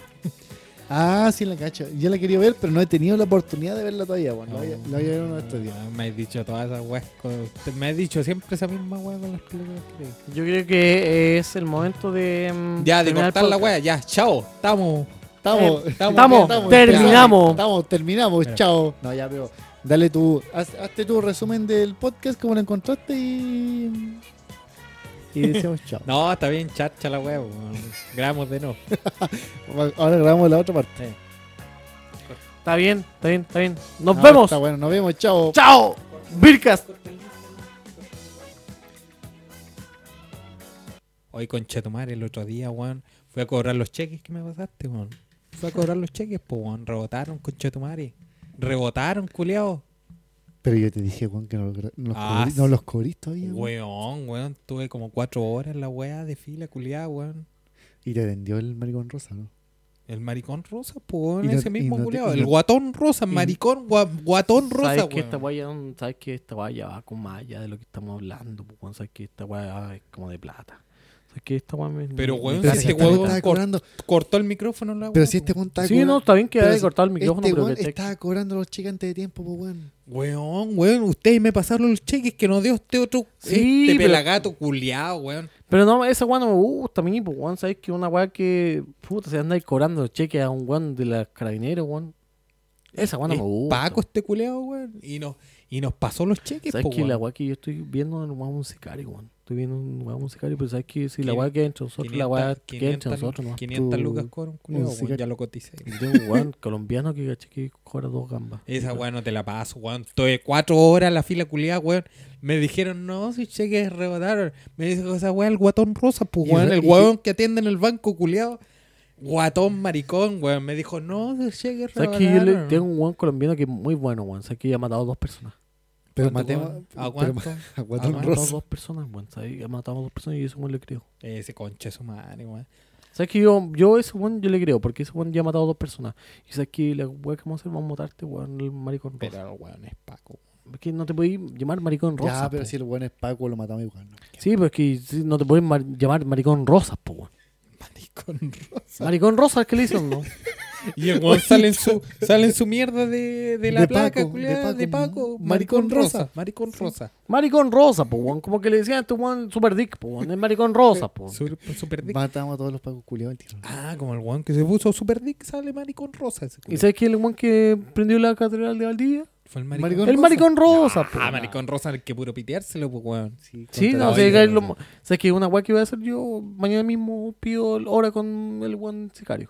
Speaker 3: Ah, sí, la cacho. Yo la quería ver, pero no he tenido la oportunidad de verla todavía. Bueno, la voy a- la voy a ver uno de estos días.
Speaker 2: Ah, Me has dicho todas esas weas. con- te- Me has dicho siempre esa misma wea con las películas que te digo.
Speaker 1: Yo creo que es el momento de. mm,
Speaker 2: Ya, de
Speaker 1: terminar el
Speaker 2: cortar la
Speaker 1: podcast.
Speaker 2: wea, ya, chao. Estamos.
Speaker 3: Estamos,
Speaker 1: Eh,
Speaker 3: estamos,
Speaker 1: estamos, terminamos.
Speaker 3: Estamos, terminamos,
Speaker 2: Mira.
Speaker 3: chao. No, ya, pero dale tu. haz- hazte tu resumen del podcast, como lo encontraste y. Y decimos chao.
Speaker 2: No, está bien, charcha la wea. weón. Gramos de no.
Speaker 3: Ahora grabamos la otra parte.
Speaker 1: Está bien, está bien, Ah, está bien. Nos
Speaker 3: No,
Speaker 1: vemos.
Speaker 3: Está bueno, nos vemos, chao.
Speaker 1: Chao. Vircas.
Speaker 2: Hoy con Chetumar el otro día, weón. Fui a cobrar los cheques que me pasaste, weón. Fui a cobrar los cheques, pues, weón. Rebotaron con Chetumare. Rebotaron, culiao.
Speaker 3: Pero yo te dije, Juan, que no, lo gra- no los,
Speaker 2: Ah,
Speaker 3: cubrí-
Speaker 2: sí.
Speaker 3: no los cubrís todavía. Juan.
Speaker 2: Weón, weón. Tuve como cuatro horas en la wea de fila, culiao, weón.
Speaker 3: Y te vendió el maricón rosa, ¿no?
Speaker 2: El maricón rosa, pues, weón,
Speaker 3: Y no-
Speaker 2: ese
Speaker 3: y
Speaker 2: mismo
Speaker 3: no te-
Speaker 2: culiao.
Speaker 3: y
Speaker 2: El
Speaker 3: no-
Speaker 2: guatón rosa, maricón, gua- guatón rosa,
Speaker 1: Sabes
Speaker 2: weón.
Speaker 1: que esta guaya, no- sabes que esta guaya va con más allá de lo que estamos hablando, po, weón. sabes que esta guaya es como de plata. Sabes que esta guaya me-
Speaker 2: Pero,
Speaker 1: me-
Speaker 2: weón,
Speaker 1: me
Speaker 2: si este
Speaker 1: encanta.
Speaker 3: estaba-
Speaker 2: huevón
Speaker 3: estaba
Speaker 2: cor-
Speaker 3: cobrando-
Speaker 2: Cortó el micrófono la
Speaker 3: Pero
Speaker 2: weá,
Speaker 3: si este Juan estaba
Speaker 1: Sí, no, está bien que
Speaker 3: pero
Speaker 1: haya
Speaker 3: si
Speaker 1: cortado el micrófono,
Speaker 3: Este
Speaker 1: pero
Speaker 3: Juan
Speaker 1: que-
Speaker 3: estaba cobrando los cheques antes de tiempo, pues, weón.
Speaker 2: Weón, weón, ustedes me pasaron los cheques que nos dio este otro
Speaker 1: Sí,
Speaker 2: este
Speaker 1: pero-
Speaker 2: pelagato culiado, weón.
Speaker 1: Pero no, esa guaya no me gusta a mí, po, weón. sabes que una guaya que. Puta, se anda ahí cobrando los cheques a un weón de las carabineros, weón. Esa guaya no
Speaker 2: Es
Speaker 1: me gusta.
Speaker 2: Paco este culiado, weón. Y nos, y nos pasó los cheques,
Speaker 1: ¿Sabes
Speaker 2: po,
Speaker 1: que
Speaker 2: weón.
Speaker 1: la weá que yo estoy viendo es un musicario, weón? Estoy viendo un weá musicario, pero sabes que si la
Speaker 2: Quin-
Speaker 1: weá queda entre nosotros, la weá
Speaker 2: 500,
Speaker 1: queda entre nosotros, nomás.
Speaker 2: 500
Speaker 3: tú-
Speaker 2: lucas cobra un culiao,
Speaker 3: un
Speaker 2: weón.
Speaker 3: cigarro.
Speaker 2: Ya lo coticé.
Speaker 1: Yo, un weón colombiano que
Speaker 2: Eh,
Speaker 1: caché que cobra dos gambas.
Speaker 2: Esa weón no te la paso, weón. Estoy cuatro horas en la fila culiada, weón. Me dijeron, no, si cheques rebotaron. Me dijo esa weá, el guatón rosa, pues
Speaker 3: Y
Speaker 2: weón,
Speaker 3: re-
Speaker 2: el
Speaker 3: y-
Speaker 2: guatón que atiende en el banco culiado. Guatón maricón, weón. Me dijo, no, si cheques
Speaker 1: ¿Sabes que yo le-
Speaker 2: rebotaron.
Speaker 1: tengo un weón colombiano que es muy bueno, weón? ¿Sabes que ya ha matado dos personas?
Speaker 3: Pero
Speaker 2: ¿Cuánto,
Speaker 3: matemos.
Speaker 2: weón?
Speaker 3: pero-
Speaker 2: ¿A cuánto?
Speaker 3: pero- a
Speaker 1: Ha
Speaker 3: Guatón
Speaker 1: matado
Speaker 3: Rosa.
Speaker 1: dos personas, weón. ¿Sabes? Ha matado dos personas y eso weón le creo.
Speaker 2: Ese conche su madre, weón.
Speaker 1: ¿Sabes que yo, yo ese weón yo le creo? Porque ese weón ya ha matado dos personas. Y sabes que la weá que vamos a hacer, vamos a matarte, weón, el maricón rosa.
Speaker 2: Pero el weón es Paco.
Speaker 1: Es que no te podéis llamar maricón rosa.
Speaker 3: Ya, pero
Speaker 1: po.
Speaker 3: si el buen es Paco, lo matamos igual. ¿no?
Speaker 1: Sí, pero es que sí, no te podéis mar- llamar maricón rosa, po, weón.
Speaker 2: Maricón rosa.
Speaker 1: Maricón rosa es que le dicen, ¿no?
Speaker 2: Y el weón sale en su, sale en su mierda de, de la
Speaker 3: De
Speaker 2: placa,
Speaker 3: Paco,
Speaker 2: culiao, de
Speaker 3: de Paco,
Speaker 2: Paco.
Speaker 3: mm,
Speaker 2: Maricón
Speaker 3: maricón
Speaker 2: rosa.
Speaker 3: rosa.
Speaker 2: Maricón rosa.
Speaker 1: Maricón rosa, po, weón. Como que le decían a este weón super dick, po, weón. Es maricón rosa, po.
Speaker 2: Super, super dick.
Speaker 3: Matamos a todos los Pacos culiados al tiro.
Speaker 2: Ah, como el weón que se puso super dick, sale maricón rosa. Ese
Speaker 1: ¿Y
Speaker 2: culiao.
Speaker 1: sabes quién es el weón que prendió la catedral de Valdivia?
Speaker 2: Fue el
Speaker 3: maricón
Speaker 1: El
Speaker 3: rosa.
Speaker 1: maricón rosa, po.
Speaker 2: Ah, maricón rosa, el que puro piteárselo, pues, weón.
Speaker 1: Sí,
Speaker 3: Contra
Speaker 1: no,
Speaker 3: la
Speaker 1: sé,
Speaker 3: vaina,
Speaker 1: que es lo
Speaker 3: weón.
Speaker 1: mo- sabes que una weá que voy a hacer yo mañana mismo pido hora con el weón sicario.